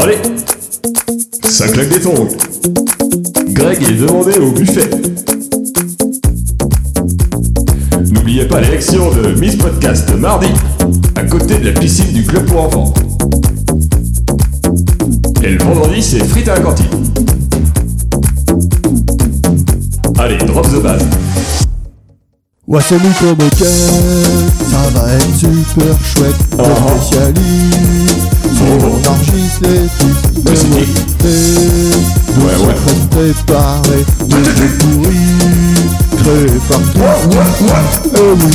Allez, ça claque des tongs. Greg est demandé au buffet. N'oubliez pas l'élection de Miss Podcast mardi, à côté de la piscine du club pour enfants. Et le vendredi, c'est frites à la cantine. Allez, drop the base. Wasson comme ça va être super chouette. Le Ah. spécialiste, on enregistre les trucs. Ouais, c'est de qui beauté, Ouais, de ouais. secrets préparés, de jeux pourris, créés par toi. Oh oui.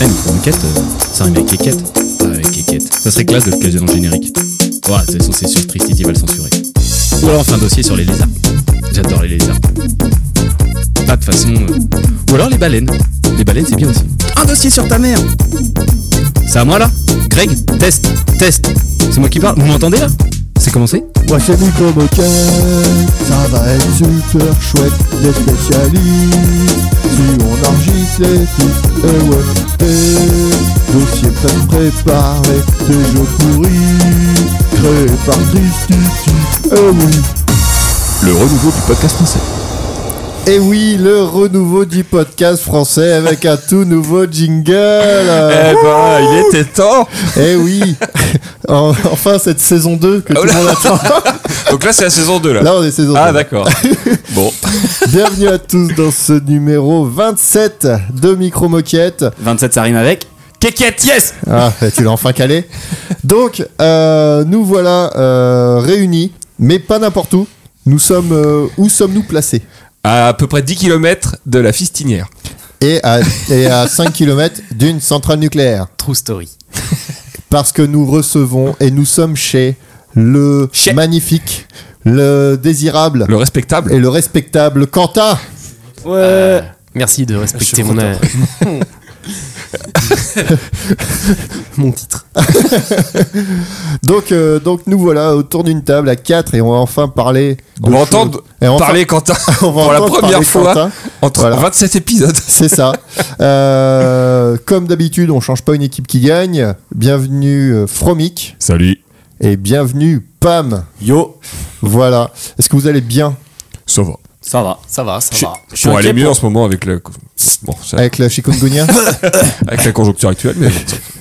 Eh mais Conquête, euh, ça rime avec Kékette. Ah, avec Kékette. Ça serait classe de le caser dans le générique. Ouah, de toute façon, c'est sûr, Tristiti va le censurer. Ou alors, on fait un dossier sur les lézards. J'adore les lézards. Pas de façon. euh, Ou alors les baleines. Les baleines, c'est bien aussi. Un dossier sur ta mère C'est à moi là Greg, test, test. C'est moi qui parle. Vous m'entendez là C'est commencé Wasson comme ça va être super chouette. Les spécialistes, si on enregistre les trucs. Eh ouais, eh. Dossier prêt préparé, des jeux pourris, créés par Tristiti. Eh oui. Le renouveau du podcast français. Et Eh oui, le renouveau du podcast français avec un tout nouveau Eh jingle. ben, il était temps. Eh oui, En- enfin cette saison 2 Ah que tout le monde attend. Donc là, c'est la saison 2 là. Là on est saison 2. Ah d'accord. bon. Bienvenue à tous dans ce numéro 27 de Micro Moquette. 27 ça rime avec Kékette, yes Ah, tu l'as enfin calé. Donc, euh, nous voilà euh, réunis, mais pas n'importe où. Nous sommes, euh, où sommes-nous placés À, à peu près 10 km de la fistinière. et à, et à 5 km d'une centrale nucléaire. True Story. parce que nous recevons et nous sommes chez le Chez. magnifique, le désirable Le respectable. et le respectable Quentin. Ouais. merci de respecter mon euh, mon titre. Donc, euh, donc nous voilà autour d'une table à 4 et on va enfin parler. de On va choses- entendre et enfin- parler Quentin on va pour la entendre première parler fois Quentin. entre Voilà. 27 épisodes. C'est ça. Euh, comme d'habitude, on change pas une équipe qui gagne. Bienvenue euh, Fromic Salut. et bienvenue Pam. Yo. Voilà. Est-ce que vous allez bien Ça va. Ça va, ça va, ça va. Je bon, elle est mieux en ce moment avec la, bon, ça- avec la chikungunya avec la conjoncture actuelle, mais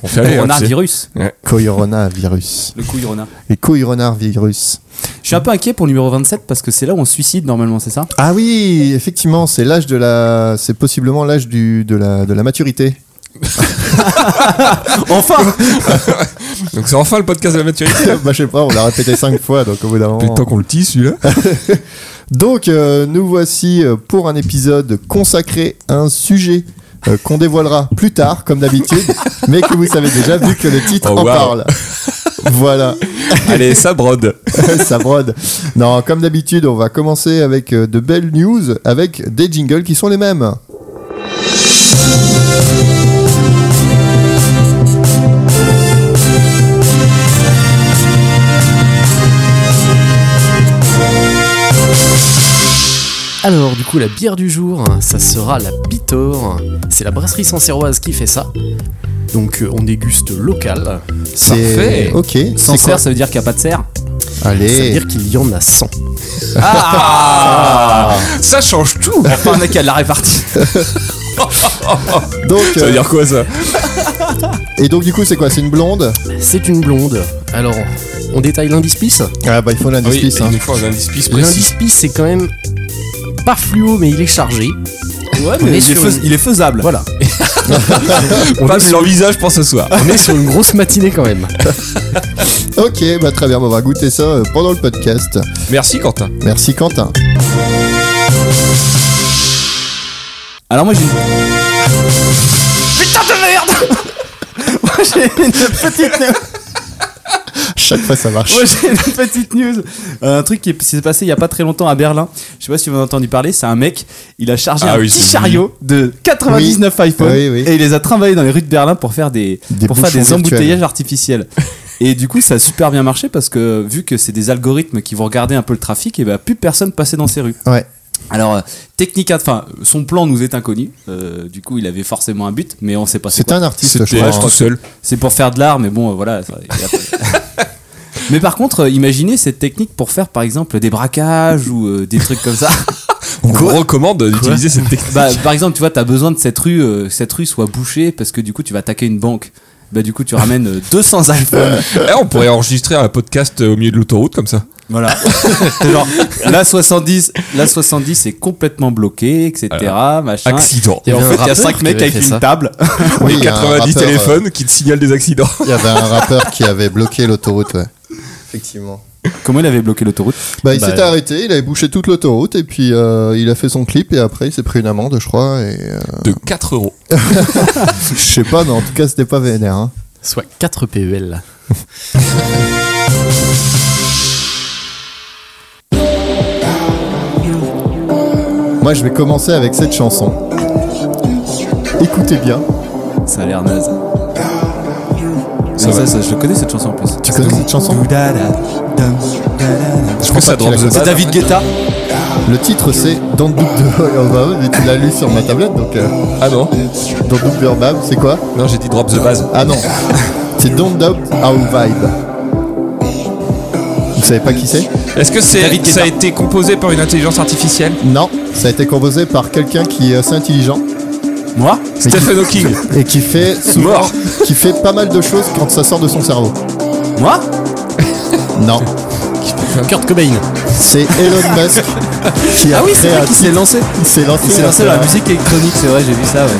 on fait aller. hein, tu sais. virus, Coronavirus. le couille renard. Et coronavirus. Je suis un peu inquiet pour le numéro 27 parce que c'est là où on se suicide normalement, c'est ça Ah oui, effectivement, c'est l'âge de la, c'est possiblement l'âge du de la de la maturité. Enfin Donc c'est enfin le podcast de la maturité. bah je sais pas, on l'a répété cinq fois, donc au bout d'un moment. Tant qu'on le tisse celui-là. Donc euh, nous voici euh, pour un épisode consacré à un sujet. euh, qu'on dévoilera plus tard, comme d'habitude, mais que vous savez déjà vu que le titre Oh, en wow. parle. voilà. Allez, ça brode. ça brode. Non, comme d'habitude, on va commencer avec euh, de belles news, avec des jingles qui sont les mêmes. Alors du coup la bière du jour, ça sera la Pitor. C'est la brasserie sancerroise qui fait ça. Donc euh, on déguste local. C'est Parfait. ok. Sans C'est quoi serre, ça veut dire qu'il n'y a pas de serre. Ça veut Allez. dire qu'il y en a 100. Ah, Ça change tout Enfin, on a qu'à la répartie. Donc, Ça euh, veut dire quoi ça et donc du coup, c'est quoi C'est une blonde C'est une blonde. Alors, on détaille l'indice pisse Ah bah il faut l'indice Oui, pisse, hein. une fois un indice pisse précis. L'indice pisse, c'est quand même pas fluo, mais il est chargé. Ouais, mais il, est faisable. Voilà. on, Pas est sur, l'envisage pour ce soir. on est sur une grosse matinée quand même. Ok, bah très bien, on va goûter ça euh, pendant le podcast. Merci Quentin. Merci Quentin. Alors moi j'ai. Putain de merde Moi j'ai une petite news. Chaque fois ça marche. Moi j'ai une petite news. Euh, un truc qui est- s'est passé il y a pas très longtemps à Berlin. Je sais pas si vous en avez entendu parler. C'est un mec. Il a chargé Ah un oui, petit c'est lui. chariot de 99 iPhones Oui, oui. et il les a travaillés dans les rues de Berlin pour faire des, Des pour faire bouchons des virtuels. embouteillages artificiels. Et du coup, ça a super bien marché parce que vu que c'est des algorithmes qui vont regarder un peu le trafic, et ben plus personne passait dans ces rues. Ouais. Alors, euh, technica, enfin, son plan nous est inconnu. Euh, du coup, il avait forcément un but, mais on sait pas c'est C'est quoi. un artiste, je C'était crois. tout seul. C'est pour faire de l'art, mais bon, euh, voilà. ça, il y a pas- Mais par contre, euh, imaginez cette technique pour faire par exemple des braquages ou euh, des trucs comme ça. On vous recommande d'utiliser cette technique. Bah, par exemple, tu vois, t'as besoin de cette rue, euh, cette rue soit bouchée parce que du coup, tu vas attaquer une banque. Bah, du coup, tu ramènes euh, 200 iPhones. Eh, on pourrait enregistrer un podcast euh, au milieu de l'autoroute comme ça. Voilà. C'est genre, la 70, la 70 est complètement bloquée, etc. Machin. Accident. Il y Et a en un fait, il y a rappeur 5 qui mecs avait avec fait une ça. euh, table. Oui, il y a un 90 rappeur, téléphones qui te signalent des accidents. Il y avait un rappeur qui avait bloqué l'autoroute, ouais. Effectivement. Comment il avait bloqué l'autoroute Bah, il Bah, s'était arrêté, il avait bouché toute l'autoroute et puis euh, il a fait son clip et après il s'est pris une amende, je crois. Et euh, De 4 euros. je sais pas, mais en tout cas c'était pas vénère. hein. Soit 4 E PEL. Moi, je vais commencer avec cette chanson. Écoutez bien. Ça a l'air naze. Ça Mais va. ça, ça, je connais cette chanson en plus. Tu connais cette chanson Je pense que ça drop qu'il a- the C'est bad. David Guetta. Le titre c'est Don't Look the Way of Bob et tu l'as lu sur ma tablette donc euh, Ah non, Don't Look the Way of Bob, c'est quoi non, j'ai dit drop the base. Ah non, c'est Don't Doubt Our Vibe. Vous savez pas qui c'est Est-ce que David c'est Guetta. ça a été composé par une intelligence artificielle Non, ça a été composé par quelqu'un qui est assez intelligent Moi Stephen Hawking. et qui fait souvent, Mort. qui fait pas mal de choses quand ça sort de son cerveau. Moi Non, Kurt Cobain. c'est Elon Musk qui a Ah oui, c'est créé vrai un qu'il s'est lancé. s'est lancé, Il s'est lancé dans après la musique électronique, c'est vrai, j'ai vu ça, ouais.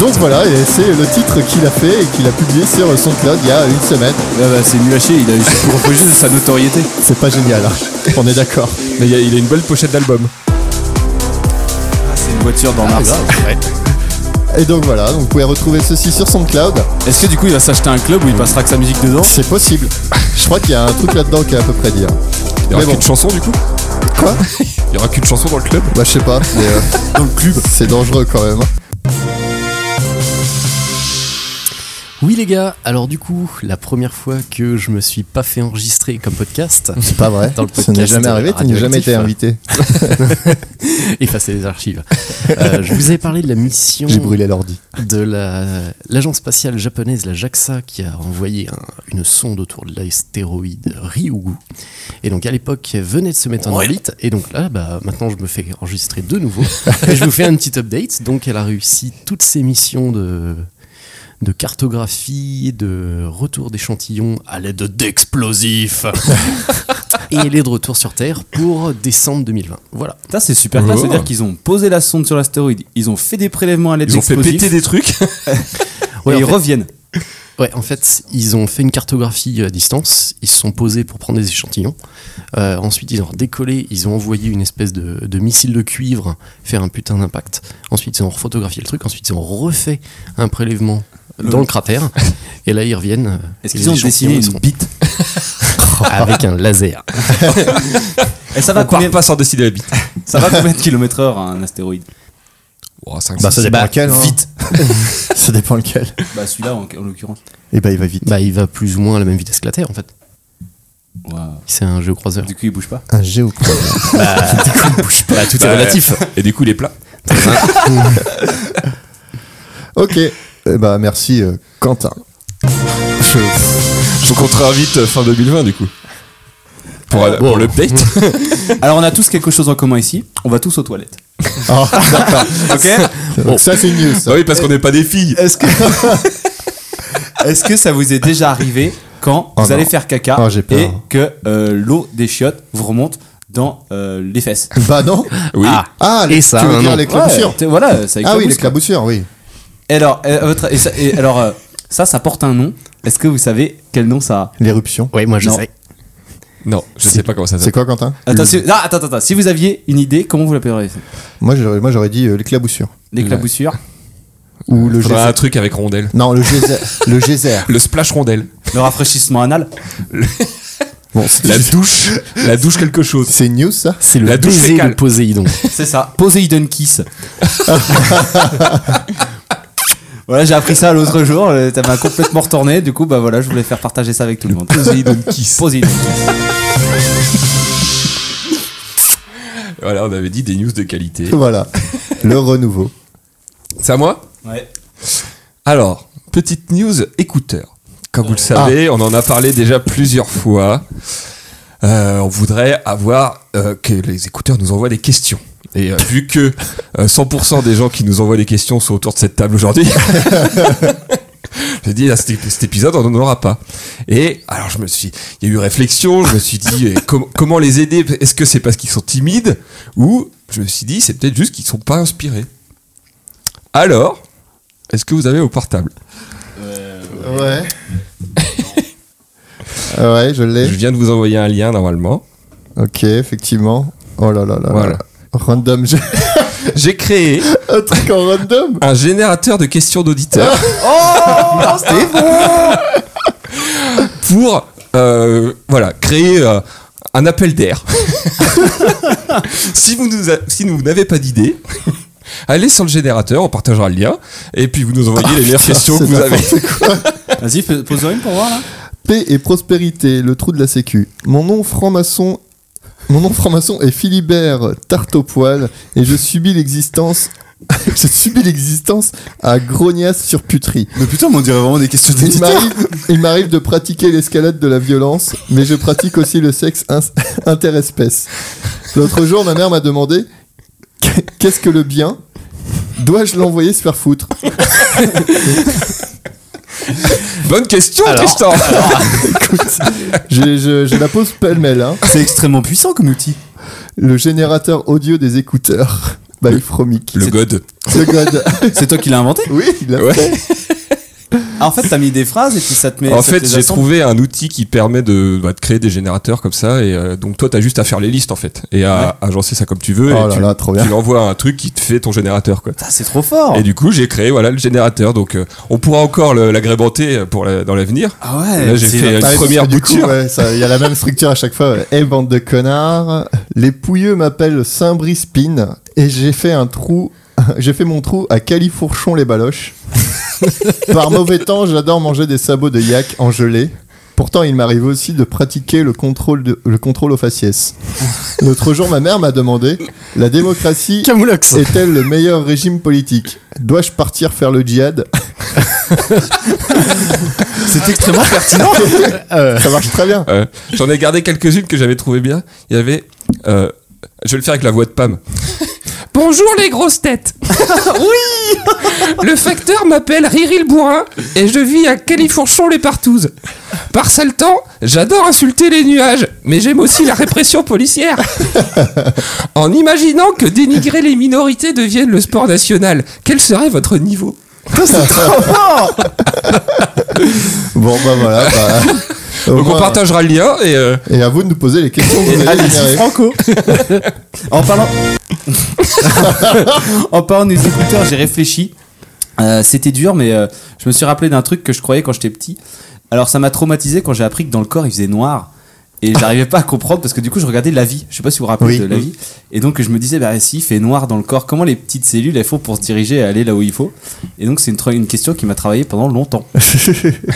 Donc voilà, et c'est le titre qu'il a fait et qu'il a publié sur son SoundCloud il y a une semaine. Ah bah, c'est nul à chier, il a juste reposé juste sa notoriété. C'est pas génial, hein. on est d'accord. Mais il y a- il a une belle pochette d'album. Ah, Ah, C'est une voiture dans Mars. Et donc voilà, donc vous pouvez retrouver ceci sur SoundCloud. Est-ce que du coup il va s'acheter un club où il passera que sa musique dedans C'est possible. Je crois qu'il y a un truc là-dedans qui est à peu près dire. Il y aura Mais bon. qu'une chanson du coup Quoi Il y aura qu'une chanson dans le club Bah je sais pas, mais euh, Dans le club c'est dangereux quand même. hein. Oui les gars, alors du coup, la première fois que je me suis pas fait enregistrer comme podcast, C'est pas vrai. Dans le Ça n'est podcast jamais arrivé, tu n'as jamais été radioactif. invité. effacer les archives, euh, je vous ai parlé de la mission J'ai brûlé l'ordi. de la- l'agence spatiale japonaise, la JAXA, qui a envoyé un- une sonde autour de l'astéroïde Ryugu. Et donc à l'époque, elle venait de se mettre en orbite. Et donc là, bah, maintenant, je me fais enregistrer de nouveau. et je vous fais un petit update. Donc elle a réussi toutes ses missions de de cartographie, de retour d'échantillons à l'aide d'explosifs. et elle est de retour sur Terre pour décembre 2020. Voilà. Putain, c'est super Oh. classe, c'est-à-dire qu'ils ont posé la sonde sur l'astéroïde, ils ont fait des prélèvements à l'aide Ils ont fait d'explosifs péter des trucs. et Ouais, en ils fait- reviennent. Ouais, en fait, ils ont fait une cartographie euh, à distance, ils se sont posés pour prendre des échantillons. Euh, ensuite, ils ont décollé, ils ont envoyé une espèce de, de missile de cuivre faire un putain d'impact. Ensuite, ils ont photographié le truc, ensuite, ils ont refait un prélèvement dans le cratère. Et là, ils reviennent. euh, Est-ce et qu'ils les ont échantillons, dessiné ils une sont bite avec un laser. Et ça va On combien part pas sans décider la bite. Ça va combien de kilomètres heure un astéroïde Oh, cinq, Bah six. ça dépend bah, lequel. hein. vite. Ça dépend lequel. Bah celui-là en, en l'occurrence. Et bah il va vite. Bah, il va plus ou moins à la même vitesse que la Terre, en fait. Waouh. C'est un géocroiseur. Du coup il bouge pas. Un géoprojecteur. Bah, tout est Bah, relatif. Et du coup, il est plat. ok. Eh bah merci euh, Quentin. Je, je vous compterai vite euh, fin 2020 du coup. Pour, euh, pour l'update. Alors on a tous quelque chose en commun ici, on va tous aux toilettes. Ah, d'accord. Ok Donc ça c'est une news. ça. Bah oui, parce qu'on n'est pas des filles. Est-ce que... Est-ce que ça vous est déjà arrivé quand Oh vous allez non. faire caca Oh, j'ai peur. et que euh, l'eau des chiottes vous remonte dans euh, les fesses Bah non. Oui. Ah, Ah, Et ça, tu veux un dire nom. les Ouais, claboussures t'es- voilà, ça Ah oui, les éclabousse, quoi. claboussures, oui. Et alors, euh, votre- et ça, et alors euh, ça, ça porte un nom. Est-ce que vous savez quel nom ça a L'éruption. Ouais, moi, je Non. sais. Non, je sais pas comment ça C'est s'appelle. quoi Quentin Attends, si, ah, attends, attends, attends. Si vous aviez une idée, comment vous l'appelleriez Moi j'aurais moi, j'aurais dit euh, les claboussures. L'éclaboussure Ou le Faudra geyser. un truc avec rondelle. Non, le geyser. le geyser. Le splash rondelle. Le rafraîchissement anal Bon, c'est- La douche. La douche quelque chose. c'est une news ça C'est le La douche baiser de fécale. Poséidon. C'est ça. Poseidon Kiss. voilà, j'ai appris ça l'autre jour. euh, Ça m'a complètement retourné. Du coup, bah voilà, je voulais faire partager ça avec tout le monde. Poseidon Kiss. Poseidon Kiss. Voilà, on avait dit des news de qualité. Voilà. Le renouveau. C'est à moi Ouais. Alors, petite news écouteur. Comme vous le savez, on en a parlé déjà plusieurs fois. Euh, on voudrait avoir euh, que les écouteurs nous envoient des questions. Et euh, vu que euh, 100% des gens qui nous envoient des questions sont autour de cette table aujourd'hui, j'ai dit, à cet, ép- cet épisode, on n'en aura pas. Et alors, je me suis, il y a eu réflexion, je me suis dit, eh, com- comment les aider Est-ce que c'est parce qu'ils sont timides Ou je me suis dit, c'est peut-être juste qu'ils sont pas inspirés. Alors, est-ce que vous avez au portable Ouais. ouais, je l'ai. Je viens de vous envoyer un lien normalement. Ok, effectivement. Oh là là là. là Voilà. là. Random. j'ai- J'ai créé Un truc en random un générateur de questions d'auditeurs. Oh, Pour euh, voilà, créer euh, un appel d'air. si vous nous a- si vous n'avez pas d'idée, allez sur le générateur, on partagera le lien, et puis vous nous envoyez les meilleures questions que c'est vous avez. Vas-y, fais- pose-en une pour voir là. Paix et prospérité, le trou de la sécu. Mon nom franc-maçon. Mon nom franc-maçon est Philibert Tarte au poil et je subis l'existence. je subis l'existence à grognasse sur puterie. Mais putain, mais on dirait vraiment des questions Il d'éditeurs. m'arrive- il m'arrive de pratiquer l'escalade de la violence, mais je pratique aussi le sexe in- interespèce. L'autre jour, ma mère m'a demandé Qu'est-ce que le bien Dois-je l'envoyer se faire foutre Bonne question, Tristan. je, je- je la pose pêle-mêle. hein. C'est extrêmement puissant comme outil. Le générateur audio des écouteurs. By Fromic. Le god. Le god. C'est toi qui l'as inventé Oui, il a Ouais. fait. Ah, en fait, t'as mis des phrases et puis ça te met. en ça te fait, les j'ai assemble. trouvé un outil qui permet de, bah, de créer des générateurs comme ça, et euh, donc toi, t'as juste à faire les listes en fait, et à à agencer ça comme tu veux, Oh là et tu, là, trop bien. tu l'envoies à un truc qui te fait ton générateur quoi. Putain, c'est trop fort. Oh. Et du coup, j'ai créé voilà le générateur. Donc, euh, on pourra encore le- l'agrémenter euh, pour la- dans l'avenir. Ah ouais. Là, j'ai c'est- fait une Ah ouais, première parce que du bouture. coup, ouais, ça- Il y a la même structure à chaque fois. ouais. Eh bande de connards, les pouilleux m'appellent Saint-Brispin et j'ai fait un trou. J'ai fait mon trou à Califourchon les Baloches. Par mauvais temps, j'adore manger des sabots de yak en gelée. Pourtant, il m'arrive aussi de pratiquer le contrôle, de, le contrôle aux faciès. L'autre jour, ma mère m'a demandé La démocratie Camoulox est-elle le meilleur régime politique Dois-je partir faire le djihad C'est extrêmement pertinent. Ça marche très bien. Euh, J'en ai gardé quelques-unes que j'avais trouvées bien. Il y avait. euh, je vais le faire avec la voix de Pam. Bonjour les grosses têtes Oui Le facteur m'appelle Riril Bourrin et je vis à Califourchon les Partouzes. Par sale temps, j'adore insulter les nuages, mais j'aime aussi la répression policière. En imaginant que dénigrer les minorités devienne le sport national, quel serait votre niveau Bon, bah voilà. bah, au Donc, on moins- partagera le lien et. euh, Et à vous de nous poser les questions que vous avez Alexis générées. Franco. en parlant. en parlant des écouteurs, j'ai réfléchi. Euh, C'était dur, mais euh, je me suis rappelé d'un truc que je croyais quand j'étais petit. Alors ça m'a traumatisé quand j'ai appris que dans le corps il faisait noir. Et j'arrivais pas à comprendre parce que du coup je regardais la vie. Je sais pas si vous vous rappelez Oui. de la vie. Et donc je me disais, bah si, il fait noir dans le corps, comment les petites cellules elles font pour se diriger et aller là où il faut Et donc c'est une, tra- une question qui m'a travaillé pendant longtemps.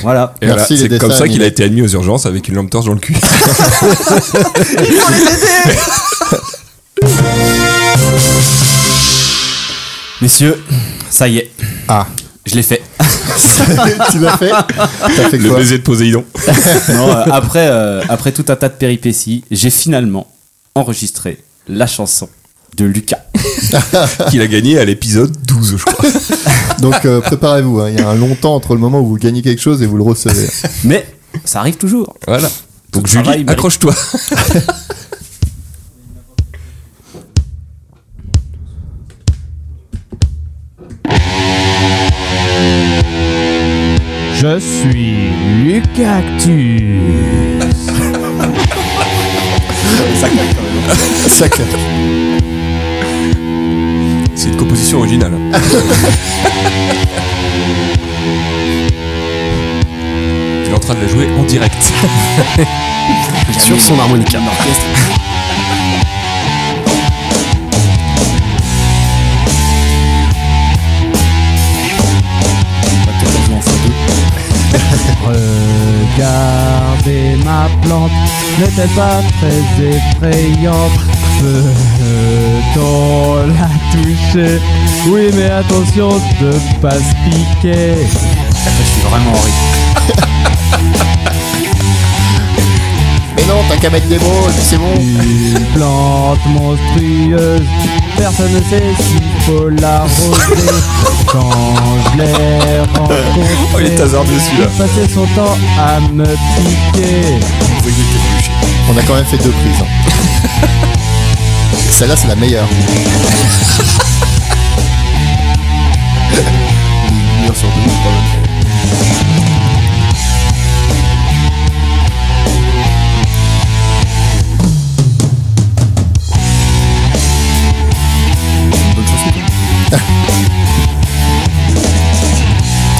voilà. et Merci, les c'est comme dessins ça qu'il animés. a été admis aux urgences avec une lampe torche dans le cul. Messieurs, ça y est. Ah. Je l'ai fait. tu l'as fait T'as fait le quoi baiser de Poséidon. Non, euh, après, euh, après tout un tas de péripéties, j'ai finalement enregistré la chanson de Lucas. qu'il a gagné à l'épisode 12, je crois. Donc euh, préparez-vous, hein, il y a un long temps entre le moment où vous gagnez quelque chose et vous le recevez. Mais ça arrive toujours. Voilà. Donc, travail Julie, mérite. accroche-toi. Je suis Lucactus. C'est une composition originale. Il est en train de la jouer en direct. sur son harmonica. Regardez ma plante, n'est-elle pas très effrayante Peut-on la toucher Oui, mais attention de pas se piquer. Après, je suis vraiment horrible. Mais non, t'as qu'à mettre des mots, c'est bon. Une plante monstrueuse, personne ne sait s'il faut l'arroser. Quand je l'ai rencontrée, Oh, il est hasardeux, celui-là. elle passait son temps à me piquer. On a quand même fait deux prises. hein. Celle-là, c'est la meilleure.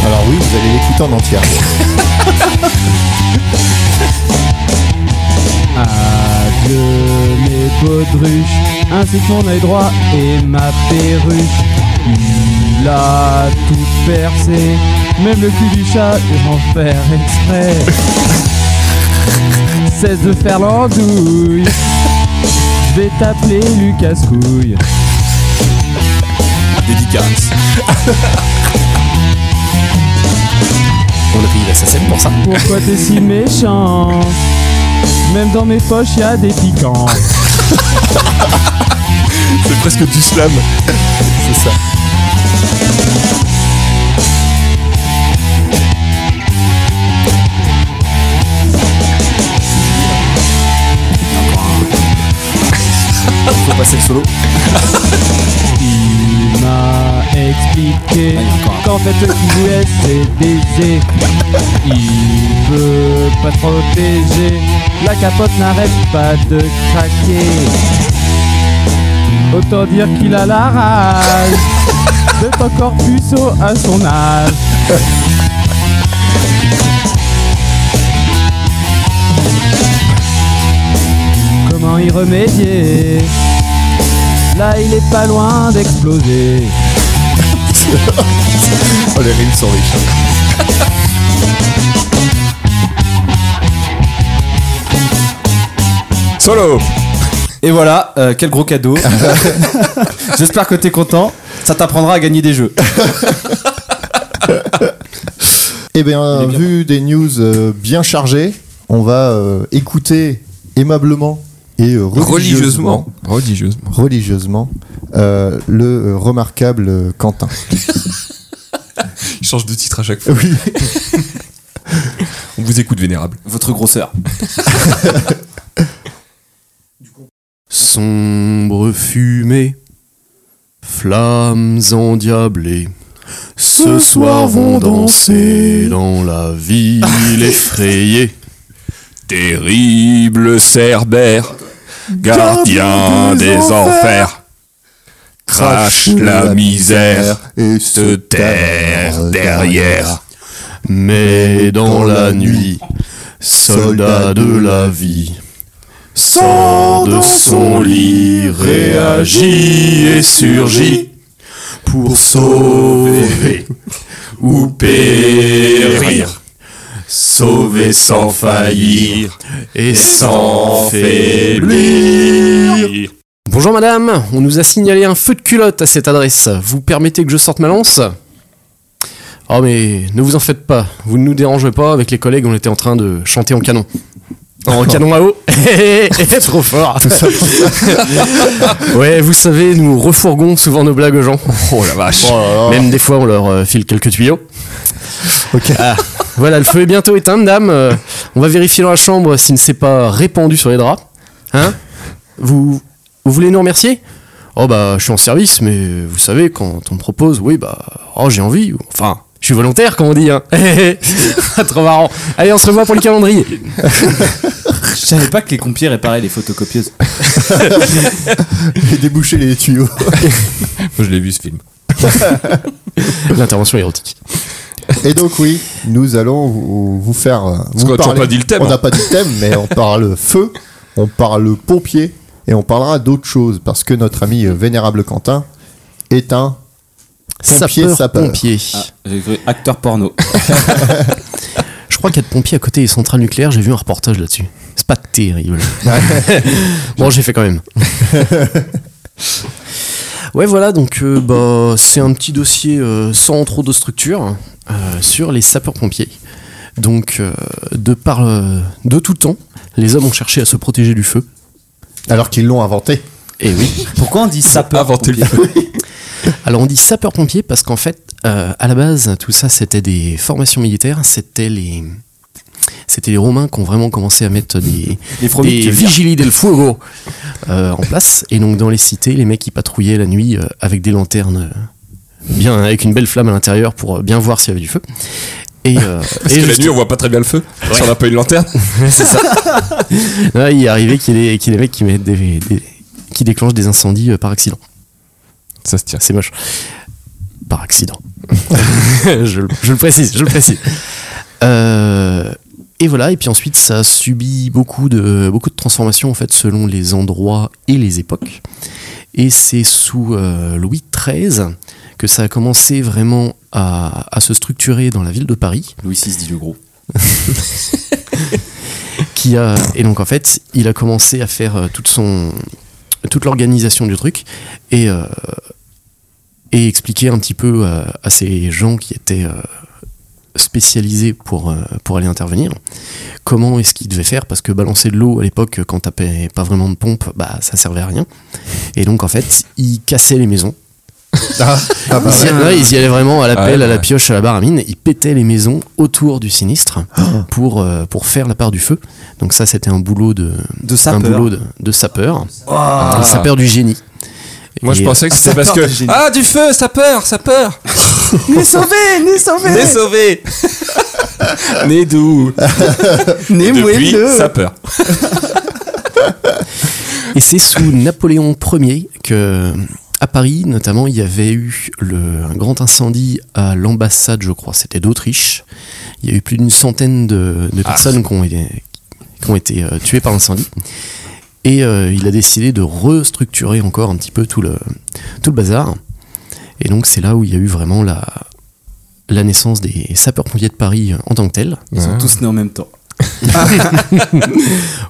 Alors oui, vous allez l'écouter en entière. Adieu mes baudruches, ainsi que mon œil droit et ma perruche. Il a tout percé, même le cul du chat, et en faire exprès. Cesse de faire l'andouille, je vais t'appeler Lucas Couille. Dédicace. On a payé la SACEM pour ça. Pourquoi t'es si méchant Même dans mes poches, y a des piquants. C'est presque du slam. Faut passer le solo. Il m'a expliqué qu'en fait ce qu'il voulait c'est baiser. Il veut pas te protéger, la capote n'arrête pas de craquer. Autant dire qu'il a la rage de ton corpus au- à son âge. Comment y remédier Là il est pas loin d'exploser. Oh, les rimes sont riches. hein. Solo Et voilà, euh, quel gros cadeau. J'espère que t'es content. Ça t'apprendra à gagner des jeux. Eh bien, vu des news euh, bien chargées, on va euh, écouter aimablement et euh, religieusement, Religieusement. religieusement, euh, le euh, remarquable euh, Quentin. Il change de titre à chaque fois. Oui. On vous écoute, Vénérable. Votre grosseur. Sombre fumée, flammes endiablées, ce soir vont danser dans la ville effrayée. Terrible Cerbère, gardien des enfers, crache la misère et se terre derrière. Mais dans la nuit, soldat de la vie, sort de son lit, réagit et surgit pour sauver ou périr, sauver sans faillir et sans faiblir. Bonjour madame, on nous a signalé un feu de culotte à cette adresse. Vous permettez que je sorte ma lance Oh mais ne vous en faites pas, vous ne nous dérangez pas, avec les collègues on était en train de chanter en canon. En canon à eau Hé, hé, hé, Trop fort Ouais, vous savez, nous refourgons souvent nos blagues aux gens. Oh la vache. Même des fois on leur euh, file quelques tuyaux. Ah, voilà, le feu est bientôt éteint, madame. Euh, on va vérifier dans la chambre s'il ne s'est pas répandu sur les draps. Hein vous, vous voulez nous remercier Oh bah je suis en service, mais vous savez, quand on me propose, oui bah oh j'ai envie, ou- enfin je suis volontaire comme on dit, hein. Trop marrant. Allez, on se revoit pour le calendrier. Je savais pas que les pompiers réparaient les photocopieuses. et déboucher les tuyaux. Moi, je l'ai vu ce film. L'intervention érotique. Et donc oui, nous allons vous, vous faire. euh, Vous qu'on a toujours pas dit le thème, On hein. n'a pas dit le thème, mais on parle feu, on parle pompier et on parlera d'autres choses parce que notre ami euh, vénérable Quentin est un Pompier, sapeur, sapeur. pompier. J'ai cru acteur porno. Je crois qu'il y a de pompiers à côté des centrales nucléaires, j'ai vu un reportage là-dessus. C'est pas terrible. bon, j'ai fait quand même. ouais, voilà, donc euh, bah, c'est un petit dossier euh, sans trop de structure euh, sur les sapeurs-pompiers. Donc, euh, de, par, euh, de tout temps, les hommes ont cherché à se protéger du feu. Alors qu'ils l'ont inventé. Et oui. Pourquoi on dit sapeur Inventer le pompier Alors, on dit sapeurs-pompiers parce qu'en fait, euh, à la base, tout ça, c'était des formations militaires. C'était les. C'était les Romains qui ont vraiment commencé à mettre des, Les des fromiques, tu veux dire. vigilies del fuego euh, en place. Et donc, dans les cités, les mecs, ils patrouillaient la nuit euh, avec des lanternes, euh, bien, avec une belle flamme à l'intérieur pour euh, bien voir s'il y avait du feu. Et, euh, Parce et que la juste- nuit, on voit pas très bien le feu. Si on n'a pas une lanterne. Ouais, Ah, il est arrivé qu'il y ait des, qu'il y ait des mecs qui, mettent des, des- qui déclenchent des incendies euh, par accident. Ça se tient. C'est moche. Par accident. je, le- je le précise, je le précise. Euh, et voilà, et puis ensuite, ça subit beaucoup de, beaucoup de transformations en fait, selon les endroits et les époques. Et c'est sous euh, Louis XIII que ça a commencé vraiment à, à se structurer dans la ville de Paris. Louis VI dit le gros. qui a et donc en fait il a commencé à faire euh, toute son toute l'organisation du truc et euh, et expliquer un petit peu euh, à ces gens qui étaient euh, spécialisés pour euh, pour aller intervenir comment est-ce qu'ils devaient faire parce que balancer de l'eau à l'époque quand t'as pas- pas vraiment de pompe bah ça servait à rien et donc en fait ils cassaient les maisons Ah bah ils, y allaient, ils y allaient vraiment à la Ah pelle, ouais, à la ouais. pioche, à la baramine. Ils pétaient les maisons autour du sinistre Ah. pour, euh, pour faire la part du feu. Donc ça, c'était un boulot de, De un sapeur. Oh. boulot de, de sapeur, Ah. un sapeur du génie. Moi, je Et, pensais que c'était parce que. Ah, du feu, ça peur, ça peur. Né sauvé, né sauvé, Né sauvé. Né d'où né Depuis, ça peur. euh, Et c'est sous Napoléon Ier que, à Paris notamment, il y avait eu le, un grand incendie à l'ambassade, je crois, c'était d'Autriche. Il y a eu plus d'une centaine de, Ah. de personnes qui ont été, qui ont été euh, tuées par l'incendie. Et euh, il a décidé de restructurer encore un petit peu tout le, tout le bazar. Et donc c'est là où il y a eu vraiment la, la naissance des sapeurs-pompiers de Paris en tant que tels. Ils sont tous nés en même temps.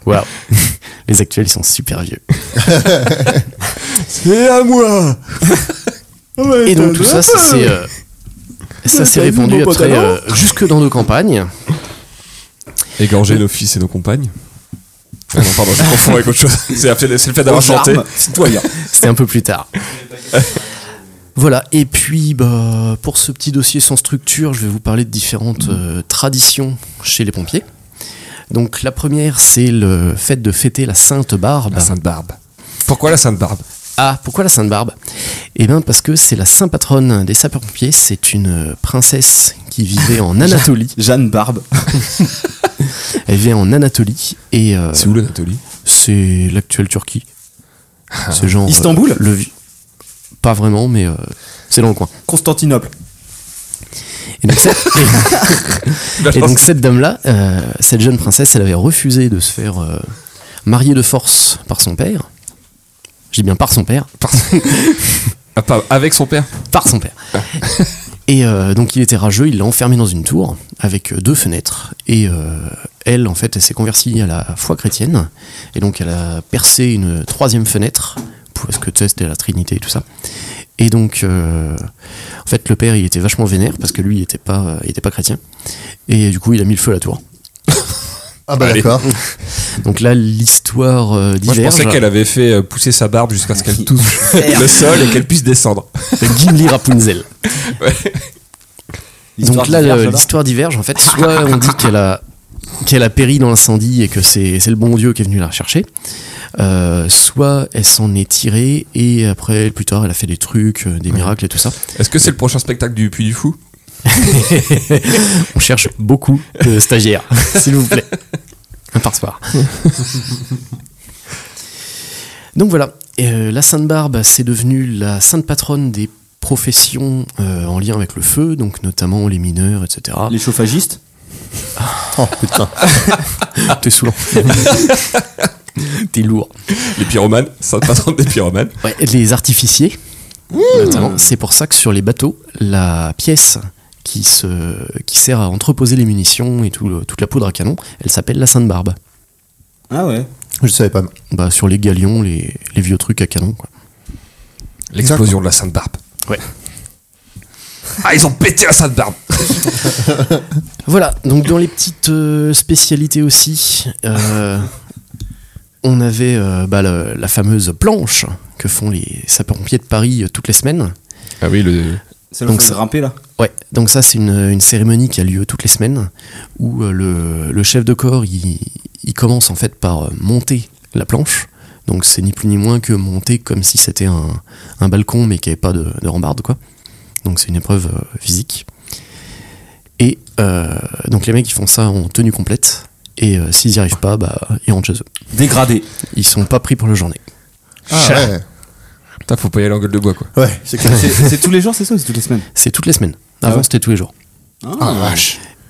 Waouh Les actuels ils sont super vieux. C'est à moi Et donc tout ça, ça s'est euh, ça s'est répandu après euh, jusque dans nos campagnes. Égorger nos fils et nos compagnes. Ah non, pardon, je confonds avec autre chose. C'est la- c'est le fait d'avoir Aux chanté. armes, citoyen. C'était un peu plus tard. Voilà, et puis bah, pour ce petit dossier sans structure, je vais vous parler de différentes euh, traditions chez les pompiers. Donc la première, c'est le fait de fêter la Sainte Barbe. La Sainte Barbe. Pourquoi la Sainte Barbe Ah, pourquoi la Sainte Barbe Eh bien parce que c'est la sainte patronne des sapeurs-pompiers, c'est une euh, princesse qui vivait en Anatolie. Jeanne Barbe. Ah Elle vivait en Anatolie et euh, C'est où l'Anatolie c'est l'actuelle Turquie. C'est genre. euh, Istanbul le vi- Pas vraiment, mais euh, c'est dans le coin. Constantinople. Et donc, cette, Bah, et donc cette dame-là, euh, cette jeune princesse, elle avait refusé de se faire euh, marier de force par son père. Je dis bien par son père, Ah, pas- Avec son père par son père. Ah. Et euh, donc il était rageux, il l'a enfermée dans une tour avec euh, deux fenêtres. Et euh, elle, en fait, elle s'est convertie à la foi chrétienne. Et donc elle a percé une troisième fenêtre. Parce que tu sais, c'était la Trinité et tout ça. Et donc, euh, en fait, le père, il était vachement vénère parce que lui, il était pas, euh, il était pas chrétien. Et du coup, il a mis le feu à la tour. Ah bah d'accord. Donc là, l'histoire euh, Moi, je diverge. pensais qu'elle avait fait euh, pousser sa barbe jusqu'à ce qu'elle touche le sol et qu'elle puisse descendre. Gimli Rapunzel. L'histoire Donc là, diverge, le- alors l'histoire diverge. En fait, soit on dit qu'elle a qu'elle a péri dans l'incendie et que c'est c'est le bon Dieu qui est venu la rechercher, euh, soit elle s'en est tirée et après, plus tard, elle a fait des trucs, euh, des miracles et tout ça. Est-ce que c'est le prochain spectacle du Puy du Fou On cherche beaucoup de stagiaires, s'il vous plaît. Un par soir. Donc voilà, euh, la Sainte Barbe, c'est devenu la sainte patronne des professions euh, en lien avec le feu, donc notamment les mineurs, etc. Les chauffagistes Oh putain. Ah, T'es saoulant. T'es lourd. Les pyromanes Sainte patronne des pyromanes. Ouais, les artificiers, notamment. C'est pour ça que sur les bateaux, la pièce qui, se, qui sert à entreposer les munitions et tout le- toute la poudre à canon, elle s'appelle la Sainte Barbe. Ah ouais. Je savais pas. Bah, sur les galions, les, les vieux trucs à canon. Quoi. L'explosion de la Sainte Barbe. Ah, ils ont pété la sainte barbe. Voilà, donc dans les petites euh, spécialités aussi, euh, on avait euh, bah, le- la fameuse planche que font les sapeurs-pompiers de Paris euh, toutes les semaines. Ah oui, le. Ça nous Donc fait ça- grimper là. Ouais, donc ça c'est une, une cérémonie qui a lieu toutes les semaines où euh, le, le chef de corps il, il commence en fait par euh, monter la planche. Donc c'est ni plus ni moins que monter comme si c'était un, un balcon mais qui avait pas de, de rambarde quoi. Donc c'est une épreuve euh, physique. Et euh, donc les mecs ils font ça en tenue complète et euh, s'ils y arrivent pas bah ils rentrent chez eux. Dégradé. Ils sont pas pris pour la journée. Ah ouais. Putain, faut pas y aller en gueule de bois, quoi. Ouais. C'est c'est tous les jours, c'est ça ou c'est toutes les semaines C'est toutes les semaines. Avant ouais c'était tous les jours. Ah,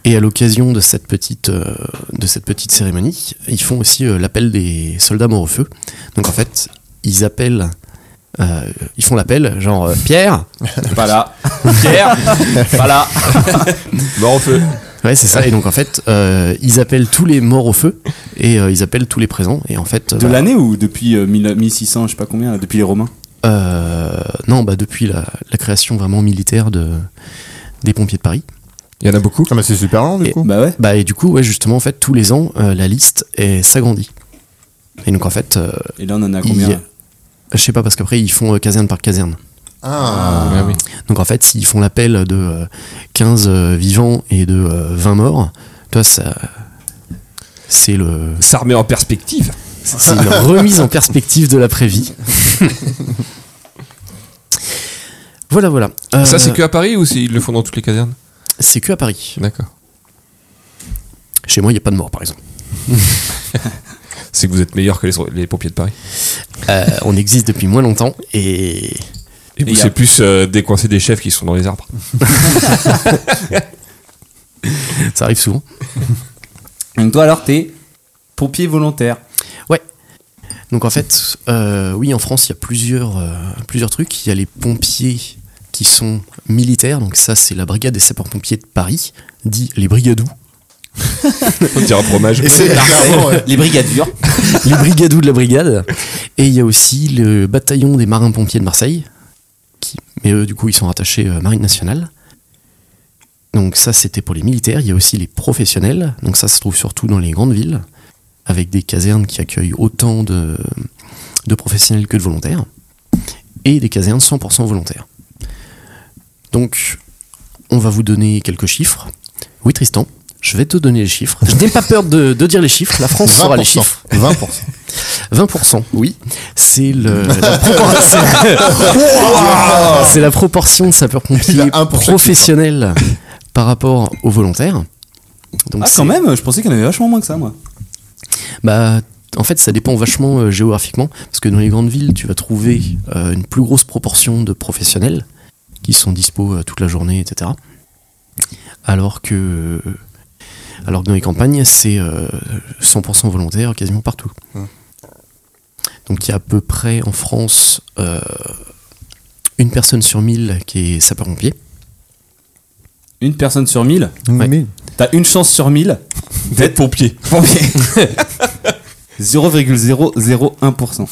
Et à l'occasion de cette petite euh, de cette petite cérémonie, ils font aussi euh, l'appel des soldats morts au feu. Donc en fait, ils appellent, euh, ils font l'appel, genre euh, Pierre. Pas là. Pierre Pas là. Mort au feu. Ouais, c'est ça. Et donc en fait, euh, ils appellent tous les morts au feu et euh, ils appellent tous les présents. Et en fait, De bah, l'année ou depuis euh, 1000 1600, je sais pas combien, là, depuis les Romains euh, non, bah depuis la, la création vraiment militaire de des pompiers de Paris. Il y en a beaucoup. Ah, mais c'est super long du Et- coup. Bah ouais. Bah et du coup, ouais, justement, en fait, tous les ans, euh, la liste est- s'agrandit. Et donc en fait, euh, Et là, on en a Il- combien là je sais pas parce qu'après ils font euh, caserne par caserne. Ah. Ah, oui. Donc en fait, s'ils font l'appel de euh, 15 euh, vivants et de euh, 20 morts, toi, ça. C'est le, Ça remet en perspective. c'est une remise en perspective de l'après-vie. voilà, voilà. Euh, Ça, c'est que à Paris ou c'est- ils le font dans toutes les casernes C'est que à Paris. D'accord. Chez moi, il n'y a pas de mort, par exemple. C'est que vous êtes meilleur que les, les pompiers de Paris. Euh, on existe depuis moins longtemps et. Et vous, y a- c'est plus euh, décoincer des chefs qui sont dans les arbres. Ça arrive souvent. Donc toi, alors, t'es pompier volontaire. Donc en fait, euh, oui, en France, il y a plusieurs, euh, plusieurs trucs. Il y a les pompiers qui sont militaires, donc ça, c'est la brigade des sapeurs-pompiers de Paris, dit les brigadous. On dirait un fromage. Les brigadures. les brigadous de la brigade. Et il y a aussi le bataillon des marins-pompiers de Marseille, qui, mais eux, du coup, ils sont rattachés euh, Marine nationale. Donc ça, c'était pour les militaires. Il y a aussi les professionnels. Donc ça, ça se trouve surtout dans les grandes villes, avec des casernes qui accueillent autant de, de professionnels que de volontaires, et des casernes 100% volontaires. Donc, on va vous donner quelques chiffres. Oui, Tristan, je vais te donner les chiffres. Je n'ai pas peur de, de dire les chiffres. La France saura les chiffres. 20%. 20%, oui. C'est le, la, propor- c'est la- c'est la proportion de Il a sapeurs-pompiers un pour chaque professionnels par rapport aux volontaires. Donc Ah, c'est- quand même, je pensais qu'il y en avait vachement moins que ça, moi. bah, en fait, ça dépend vachement euh, géographiquement, parce que dans les grandes villes, tu vas trouver euh, une plus grosse proportion de professionnels qui sont dispo euh, toute la journée, etc. Alors que, euh, alors que dans les campagnes, c'est euh, 100% volontaire quasiment partout. Donc il y a à peu près en France euh, une personne sur mille qui est sapeur-pompier. Une personne sur mille. Ouais. T'as une chance sur mille d'être pompier. Pompier. 0,001%.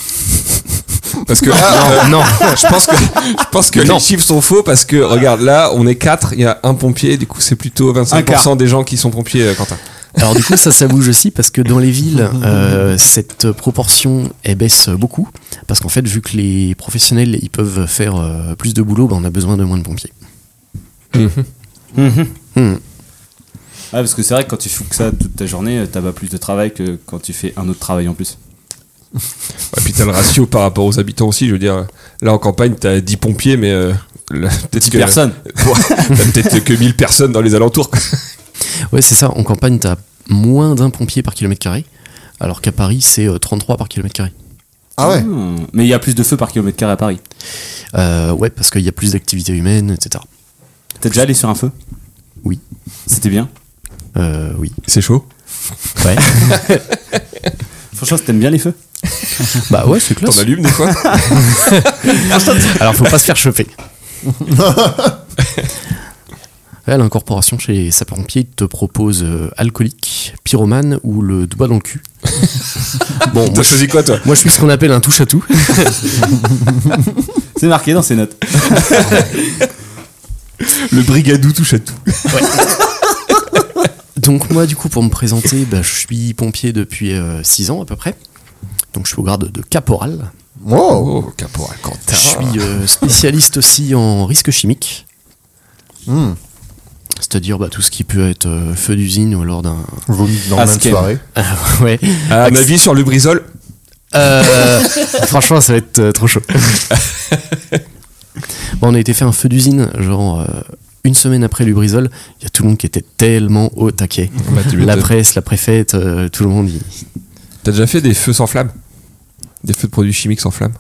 Parce que là, non, Ah. je pense que je pense que les chiffres sont faux parce que regarde là, on est quatre, il y a un pompier, du coup c'est plutôt Un 25% des gens qui sont pompiers, euh, Quentin. Alors du coup, ça, ça bouge aussi parce que dans les villes, euh, cette proportion elle baisse beaucoup parce qu'en fait, vu que les professionnels ils peuvent faire euh, plus de boulot, bah, on a besoin de moins de pompiers. Hmm. Ouais, Ah, parce que c'est vrai que quand tu fous que ça toute ta journée, euh, t'as pas plus de travail que quand tu fais un autre travail en plus. Et puis t'as le ratio par rapport aux habitants aussi, je veux dire, euh, là en campagne t'as 10 pompiers mais euh, là, peut-être 10 que personnes. Bon, t'as peut-être que 1000 personnes dans les alentours. quoi. Ouais, c'est ça. En campagne, t'as moins d'un pompier par kilomètre carré, alors qu'à Paris, c'est euh, 33 par kilomètre carré. Ah ouais. Hmm. Mais il y a plus de feux par kilomètre carré à Paris. Euh, ouais, parce qu'il y a plus d'activités humaines, etc. T'es déjà allé sur un feu Oui. C'était bien. Euh, oui. C'est chaud. Ouais. Franchement, si t'aimes bien les feux bah ouais, c'est T'en classe. allumes des fois Alors, faut pas se faire choper. Ouais, L'incorporation chez les sapeurs-pompiers te propose euh, alcoolique, pyromane ou le doigt dans le cul. bon, moi T'as je, choisi quoi toi moi, je suis ce qu'on appelle un touche à tout. C'est marqué dans ses notes. Le brigadou touche à tout. Donc moi, du coup, pour me présenter, bah, je suis pompier depuis 6 ans à peu près. Donc je suis au grade de caporal. Wow, Oh, caporal Quentin. Je suis euh, spécialiste aussi en risque chimique. Hmm. C'est-à-dire bah, tout ce qui peut être euh, feu d'usine ou alors d'un... Vomi dans la même Askem. soirée. ouais. À ma vie sur le brisol, Euh, franchement, ça va être euh, trop chaud. Bon, on a été faire un feu d'usine, genre euh, une semaine après Lubrizol. Il y a tout le monde qui était tellement au taquet. Bah, la presse, la préfète, euh, tout le monde. il- t'as déjà fait des feux sans flamme Des feux de produits chimiques sans flamme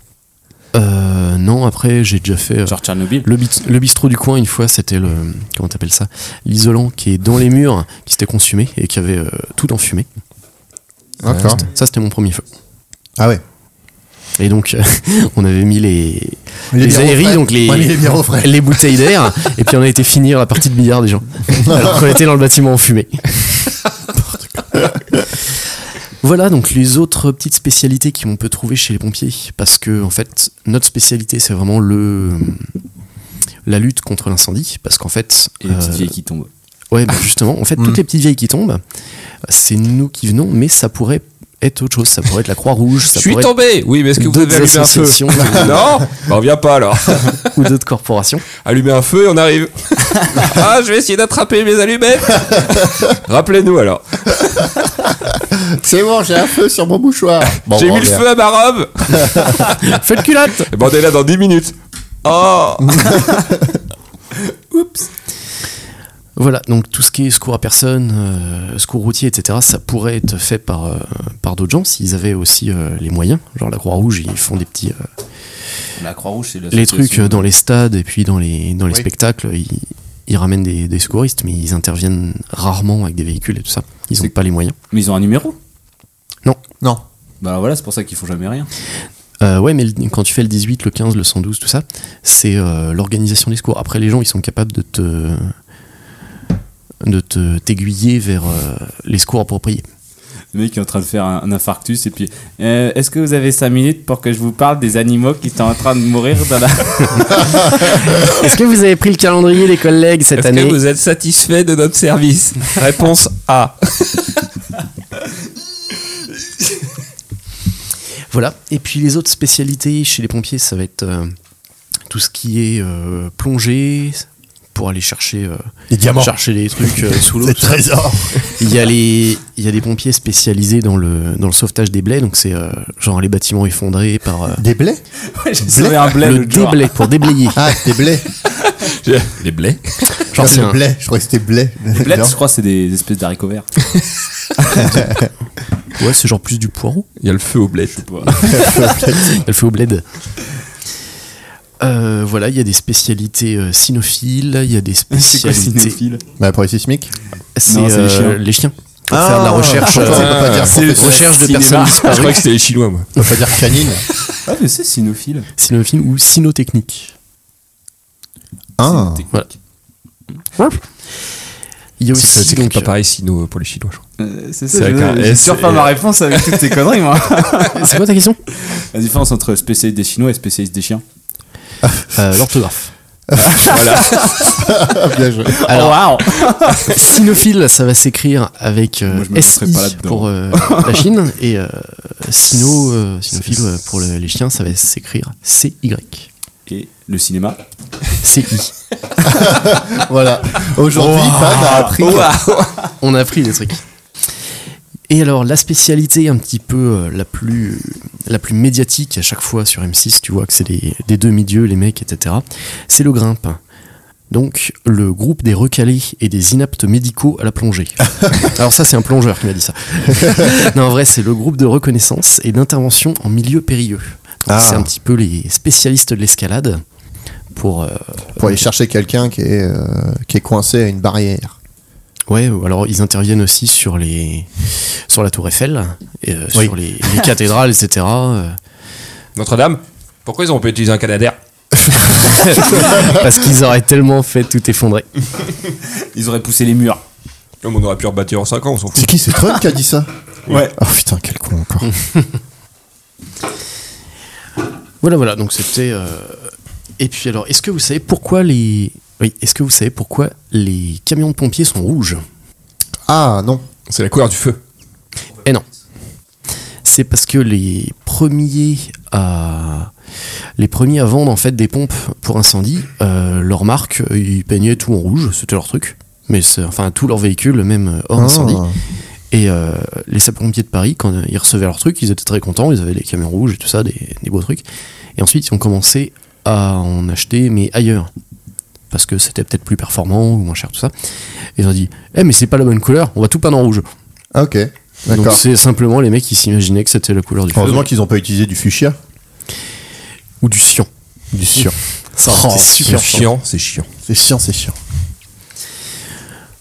Euh, non, après, j'ai déjà fait. euh, Genre Tchernobyl. le, bit- le bistrot du coin, une fois, c'était le. Comment t'appelles ça L'isolant qui est dans les murs, qui s'était consumé et qui avait euh, tout enfumé. D'accord. Ça, c'était mon premier feu. Ah ouais. Et donc, euh, on avait mis les, les, bières au aéries, frais. donc les, Ouais, mais les bières au frais. les bouteilles d'air, et puis on a été finir la partie de billard des gens. Alors qu'on était dans le bâtiment en fumée. N'importe quoi. voilà donc les autres petites spécialités qu'on peut trouver chez les pompiers, parce que en fait, notre spécialité, c'est vraiment le la lutte contre l'incendie, parce qu'en fait, Et les petites euh, vieilles qui tombent. Ouais, bah justement, en fait, toutes les petites vieilles qui tombent, c'est nous qui venons, mais ça pourrait être autre chose. Ça pourrait être la Croix-Rouge, ça Je suis pourrait être tombé Oui, mais est-ce que vous d'autres avez allumé un feu associations Non Bah, on vient pas alors. ou d'autres corporations. Allumer un feu et on arrive. ah, je vais essayer d'attraper mes allumettes Rappelez-nous alors. C'est bon, j'ai un feu sur mon mouchoir. Bon, J'ai on mis le revient. feu à ma robe Fais le culotte Et ben, on est là dans 10 minutes. Oh Voilà, donc tout ce qui est secours à personne, euh, secours routier, etc., ça pourrait être fait par, euh, par d'autres gens s'ils avaient aussi euh, les moyens. Genre la Croix-Rouge, ils font des petits. euh, La Croix-Rouge, c'est les trucs euh, dans les stades et puis dans les, dans les Oui. spectacles, ils, ils ramènent des, des secouristes, mais ils interviennent rarement avec des véhicules et tout ça. Ils n'ont pas les moyens. Mais ils ont un numéro Non. Bah voilà, c'est pour ça qu'ils font jamais rien. Euh, ouais, mais le- quand tu fais le 18, le 15, le 112, tout ça, c'est euh, l'organisation des secours. Après, les gens, ils sont capables de te de te- t'aiguiller vers euh, les secours appropriés. Le mec est en train de faire un, un infarctus et puis euh, est-ce que vous avez 5 minutes pour que je vous parle des animaux qui sont en train de mourir dans la. Est-ce que vous avez pris le calendrier, les collègues, cette Est-ce que année vous êtes satisfait de notre service Réponse A. Voilà. Et puis les autres spécialités chez les pompiers, ça va être euh, tout ce qui est euh, plongée pour aller chercher euh, Les diamants. chercher les trucs euh, sous l'eau. Les trésors. Il y a les il y a des pompiers spécialisés dans le dans le sauvetage des blés, donc c'est euh, genre les bâtiments effondrés par euh, Des blés J'ai sauvé un blé le l'autre jour. déblai pour déblayer. Ah, des blés. Les blés Genre c'est Des un- blés. Je crois que c'était blés. Les blettes, je crois, c'est des espèces d'haricots verts. ouais, c'est genre plus du poireau. Il y a le feu aux blettes. Elle fait au bled. Euh, voilà, il y a des spécialités euh, cynophiles, il y a des C'est quoi, spécialités. cynophile Bah, pour les sismiques. C'est Non, c'est les euh, chiens. les chiens. Pour faire de la recherche, Pourquoi on euh, peut pas dire- C'est- recherche de Cinéma. personnes Ah, je disparues. crois que c'était les Chinois, moi. on peut pas dire canine. Ah, mais c'est cynophile. Cynophile ou cynotechnique. Hein Technique. Voilà. Il y a C'est aussi c'est donc, pas pareil, sino pour les Chinois, je crois. Euh, C'est C'est ça, avec un je- j'ai S toujours pas et- ma réponse avec toutes tes conneries, moi. euh, c'est quoi ta question La différence entre spécialiste des Chinois et spécialiste des chiens. Euh, L'orthographe. Ah, bien joué. Alors, Cynophile, ça va s'écrire avec euh, Moi, je me SI lancerai pas là-dedans. pour euh, la Chine et euh, cyno, euh, cynophile euh, pour le- les chiens, ça va s'écrire CY. Et le cinéma. CI. Voilà. Aujourd'hui, Oh. Pam a appris. On a appris des trucs. Oh. Et alors, la spécialité un petit peu euh, la plus, la plus médiatique à chaque fois sur M6, tu vois que c'est des, des demi-dieux, les mecs, etc., c'est le grimpe. Donc, le groupe des recalés et des inaptes médicaux à la plongée. Alors ça, c'est un plongeur qui m'a dit ça. non, en vrai, c'est le groupe de reconnaissance et d'intervention en milieu périlleux. Donc, Ah. C'est un petit peu les spécialistes de l'escalade pour... euh, Pour aller chercher quelqu'un qui, est, euh, qui est coincé à une barrière. Ouais, ou alors ils interviennent aussi sur les sur la Tour Eiffel, et, euh, Oui. sur les, les cathédrales, etc. euh, Notre-Dame Pourquoi ils ont pas utilisé un canadair parce qu'ils auraient tellement fait tout effondrer. Ils auraient poussé les murs. Comme on aurait pu rebâtir en 5 ans, on s'en fout. C'est qui C'est Trump qui a dit ça Ouais. Oh putain, quel con encore. Voilà, voilà. Donc c'était. euh, Et puis alors, est-ce que vous savez pourquoi les Oui, est-ce que vous savez pourquoi les camions de pompiers sont rouges Ah non. C'est la couleur du feu. Eh non. C'est parce que les premiers à les premiers à vendre en fait des pompes pour incendie, euh, leur marque, euh, ils peignaient tout en rouge, c'était leur truc. Mais c'est- enfin tous leurs véhicules, même euh, hors incendie. Ah. Et euh, les sapeurs-pompiers de Paris, quand ils recevaient leur truc, ils étaient très contents, ils avaient des camions rouges et tout ça, des, des beaux trucs. Et ensuite, ils ont commencé à en acheter, mais ailleurs. Parce que c'était peut-être plus performant ou moins cher, tout ça. Et ils ont dit Eh, mais c'est pas la bonne couleur, on va tout peindre en rouge. Ah, ok. Donc D'accord. c'est simplement les mecs qui s'imaginaient que c'était la couleur du feu. Heureusement qu'ils n'ont pas utilisé du fuchsia. Ou du cyan. Du cyan. Ça, Oh, c'est super Chiant, c'est chiant. C'est chiant, c'est chiant.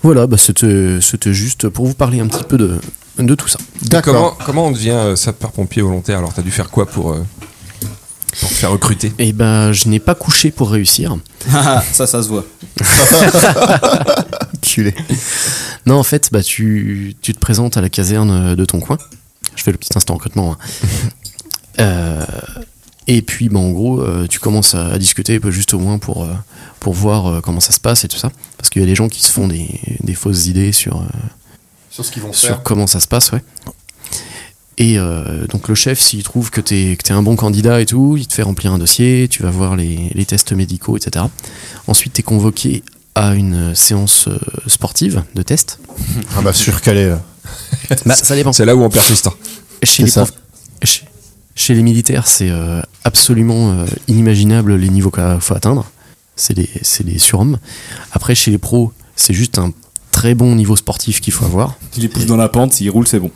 Voilà, bah, c'était c'était juste pour vous parler un petit peu de, de tout ça. Comment, D'accord. comment on devient euh, sapeur-pompier volontaire Alors, t'as dû faire quoi pour, euh, pour te faire recruter Et ben, je n'ai pas couché pour réussir. ça, ça se voit. Culé. Non, en fait, bah, tu, tu te présentes à la caserne euh, de ton coin. Je fais le petit instant recrutement. hein. Euh, et puis, bah, en gros, euh, tu commences à, à discuter bah, juste au moins pour, euh, pour voir euh, comment ça se passe et tout ça. Parce qu'il y a des gens qui se font des, des fausses idées sur, euh, Sur ce qu'ils vont sur comment ça se passe, ouais. Et euh, donc le chef, s'il trouve que t'es que t'es un bon candidat et tout, il te fait remplir un dossier, tu vas voir les, les tests médicaux, etc. Ensuite, t'es convoqué à une séance euh, sportive de test. Ah bah surcalé là. Bah, ça dépend. C'est là où on perd Tristan. Chez les, ça. prof- chez, chez les militaires, c'est euh, absolument euh, inimaginable les niveaux qu'il faut atteindre. C'est des, c'est des surhommes. Après, chez les pros, c'est juste un très bon niveau sportif qu'il faut avoir. Tu les pousses dans la pente, s'ils roulent, c'est bon.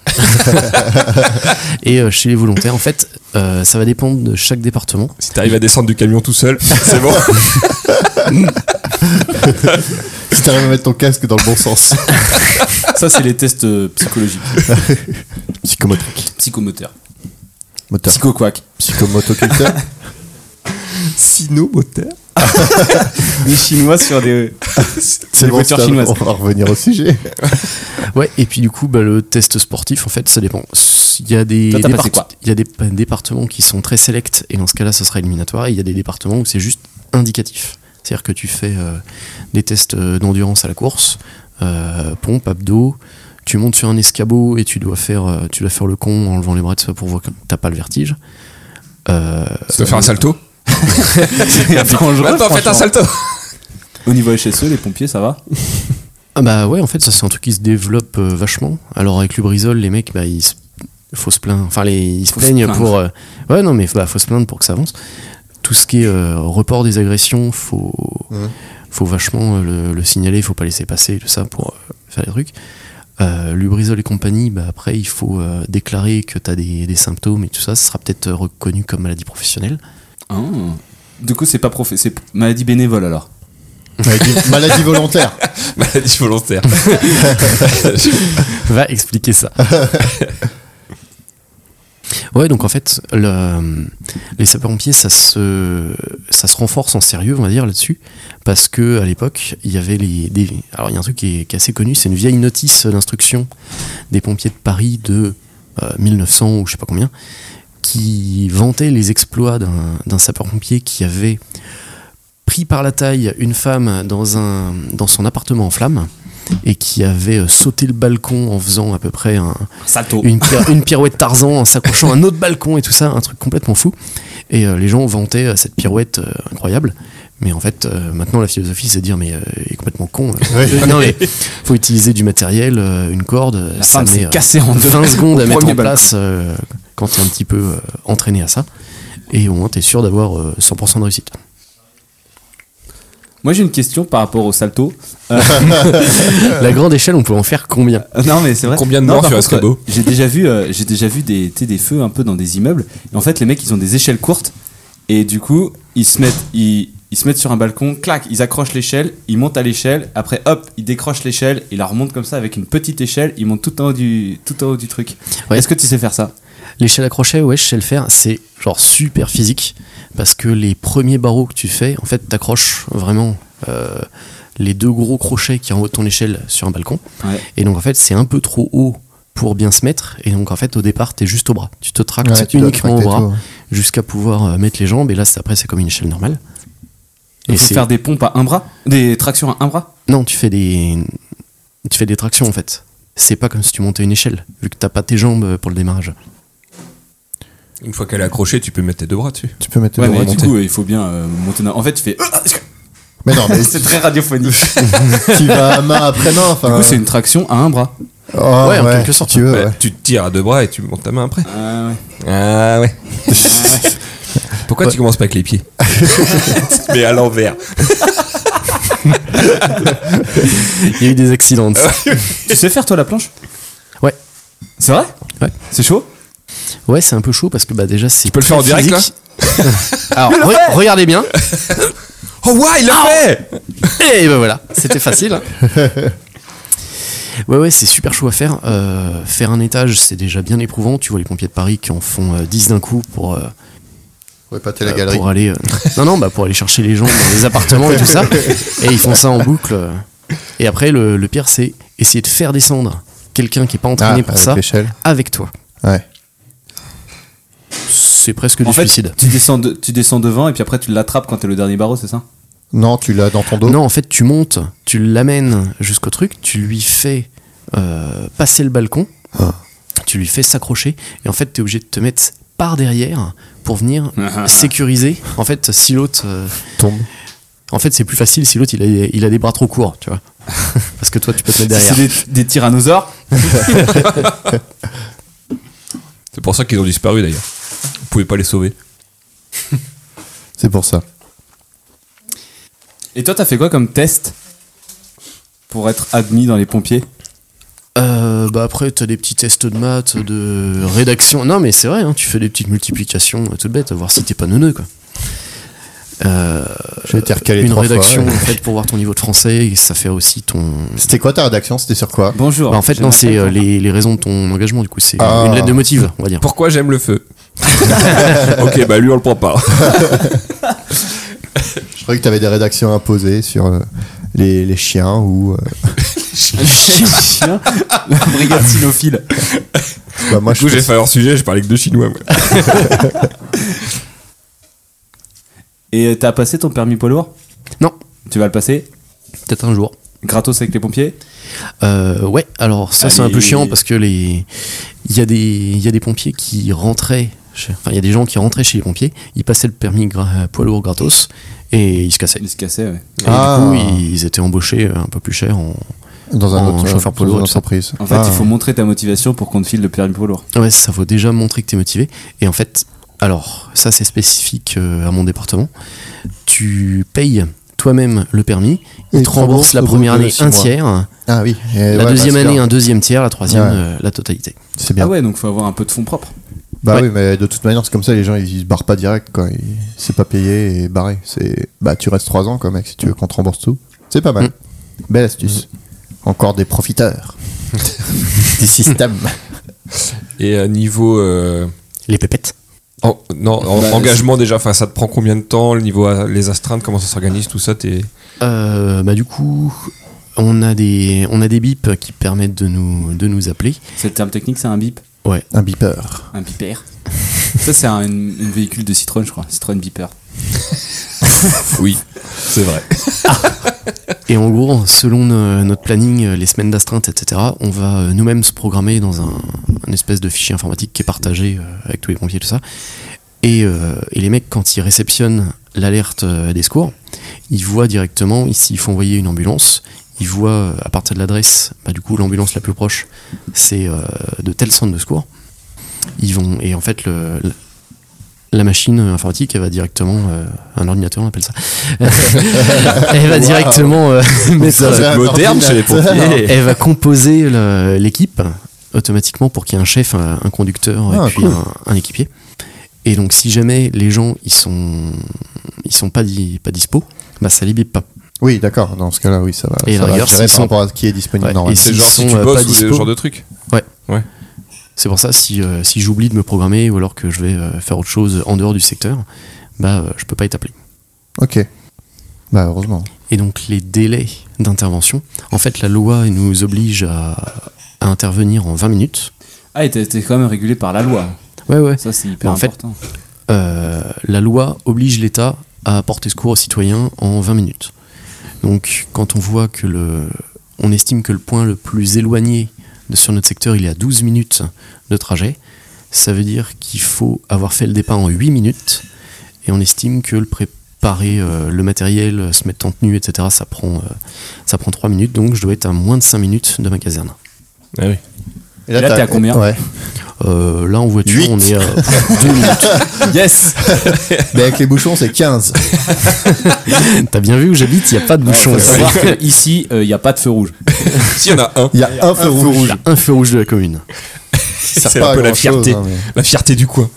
Et euh, chez les volontaires, en fait, euh, ça va dépendre de chaque département. Si t'arrives à descendre du camion tout seul, c'est bon. Si t'arrives à mettre ton casque dans le bon sens. Ça, c'est les tests euh, psychologiques, Psychomotrique. psychomoteurs. Moteur. Psychoquac. Psychomotoculteur. Sino-moteur Les Chinois sur des, euh, des bon, voitures Stan, chinoises. On va revenir au sujet. Ouais, et puis du coup, bah, le test sportif, en fait, ça dépend. S- Il y a des, Toi, t'as passé départ- quoi il y a des pa- départements qui sont très sélects, et dans ce cas-là, ça sera éliminatoire. Et il y a des départements où c'est juste indicatif. C'est-à-dire que tu fais euh, des tests euh, d'endurance à la course, euh, pompe, abdos, tu montes sur un escabeau et tu dois faire, euh, tu dois faire le con en levant les bras de ça pour voir que t'as pas le vertige. Euh, Tu dois faire un salto C'est dangereux, Maintenant, faites franchement. un salto Au niveau HSE, les pompiers, ça va Ah bah ouais, en fait, ça c'est un truc qui se développe euh, vachement. Alors avec Lubrizol, les mecs, bah ils se... faut se plaindre. Enfin, les... ils se Faut se plaignent plaindre. pour. euh, Ouais, non, mais bah, faut se plaindre pour que ça avance. Tout ce qui est euh, report des agressions, faut, faut vachement euh, le, le signaler, faut pas laisser passer tout ça pour euh, faire des trucs. Euh, Lubrizol et compagnie, bah après, il faut euh, déclarer que t'as des, des symptômes et tout ça. Ça sera peut-être euh, reconnu comme maladie professionnelle. Ah. Du coup, c'est pas profé, c'est maladie bénévole alors. Maladie, maladie volontaire. Maladie volontaire. Va expliquer ça. ouais, donc en fait, le- les sapeurs-pompiers, ça se, ça se renforce en sérieux, on va dire, là-dessus. Parce que à l'époque, il y avait les. des- alors, il y a un truc qui est, qui est assez connu, c'est une vieille notice d'instruction des pompiers de Paris de euh, 1900 ou je sais pas combien, qui vantait les exploits d'un d'un sapeur-pompier qui avait pris par la taille une femme dans, un, dans son appartement en flammes et qui avait euh, sauté le balcon en faisant à peu près un- Salto. une, pir- une pirouette Tarzan, en s'accrochant à un autre balcon et tout ça, un truc complètement fou. Et euh, les gens vantaient euh, cette pirouette euh, incroyable. Mais en fait, euh, maintenant, la philosophie, c'est de dire, mais euh, il est complètement con. euh. non, mais faut utiliser du matériel, euh, une corde. La ça femme met, s'est euh, cassée en deux. 20 secondes à Au mettre premier en balcon. place euh, quand t'es un petit peu euh, entraîné à ça. Et au moins, t'es sûr d'avoir euh, 100% de réussite. Moi, j'ai une question par rapport au salto. La grande échelle, on peut en faire combien Euh, Non, mais c'est vrai. Combien de Non, morts par tu contre, resterais beau euh, J'ai déjà vu, euh, j'ai déjà vu des, tu sais, des feux un peu dans des immeubles. Et en fait, les mecs, ils ont des échelles courtes. Et du coup, ils se mettent, ils, ils se mettent sur un balcon, clac, ils accrochent l'échelle, ils montent à l'échelle. Après, hop, ils décrochent l'échelle, ils la remontent comme ça avec une petite échelle. Ils montent tout en haut du, tout en haut du truc. Ouais. Est-ce que tu sais faire ça L'échelle à crochet, ouais, je sais le faire. C'est genre super physique parce que les premiers barreaux que tu fais, en fait, t'accroches vraiment euh, les deux gros crochets qui en haut de ton échelle sur un balcon. Ouais. Et donc, en fait, c'est un peu trop haut pour bien se mettre. Et donc, en fait, au départ, t'es juste au bras. Tu te tractes Ouais, tu dois uniquement au tracter bras tout, ouais. jusqu'à pouvoir euh, mettre les jambes. Et là, c'est- après, c'est comme une échelle normale. On Et peut c'est- faire des pompes à un bras, des tractions à un bras. Non, tu fais des. Tu fais des tractions en fait. C'est pas comme si tu montais une échelle, vu que t'as pas tes jambes euh, pour le démarrage. Une fois qu'elle est accrochée, tu peux mettre tes deux bras dessus. Tu peux mettre tes Ouais, doigts. mais du monter. coup, il faut bien euh, monter. d'un- En fait, tu fais. Mais non, mais C'est très radiophonique. du tu vas à main après main. Enfin, coup, c'est une traction à un bras. Oh, Ouais, en quelque sorte. si Tu veux, Bah, ouais. Tu te tires à deux bras et tu montes ta main après. Ah ouais. Ah ouais. Pourquoi tu commences pas avec les pieds Mais à l'envers. Il y a eu des accidents. de ça. Tu sais faire toi la planche Ouais. C'est vrai Ouais. C'est chaud Ouais, c'est un peu chaud parce que bah déjà c'est. Tu peux le faire en direct, Alors re- regardez bien. Oh ouais, il l'a fait Et ben voilà, c'était facile. hein. Ouais ouais, c'est super chaud à faire. Euh, faire un étage, c'est déjà bien éprouvant. Tu vois les pompiers de Paris qui en font euh, 10 d'un coup pour. euh, Ouais, pâter la Euh, galerie. pour aller euh, non non bah pour aller chercher les gens dans les appartements et tout ça et ils font ça en boucle euh. et après le, le pire c'est essayer de faire descendre quelqu'un qui est pas Ah, entraîné pour avec ça l'échelle. avec toi Ouais. c'est presque En du fait, suicide tu descends, de- tu descends devant et puis après tu l'attrapes quand t'es le dernier barreau, c'est ça Non, tu l'as dans ton dos. non en fait tu montes tu l'amènes jusqu'au truc tu lui fais euh, passer le balcon tu lui fais s'accrocher et en fait t'es obligé de te mettre par derrière pour venir Ah, sécuriser en fait si l'autre euh, Tombe. en fait c'est plus facile si l'autre il a, il a des bras trop courts tu vois parce que toi tu peux te mettre derrière C'est des, des tyrannosaures C'est pour ça qu'ils ont disparu d'ailleurs. Vous pouvez pas les sauver. C'est pour ça. Et toi, t'as fait quoi comme test pour être admis dans les pompiers Euh, bah après, t'as des petits tests de maths, de rédaction. Non, mais c'est vrai, hein, tu fais des petites multiplications euh, toutes bêtes, à voir si t'es pas neuneux, quoi. Euh, J'ai été recalé une trois fois, rédaction ouais. en fait pour voir ton niveau de français et ça fait aussi ton C'était quoi ta rédaction C'était sur quoi Bonjour. Bah, en fait non c'est euh, les, les raisons de ton engagement du coup c'est Ah. une lettre de motive on va dire Pourquoi j'aime le feu Ok, bah lui on le prend pas. Je croyais que t'avais des rédactions imposées sur euh, les, les chiens ou. euh, Chien, la euh, brigade cynophile. bah, moi, Du coup, je j'ai fait leur sujet, je parlais que deux chinois. moi. Et t'as passé ton permis poids lourd non Tu vas le passer peut-être un jour gratos avec les pompiers Euh, ouais, alors ça c'est un Allez. peu chiant parce que les il y a des il y a des pompiers qui rentraient chez- enfin il y a des gens qui rentraient chez les pompiers, ils passaient le permis gra- poids lourd gratos et ils se cassaient. Et Il se cassait, ouais. Ah. du coup, ils étaient embauchés euh, un peu plus cher en dans un en autre euh, chauffeur dans polo, une tout ça. entreprise. En fait, Ah. il faut montrer ta motivation pour qu'on te file le permis poids lourd. Ouais, ça faut déjà montrer que t'es motivé et en fait, alors ça c'est spécifique euh, à mon département. Tu payes toi-même le permis, Et ils te remboursent la au bout première de année six un mois. tiers, Ah oui. Et la ouais, deuxième parce que- année hein, un deuxième tiers, la troisième Ouais. euh, la totalité. C'est bien. Ah ouais, donc faut avoir un peu de fonds propres. Bah Ouais. oui, mais de toute manière, c'est comme ça, les gens ils se barrent pas direct quoi. Ils- C'est pas payé et barré. C'est bah tu restes 3 ans quoi, mec, si tu veux qu'on te rembourse tout. C'est pas mal. Mm. Belle astuce. Encore des profiteurs du système. Et à niveau. euh, Les pépettes. en- non, en- Bah, engagement déjà, enfin ça te prend combien de temps Le niveau. a- Les astreintes, comment ça s'organise Tout ça, t'es. Euh, bah du coup, on a des on a des bips qui permettent de nous de nous appeler. C'est le terme technique, c'est un bip. Un beeper. Un beeper. Ça, c'est un, un véhicule de Citroën, je crois. Citroën beeper. Oui, c'est vrai. Et en gros, selon no- notre planning, euh, les semaines d'astreinte, etc., on va euh, nous-mêmes se programmer dans un, un espèce de fichier informatique qui est partagé euh, avec tous les pompiers, tout ça. Et, euh, et les mecs, quand ils réceptionnent l'alerte euh, des secours, ils voient directement, ils- s'il faut envoyer une ambulance, ils voient euh, à partir de l'adresse, bah, du coup, l'ambulance la plus proche, c'est euh, de tel centre de secours. Ils vont, et en fait, le- le- la machine euh, informatique, elle va directement, euh, un ordinateur, on appelle ça, elle va directement euh, mettre- Ça fait un moderne chez les ordinateur. pompiers. elle va composer le- l'équipe automatiquement pour qu'il y ait un chef, un, un conducteur Ah, et puis cool. un, un équipier. Et donc si jamais les gens ils sont ils sont pas di- pas dispo, bah ça les bip pas. Oui, d'accord. Dans ce cas-là, oui, ça va. Et ça va d'ailleurs, se gérer s'ils par sont- rapport à qui est disponible. Ouais, normalement. et C'est S'ils genre si sont, tu euh, bosses pas ou ce dispo. genre de truc. C'est pour ça si euh, si j'oublie de me programmer ou alors que je vais euh, faire autre chose en dehors du secteur, bah euh, je peux pas être appelé. Ok. Bah heureusement. Et donc les délais d'intervention, en fait la loi nous oblige à, à intervenir en 20 minutes. Ah, et t'es t'es quand même régulé par la loi. Ouais ouais. Bah, Ça, c'est hyper En fait- important. Euh, la loi oblige l'État à porter secours aux citoyens en 20 minutes. Donc quand on voit que le... On estime que le point le plus éloigné de- sur notre secteur, il est à 12 minutes de trajet. Ça veut dire qu'il faut avoir fait le départ en 8 minutes. Et on estime que le préparer euh, le matériel, euh, se mettre en tenue, etc., ça prend, euh, ça prend 3 minutes. Donc je dois être à moins de 5 minutes de ma caserne. Et là, t'es à combien Ouais. Euh, là, en voiture, Huit. on est à 2 minutes. Yes Mais avec les bouchons, c'est 15. T'as bien vu où j'habite, il n'y a pas de bouchon. Faut ici. savoir qu'ici, il n'y a pas de feu rouge. S'il y en a un, Il y a un feu Il rouge. y a un feu rouge de la commune. Ça c'est sert un pas peu à la grand-chose, fierté. hein, mais- La fierté du coin.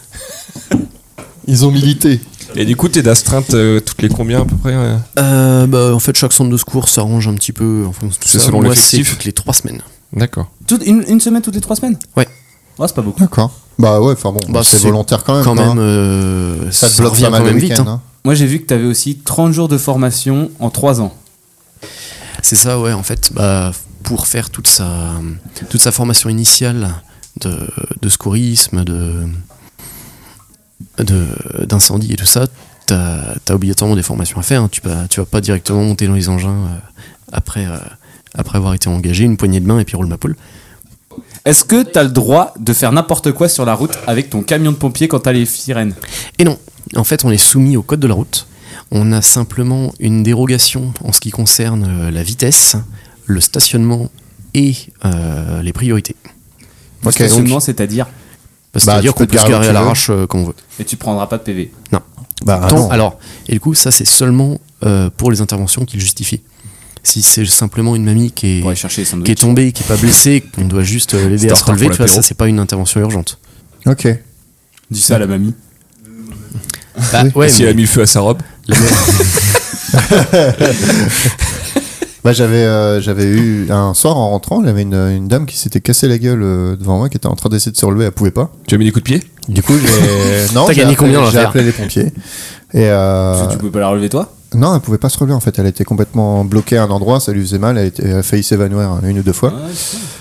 Ils ont milité. Et du coup, t'es d'astreinte euh, toutes les combien à peu près euh Euh, bah, en fait, chaque centre de secours s'arrange un petit peu en fonction de tout C'est ça. selon Moi, c'est l'effectif. toutes les 3 semaines. D'accord. Toute- une, une semaine toutes les trois semaines Ouais. Oh, c'est pas beaucoup. D'accord. Bah ouais, enfin bon, Bah, c'est c'est volontaire quand même. Quand hein. même, euh, ça te bloque revient pas mal quand le même vite. week-end. hein. hein. Moi, j'ai vu que t'avais aussi 30 jours de formation en 3 ans. hein. C'est ça, ouais, en fait, bah, pour faire toute sa, toute sa formation initiale de, de secourisme, de, de- d'incendie et tout ça, t'as, t'as obligatoirement des formations à faire. hein. Tu, vas, tu vas pas directement monter dans les engins euh, après, euh, après avoir été engagé, une poignée de main et puis roule ma poule. Est-ce que t'as le droit de faire n'importe quoi sur la route avec ton camion de pompier quand t'as les sirènes Et non, en fait, on est soumis au code de la route. On a simplement une dérogation en ce qui concerne euh, la vitesse, le stationnement et euh, les priorités. Le Ok, stationnement, c'est-à-dire, Bah, Bah, C'est-à-dire tu peux te qu'on peut se garer où garer tu à veux. l'arrache euh, quand on veut. et tu prendras pas de PV. Bah ah Tant- non. alors, et du coup, ça, c'est seulement euh, pour les interventions qu'il justifie. Si c'est simplement une mamie qui est, Pour aller chercher les qui est sandwichs. tombée, qui n'est pas blessée, qu'on doit juste euh, l'aider C'était à en se retard relever, pour tu vois, l'apéro. ça, c'est pas une intervention urgente. Ok. Dis ça à la mamie. Bah, Et si elle a mis le feu à sa robe Bah j'avais euh, j'avais eu un soir en rentrant, j'avais une, une dame qui s'était cassée la gueule euh, devant moi, qui était en train d'essayer de se relever, elle pouvait pas. Tu as mis des coups de pied Du coup, j'ai non, T'as j'ai gagné appelé- combien dans J'ai l'affaire appelé les pompiers. Et euh, Parce que Tu peux pas la relever toi non, elle pouvait pas se relever en fait. Elle était complètement bloquée à un endroit, ça lui faisait mal. Elle, était- elle a failli s'évanouir une ou deux fois.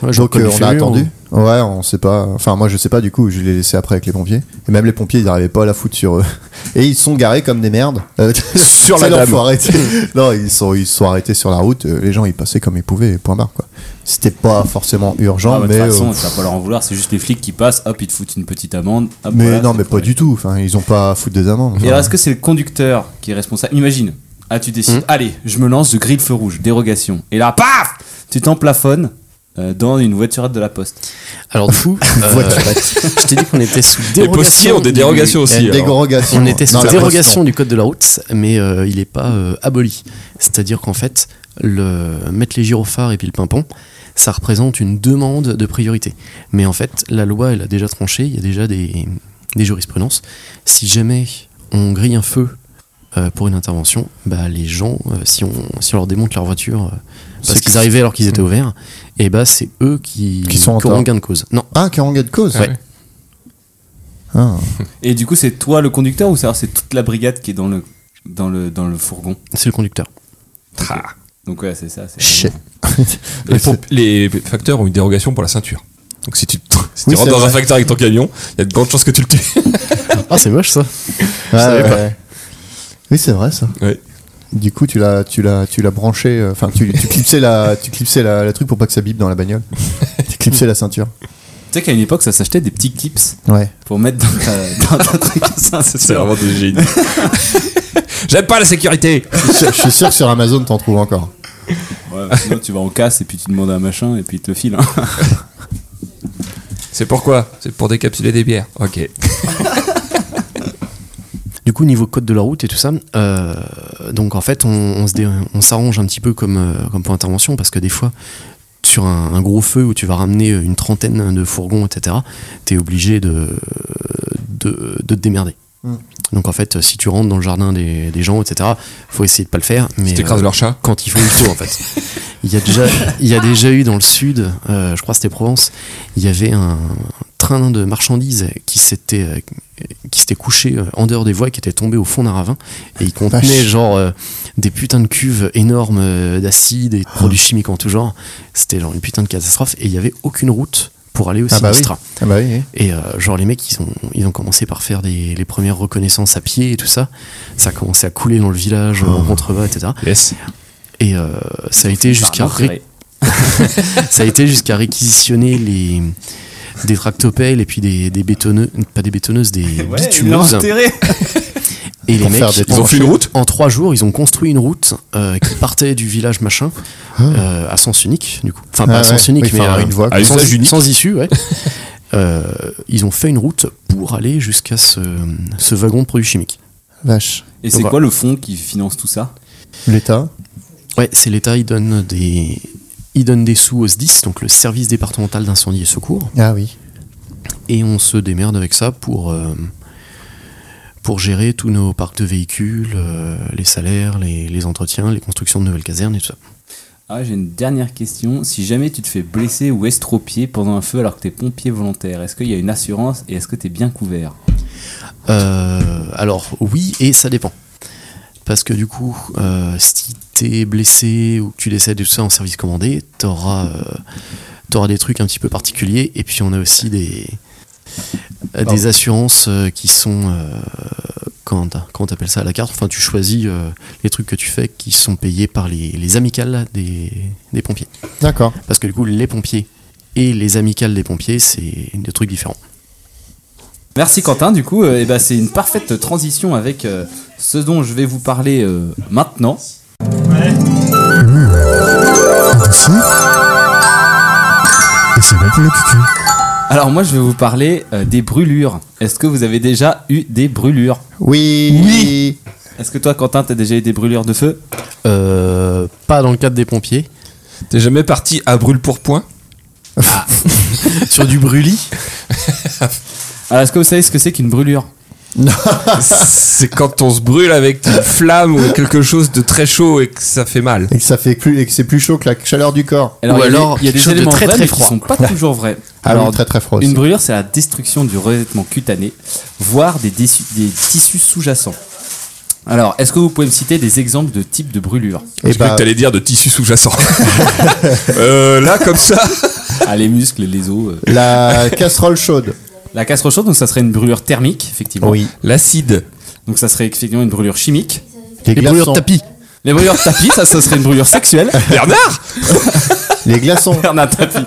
Ah, Donc euh, on a attendu. Ouais, on sait pas. Enfin, moi je sais pas. Du coup, je l'ai laissé après avec les pompiers. Et même les pompiers, ils n'arrivaient pas à la foutre sur eux. Et ils se sont garés comme des merdes. Euh, Sur ça, la non, dame. faut arrêter. non, ils sont ils se sont arrêtés sur la route. Euh, Les gens, ils passaient comme ils pouvaient. et Point barre quoi. C'était pas forcément urgent, Ah, bah, de mais toute euh, façon, tu vas pas leur en vouloir, c'est juste les flics qui passent, hop, ils te foutent une petite amende. hop, mais voilà, non, c'est mais pas correct. du tout. Enfin, ils ont pas à foutre des amendes. Et alors, est-ce que c'est le conducteur qui est responsable Imagine, ah, tu décides, Hmm. allez, je me lance, je grille le feu rouge, dérogation. Et là, paf Tu t'en plafonnes euh, dans une voiturette de la poste. Alors, du coup, euh, je t'ai dit qu'on était sous Les dérogation. postiers ont des du- dérogations Il y a aussi. une alors. dérogation. On était Non, sous la dérogation du code de la route, mais euh, il n'est pas euh, aboli. C'est-à-dire qu'en fait, le, mettre les gyrophares et puis le pimpon, ça représente une demande de priorité. Mais en fait, la loi, elle a déjà tranché, il y a déjà des, des jurisprudences. Si jamais on grille un feu euh, pour une intervention, bah, les gens, euh, si, on, si on leur démonte leur voiture euh, parce qu'ils arrivaient alors qu'ils étaient au vert, et bah, c'est eux qui, Qui sont en auront tort. gain de cause. Non, Ah, qui ont gain de cause. Ouais. Ah. Et du coup, c'est toi le conducteur ou c'est alors c'est toute la brigade qui est dans le, dans le, dans le fourgon c'est le conducteur. Donc, ouais, c'est ça. c'est- Shit. Les, pomp- les facteurs ont une dérogation pour la ceinture. Donc si tu, si tu Oui, rentres c'est dans un vrai. facteur avec ton camion, il y a de grandes chances que tu le tues. Ah, c'est moche ça Ouais, ouais, ouais. Oui, c'est vrai ça. Ouais. Du coup, tu l'as, tu l'as, tu l'as branché. euh, Enfin, tu, tu clipsais la, tu clipsais la, la truc pour pas que ça bipe dans la bagnole. tu clipsais la ceinture. Tu sais qu'à une époque, ça s'achetait des petits clips Ouais. pour mettre dans ta, dans ta truc. Ça, c'est C'est sûr. vraiment des génies. J'aime pas la sécurité Je, suis- je suis sûr que sur Amazon, t'en trouves encore. Ouais, sinon, tu vas en casse et puis tu demandes un machin et puis il te le file. hein. C'est pourquoi C'est pour décapsuler des bières. Ok. Du coup, niveau code de la route et tout ça, euh, donc en fait, on, on se dé- on s'arrange un petit peu comme, euh, comme pour intervention, parce que des fois, sur un, un gros feu où tu vas ramener une trentaine de fourgons, etc., t'es obligé de, de, de te démerder. Mm. Donc en fait, si tu rentres dans le jardin des, des gens, etc., faut essayer de pas le faire. Mais Si t'écrases euh, leur chat. quand ils font le tour en fait. Il y a déjà, il y a déjà eu dans le sud, euh, je crois que c'était Provence, il y avait un train de marchandises qui s'était euh, qui s'était couché euh, en dehors des voies et qui était tombé au fond d'un ravin et il contenait Vache. genre euh, des putains de cuves énormes Ah. euh, d'acide et de produits chimiques en tout genre. C'était genre une putain de catastrophe et il y avait aucune route pour aller au Ah bah oui. Sinistra. Ah bah oui, oui. Et euh, genre les mecs, ils ont, ils ont commencé par faire des, les premières reconnaissances à pied et tout ça. Ça a commencé à couler dans le village, en contrebas, etc. Yes. Et euh, ça a été jusqu'à ré- ça a été jusqu'à réquisitionner les des tractopelles et puis des, des bétonneuses, pas des bétonneuses, des bitumeuses. Et les Pour mecs, faire des en- Ils ont fait une route en trois jours, ils ont construit une route euh, qui partait du village machin euh, à sens unique, du coup. Enfin, pas Ah à ouais. sens unique, Oui, mais enfin, à- une voie. à sans, usage unique. sans issue, ouais. Euh, ils ont fait une route pour aller jusqu'à ce, ce wagon de produits chimiques. Vache. Et c'est Donc, quoi le fonds qui finance tout ça L'État. Ouais, c'est l'État, ils donnent des, ils donnent des sous au SDIS, donc le service départemental d'incendie et secours. Ah oui. et on se démerde avec ça pour, euh, pour gérer tous nos parcs de véhicules, euh, les salaires, les, les entretiens, les constructions de nouvelles casernes et tout ça. Ah ouais, j'ai une dernière question. Si jamais tu te fais blesser ou estropier pendant un feu alors que t'es pompier volontaire, est-ce qu'il y a une assurance et est-ce que t'es bien couvert Euh, alors oui, et ça dépend. Parce que du coup, euh, si t'es blessé ou que tu décèdes et tout ça en service commandé, t'auras euh, t'auras des trucs un petit peu particuliers. Et puis on a aussi des, euh, des assurances euh, qui sont... Euh, comment t'as- comment t'appelles ça à la carte Enfin, tu choisis euh, les trucs que tu fais qui sont payés par les, les amicales des, des pompiers. D'accord. Parce que du coup, les pompiers et les amicales des pompiers, c'est deux trucs différents. Merci Quentin, du coup, euh, eh ben, c'est une parfaite transition avec euh, ce dont je vais vous parler euh, maintenant. Et c'est bon pour le tutu. Alors moi je vais vous parler euh, des brûlures. Est-ce que vous avez déjà eu des brûlures Oui. Oui. Est-ce que toi Quentin t'as déjà eu des brûlures de feu Euh, pas dans le cadre des pompiers. T'es jamais parti à brûle pour point Sur du brûlis Alors est-ce que vous savez ce que c'est qu'une brûlure C'est quand on se brûle avec une flamme ou quelque chose de très chaud et que ça fait mal. Et que ça fait plus et que c'est plus chaud que la chaleur du corps. Ou il y a des- alors, il y a quelque des chose de éléments très, vrais très mais qui froid. sont pas toujours vrais. Alors Alors, très très froid. Une aussi. brûlure, c'est la destruction du revêtement cutané, voire des, déçu- des tissus sous-jacents. Alors, est-ce que vous pouvez me citer des exemples de types de brûlures Et Je croyais bah, que t'allais dire de tissu sous-jacent. Euh, là, comme ça. Ah, les muscles, les os. euh. la casserole chaude. La casserole chaude, donc ça serait une brûlure thermique, effectivement. L'acide. Donc ça serait effectivement une brûlure chimique. Les, Les brûlures de glaçons. tapis. Les brûlures de tapis, ça, ça serait une brûlure sexuelle. Bernard Les glaçons. Bernard Tapie.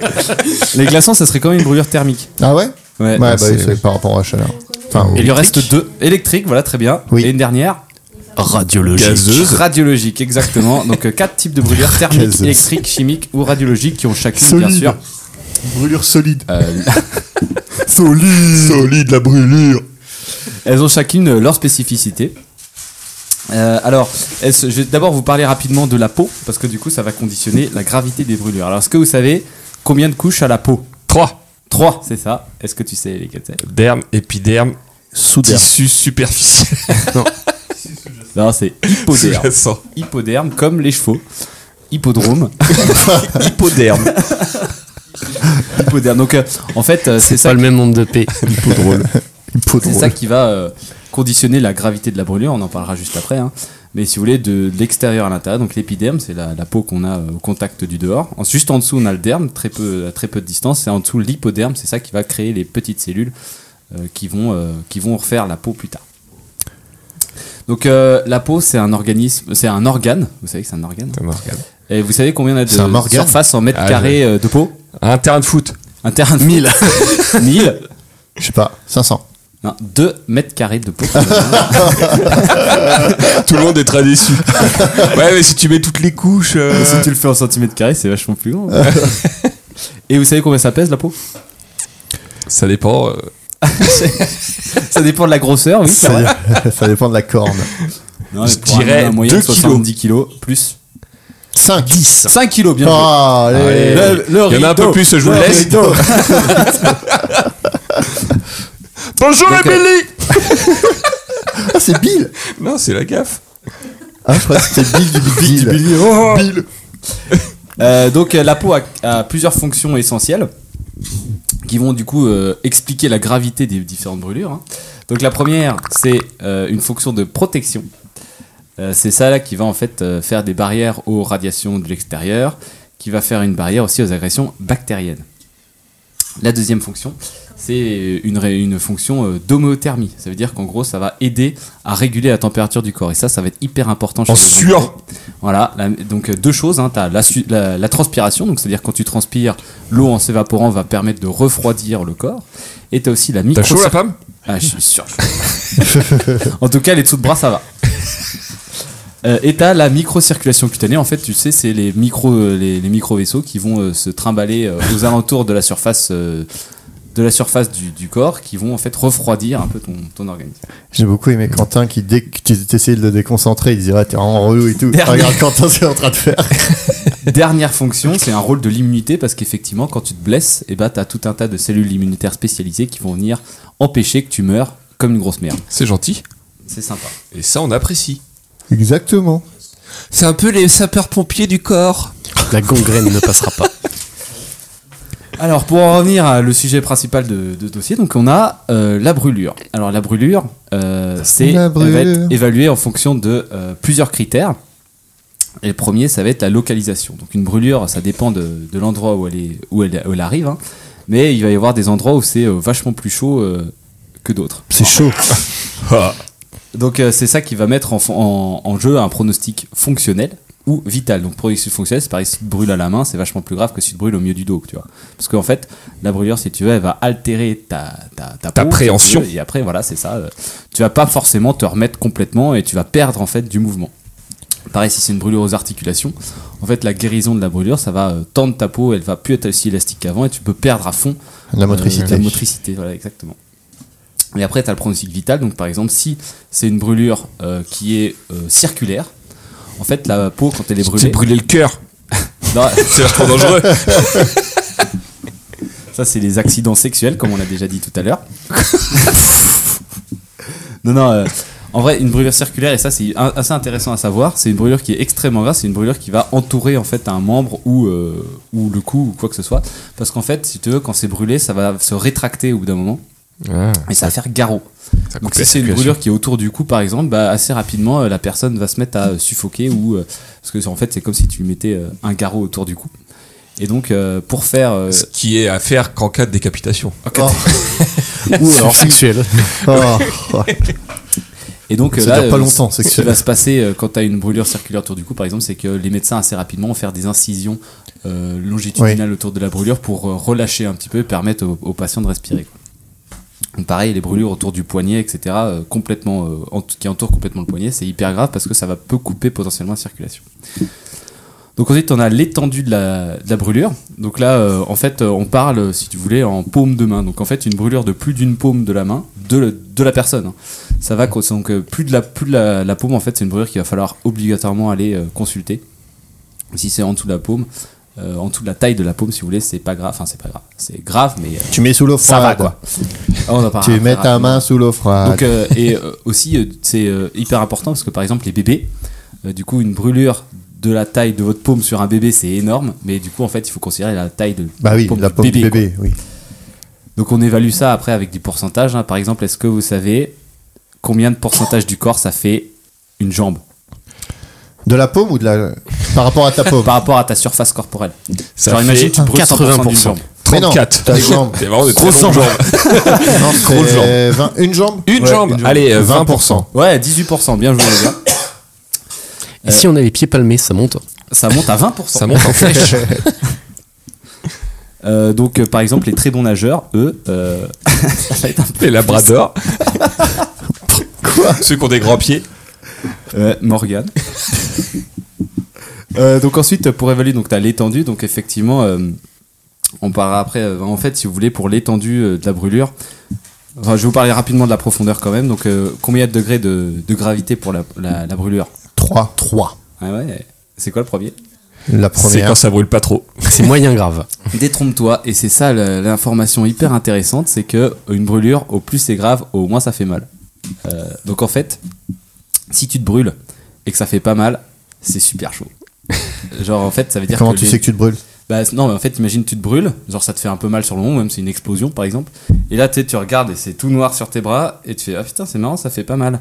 Les glaçons, ça serait quand même une brûlure thermique. Ah ouais. Ouais. Ouais, bah c'est Ah par rapport à la chaleur. Enfin, Il lui reste deux. Électrique, voilà, très bien. Oui. Et une dernière. Radiologique. Radiologique, exactement. Donc euh, quatre types de brûlures thermiques, Gazeuse. électriques, chimiques ou radiologiques qui ont chacune, bien Solide. sûr. brûlure solide. euh, Solide. Solide la brûlure. elles ont chacune euh, leur spécificité. Euh, alors, elles se- je vais d'abord vous parler rapidement de la peau, parce que du coup, ça va conditionner la gravité des brûlures. Alors, est-ce que vous savez combien de couches a la peau 3. 3, c'est ça. Est-ce que tu sais les quatre Derme, épiderme, Soudain. tissu superficiel Non, c'est hypoderme. sous-jacent. Hypoderme, comme les chevaux. Hippodrome. Hypoderme. Hypoderme. Donc, euh, en fait, euh, c'est C'est ça pas le même nombre de P. C'est ça qui va euh, conditionner la gravité de la brûlure, on en parlera juste après. hein. Mais si vous voulez, de, de l'extérieur à l'intérieur, donc l'épiderme, c'est la, la peau qu'on a euh, au contact du dehors. En- juste en dessous, on a le derme, très peu, à très peu de distance. Et en dessous, l'hypoderme, c'est ça qui va créer les petites cellules euh, qui, vont, euh, qui vont refaire la peau plus tard. Donc euh, la peau, c'est un organisme, c'est un organe. Vous savez que c'est un organe. Et vous savez combien on a de C'est un organe surface en mètres Ah, carrés euh, de peau Un terrain de foot. Un terrain de 1000 1000 Je sais pas. 500. Non, 2 mètres carrés de peau. Tout le monde est très déçu. Ouais, mais si tu mets toutes les couches. euh, Si tu le fais en centimètres carrés, c'est vachement plus grand. Et vous savez combien ça pèse la peau Ça dépend. euh, Ça dépend de la grosseur, oui. c'est vrai. ça dépend de la corne. Non, Je mais pour un dirais humain moyen de 2 kilos. 70 kilos plus 5. 10. 5 kilos, bien joué. Ah, allez. Allez. Il y en a un peu plus, je vous le laisse. Bonjour Donc, les Billy Ah, c'est Bill. euh, Non, c'est la gaffe. Ah, je crois que c'était Bill du Big Deal. Oh. Bill. Euh, donc euh, la peau a, a plusieurs fonctions essentielles qui vont du coup euh, expliquer la gravité des différentes brûlures. hein. Donc la première, c'est euh, une fonction de protection. Euh, c'est ça là qui va en fait euh, faire des barrières aux radiations de l'extérieur, qui va faire une barrière aussi aux agressions bactériennes. La deuxième fonction, c'est une, ré- une fonction euh, d'homothermie. Ça veut dire qu'en gros, ça va aider à réguler la température du corps. Et ça, ça va être hyper important. Chez En les gens. suant. Voilà. la- donc, euh, deux choses. Hein, tu as la, su- la- la transpiration. Donc, c'est-à-dire quand tu transpires, l'eau en s'évaporant va permettre de refroidir le corps. Et tu as aussi la T'as micro chaud la femme ah, je suis sûr. en tout cas, les dessous de bras, ça va. Euh, et t'as la microcirculation cutanée. En fait, tu sais, c'est les micro les, les micro vaisseaux qui vont euh, se trimballer euh, aux alentours de la surface euh, de la surface du, du corps, qui vont en fait refroidir un peu ton, ton organisme. J'ai beaucoup aimé Quentin qui, dès que tu essayais de le déconcentrer, il disait Ah, t'es en relou et tout. Dernier. Ah, Regarde Quentin ce qu'il est en train de faire. Dernière fonction, c'est un rôle de l'immunité parce qu'effectivement, quand tu te blesses, et bah t'as tout un tas de cellules immunitaires spécialisées qui vont venir empêcher que tu meurs comme une grosse merde. C'est gentil. C'est sympa. Et ça, on apprécie. Exactement. C'est un peu les sapeurs-pompiers du corps. La gangrène ne passera pas. Alors pour en revenir à le sujet principal de, de ce dossier, donc on a euh, la brûlure. Alors la brûlure, euh, c'est La elle va brûlure. être évaluée en fonction de euh, plusieurs critères. Et le premier, ça va être la localisation. Donc une brûlure, ça dépend de, de l'endroit où elle est, où elle, où elle arrive, hein. mais il va y avoir des endroits où c'est euh, vachement plus chaud euh, que d'autres. C'est chaud. Donc euh, c'est ça qui va mettre en, fon- en- en jeu un pronostic fonctionnel ou vital. Donc pronostic fonctionnel, c'est pareil, si tu te brûles à la main, c'est vachement plus grave que si tu te brûles au milieu du dos, tu vois. Parce qu'en fait, la brûlure, si tu veux, elle va altérer ta, ta, ta, peau, si tu préhension. veux, et après, voilà, c'est ça. euh, Tu vas pas forcément te remettre complètement et tu vas perdre en fait du mouvement. Pareil, si c'est une brûlure aux articulations, en fait, la guérison de la brûlure, ça va euh, tendre ta peau, elle va plus être aussi élastique qu'avant et tu peux perdre à fond La motricité. euh, la motricité, voilà, exactement. Et après, tu as le pronostic vital. Donc, par exemple, si c'est une brûlure euh, qui est euh, circulaire, en fait, la peau, quand elle est C'est brûlée. brûler le cœur. Non, C'est vachement dangereux. ça, c'est les accidents sexuels, comme on a déjà dit tout à l'heure. non, non. euh, en vrai, une brûlure circulaire, et ça, c'est un- assez intéressant à savoir, c'est une brûlure qui est extrêmement grave. C'est une brûlure qui va entourer, en fait, un membre ou, euh, ou le cou ou quoi que ce soit. Parce qu'en fait, si tu veux, quand c'est brûlé, ça va se rétracter au bout d'un moment. Ah. Et ça va faire garrot. Donc si c'est une brûlure qui est autour du cou, par exemple, bah, assez rapidement, euh, la personne va se mettre à euh, suffoquer ou euh, parce que en fait, c'est comme si tu lui mettais euh, un garrot autour du cou. Et donc, euh, pour faire euh, Ce qui est à faire qu'en cas de décapitation. Ou alors sexuel. Ah, et donc euh, ça là, dure pas euh, longtemps, ce qui sexuel. va se passer euh, quand tu as une brûlure circulaire autour du cou, par exemple, c'est que les médecins assez rapidement vont faire des incisions euh, longitudinales autour de la brûlure pour euh, relâcher un petit peu et permettre aux, aux patients de respirer. quoi. Donc, pareil, les brûlures autour du poignet, etc., euh, complètement, euh, ent- qui entourent complètement le poignet, c'est hyper grave parce que ça va peu couper potentiellement la circulation. Donc ensuite, on a l'étendue de la, de la brûlure. Donc là, euh, en fait, euh, on parle, euh, si tu voulais, en paume de main. Donc en fait, une brûlure de plus d'une paume de la main, de, le- de la personne. hein. Ça va, quoi. donc euh, plus de la, plus de la, la paume, en fait, c'est une brûlure qu'il va falloir obligatoirement aller euh, consulter. Si c'est en dessous de la paume, euh, en dessous de la taille de la paume, si vous voulez, c'est pas grave. Enfin, c'est pas grave. C'est grave, mais euh, tu mets sous l'eau ça va, froide. quoi. On en parlera Tu mets rapidement. ta main sous l'eau froide. Ah, Donc, euh, et euh, aussi, euh, c'est euh, hyper important parce que par exemple, les bébés, euh, du coup, une brûlure de la taille de votre paume sur un bébé, c'est énorme, mais du coup, en fait, il faut considérer la taille de bah oui, la paume du quoi. bébé, oui. Donc, on évalue ça après avec des pourcentages. hein. Par exemple, est-ce que vous savez combien de pourcentage du corps ça fait une jambe De la paume ou de la. Par rapport à ta paume par rapport à ta surface corporelle Ça Genre, fait imagine, tu brûles 100% d'une 80%. jambe. Mais non, 34. ta jambe. Ah. C'est vraiment de Grosse très longues jambe. jambes. Non, Grosse c'est 20 Une jambe Une, Ouais, jambe. Allez, euh, 20%. Ouais, 18%, bien joué, les gars. Et si on a les pieds palmés, ça monte. Ça monte à 20%. Ça monte en flèche. Euh, donc, euh, par exemple, les très bons nageurs, eux, euh, ça va être un peu Les labradors. Quoi Ceux qui ont des grands pieds. Ouais, Morgane. Euh, donc ensuite, pour évaluer, donc as l'étendue, donc effectivement, euh, on parlera après. euh, en fait, si vous voulez, pour l'étendue euh, de la brûlure, enfin, je vais vous parler rapidement de la profondeur quand même. Donc, euh, combien il y a de degrés de, de gravité pour la, la- la brûlure 3. 3. Ah ouais, c'est quoi le premier La C'est première. quand ça brûle pas trop. C'est moyen grave. Détrompe-toi, et c'est ça la- l'information hyper intéressante, c'est que une brûlure, au plus c'est grave, au moins ça fait mal. Euh, donc en fait, si tu te brûles et que ça fait pas mal, c'est super chaud. Genre en fait, ça veut dire Comment que tu les- sais que tu te brûles bah, non, mais en fait, imagine, tu te brûles, genre ça te fait un peu mal sur le moment, même c'est une explosion par exemple. Et là, tu sais, tu regardes et c'est tout noir sur tes bras, et tu fais Ah putain, c'est marrant, ça fait pas mal.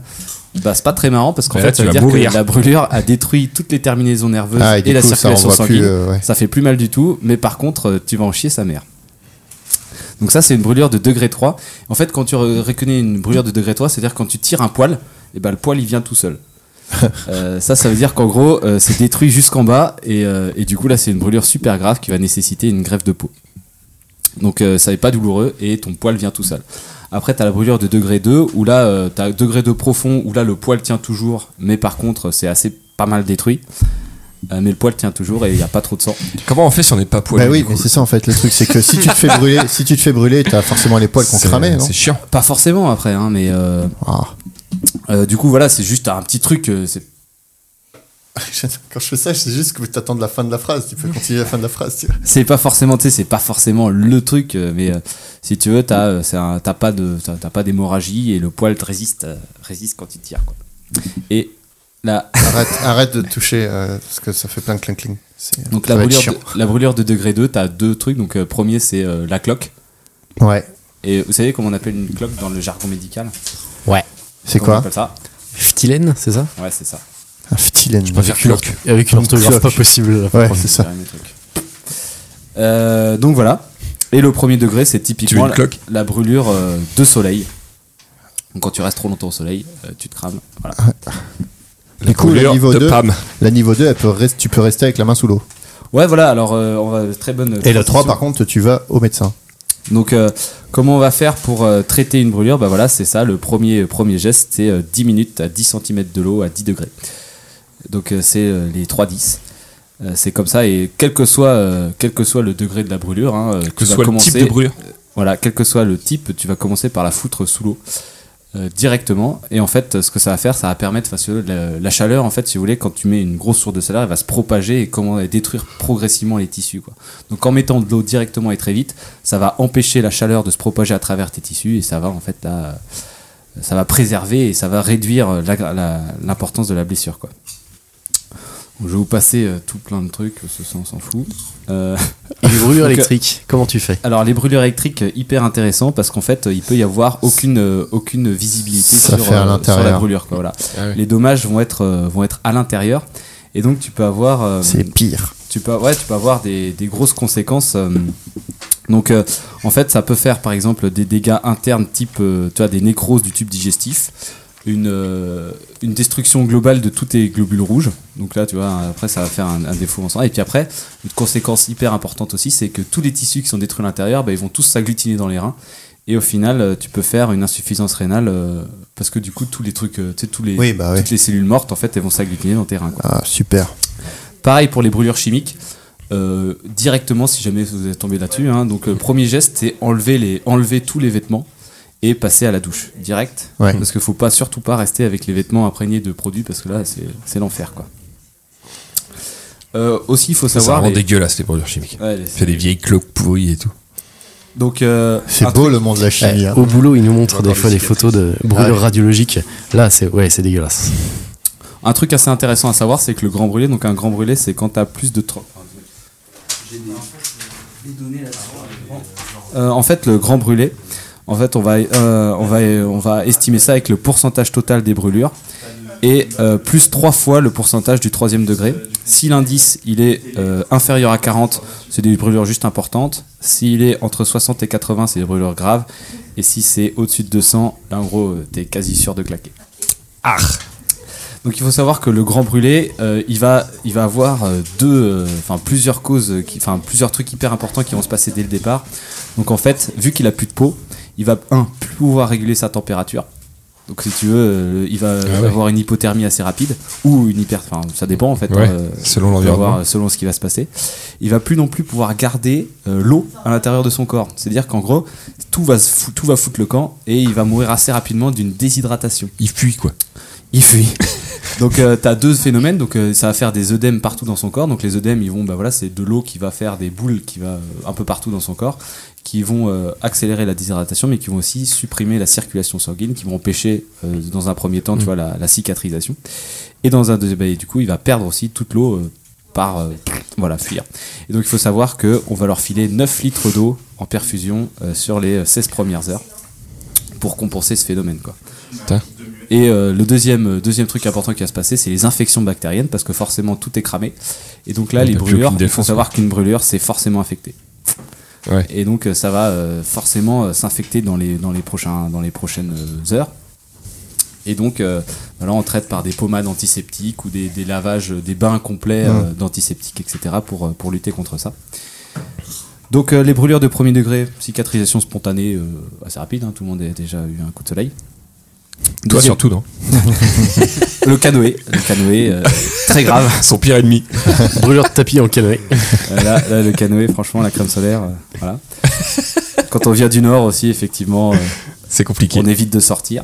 Bah, c'est pas très marrant parce qu'en Mais fait, là, tu ça veut vas dire mourir. que la brûlure a détruit toutes les terminaisons nerveuses Ah, et et, du la coup, ça circulation envoie sanguine. plus. euh, ouais. Ça fait plus mal du tout, mais par contre, euh, tu vas en chier sa mère. Donc ça, c'est une brûlure de degré 3. En fait, quand tu re- reconnais une brûlure de degré 3, c'est-à-dire quand tu tires un poil, et ben, le poil, il vient tout seul. Euh, ça, ça veut dire qu'en gros, euh, c'est détruit jusqu'en bas, et, euh, et du coup, là, c'est une brûlure super grave qui va nécessiter une greffe de peau. Donc, euh, ça n'est pas douloureux, et ton poil vient tout seul. Après, t'as la brûlure de degré 2, où là, euh, t'as degré 2 profond, où là, le poil tient toujours, mais par contre, c'est assez pas mal détruit. Euh, mais le poil tient toujours et il n'y a pas trop de sang. Comment on fait si on n'est pas poilu bah oui, du coup mais c'est ça en fait le truc, c'est que si tu te fais brûler, si tu te fais brûler, t'as forcément les poils qu'on C'est- cramait, non C'est chiant. Pas forcément après, hein, mais euh, Ah. euh, du coup, voilà, c'est juste un petit truc. euh, c'est- Quand je fais ça, c'est juste que t'attends de la fin de la phrase, tu peux continuer la fin de la phrase. Tu vois. C'est pas forcément, tu sais, c'est pas forcément le truc, euh, mais euh, si tu veux, t'as euh, c'est un- t'as pas de- t'as- t'as pas d'hémorragie et le poil te résiste, euh, résiste quand il tire. Quoi. Et là, Arrête, arrête de toucher euh, parce que ça fait plein de cling cling. C'est- euh, donc ça la va être brûlure, chiant. de, la brûlure de degré 2, t'as deux trucs. Donc, euh, premier, c'est euh, la cloque. Ouais. Et vous savez comment on appelle une cloque dans le jargon médical C'est Comment on quoi appelle ça Phtilène, c'est ça Ouais, c'est ça. Un phtilène. Cloque. Avec une orthographe pas possible. Ouais, c'est ça. Dernier truc. Euh, donc voilà. Et le premier degré, c'est typiquement une la, cloque la brûlure euh, de soleil. Donc quand tu restes trop longtemps au soleil, euh, tu te crames. Voilà. Du coup, la Brûlure niveau, de 2, Pam. la niveau 2, elle peut rest- tu peux rester avec la main sous l'eau. Ouais, voilà. Alors, euh, on va très bonne. Et la 3, par contre, tu vas au médecin. Donc, euh, comment on va faire pour euh, traiter une brûlure Bah voilà, c'est ça. Le premier, premier geste, c'est euh, 10 minutes à 10 cm de l'eau à 10 degrés. Donc, euh, c'est euh, les 3-10. Euh, c'est comme ça. Et quel que soit, euh, quel que soit le degré de la brûlure, hein, euh, Que tu ce vas soit le type commencer- de brûlure. Voilà, quel que soit le type, tu vas commencer par la foutre sous l'eau euh, directement. Et en fait, ce que ça va faire, ça va permettre, parce que la, la chaleur, en fait, si vous voulez, quand tu mets une grosse source de chaleur, elle va se propager et, comment, et détruire progressivement les tissus. Quoi. Donc en mettant de l'eau directement et très vite, ça va empêcher la chaleur de se propager à travers tes tissus et ça va en fait là, euh, ça va préserver et ça va réduire euh, la- la- l'importance de la blessure. Quoi. Donc, je vais vous passer euh, tout plein de trucs, ce sens on s'en fout. Euh, Et les brûlures Donc, électriques, comment tu fais alors les brûlures électriques, euh, hyper intéressant parce qu'en fait, euh, il peut y avoir aucune, euh, aucune visibilité Ça sur, fait à euh, sur la l'intérieur. brûlure. quoi, voilà. Les dommages vont être, euh, vont être à l'intérieur. Et donc tu peux avoir, euh, C'est pire. tu peux, ouais, tu peux avoir des, des grosses conséquences. euh, donc euh, en fait, ça peut faire par exemple des dégâts internes type euh, tu vois, des nécroses du tube digestif, une, euh, une destruction globale de tous tes globules rouges. Donc là, tu vois, après, ça va faire un, un défaut en sang. Et puis après, une conséquence hyper importante aussi, c'est que tous les tissus qui sont détruits à l'intérieur, bah, ils vont tous s'agglutiner dans les reins. Et au final, euh, tu peux faire une insuffisance rénale euh, parce que du coup, tous les trucs, euh, tu sais, tous les, Oui, bah oui. toutes les cellules mortes, en fait, elles vont s'agglutiner dans tes reins. quoi. Ah, super. Pareil pour les brûlures chimiques. Euh, directement, si jamais vous êtes tombé là-dessus. hein. donc, le premier geste, c'est enlever, les, enlever tous les vêtements et passer à la douche direct. Ouais. Parce qu'il faut pas, surtout pas rester avec les vêtements imprégnés de produits parce que là, c'est c'est l'enfer. quoi. Euh, aussi, il faut Ça, ça savoir. rend les- dégueulasse les brûlures chimiques. Ouais, les- C'est des vieilles cloques pourries et tout. Donc, euh, C'est un beau truc- le monde de la chimie. Eh, hein. Au boulot, ils nous montrent Encore des fois des des photos de Ah brûlures radiologiques. Là, c'est ouais, c'est dégueulasse. Un truc assez intéressant à savoir, c'est que le grand brûlé, donc un grand brûlé, c'est quand t'as plus de 30. Euh, en fait, le grand brûlé, en fait, on va, euh, on va, on va estimer ça avec le pourcentage total des brûlures et euh, plus 3 fois le pourcentage du troisième degré. Si l'indice il est euh, inférieur à 40, c'est des brûlures juste importantes. S'il est entre 60 et 80, c'est des brûlures graves. Et si c'est au-dessus de 200, là en gros, euh, t'es quasi sûr de claquer. Donc il faut savoir que le grand brûlé, euh, il va, il va avoir euh, deux, euh, enfin plusieurs causes, euh, qui- enfin plusieurs trucs hyper importants qui vont se passer dès le départ. Donc en fait, vu qu'il a plus de peau, il va un plus pouvoir réguler sa température. Donc si tu veux, euh, il va Ah ouais. avoir une hypothermie assez rapide ou une hyper, enfin ça dépend en fait. Ouais, hein, euh, selon on va l'environnement. voir, euh, selon ce qui va se passer. Il va plus non plus pouvoir garder euh, l'eau à l'intérieur de son corps. C'est-à-dire qu'en gros, tout va, se fou- tout va foutre le camp et il va mourir assez rapidement d'une déshydratation. Il fuit quoi. Il fuit. donc euh, t'as deux phénomènes, donc euh, ça va faire des œdèmes partout dans son corps. Donc les œdèmes, ils vont, bah voilà, c'est de l'eau qui va faire des boules qui va euh, un peu partout dans son corps, qui vont euh, accélérer la déshydratation, mais qui vont aussi supprimer la circulation sanguine, qui vont empêcher euh, dans un premier Mm. temps, tu vois, la, la cicatrisation. Et dans un deuxième, bah, et du coup, il va perdre aussi toute l'eau euh, par, euh, voilà, fuir. Et donc il faut savoir que on va leur filer 9 litres d'eau en perfusion euh, sur les euh, 16 premières heures pour compenser ce phénomène, quoi. Et euh, le deuxième, euh, deuxième truc important qui va se passer, c'est les infections bactériennes, parce que forcément tout est cramé. Et donc là, Il y les a plus brûlures, aucune il faut défense, savoir qu'une brûlure, c'est forcément infecté. Ouais. Et donc euh, ça va euh, forcément euh, s'infecter dans les, dans, les prochains, dans les prochaines euh, heures. Et donc euh, voilà, on traite par des pommades antiseptiques ou des, des lavages, euh, des bains complets euh, d'antiseptiques, etc. Pour, euh, pour lutter contre ça. Donc euh, les brûlures de premier degré, cicatrisation spontanée, euh, assez rapide, hein, tout le monde a déjà eu un coup de soleil. Toi Deuxième- surtout, non Le canoë, le canoë, euh, très grave. Son pire ennemi. Brûleur de tapis en canoë. Euh, là, là, le canoë, franchement, la crème solaire, euh, voilà. Quand on vient du nord aussi, effectivement, euh, C'est compliqué. on évite de sortir.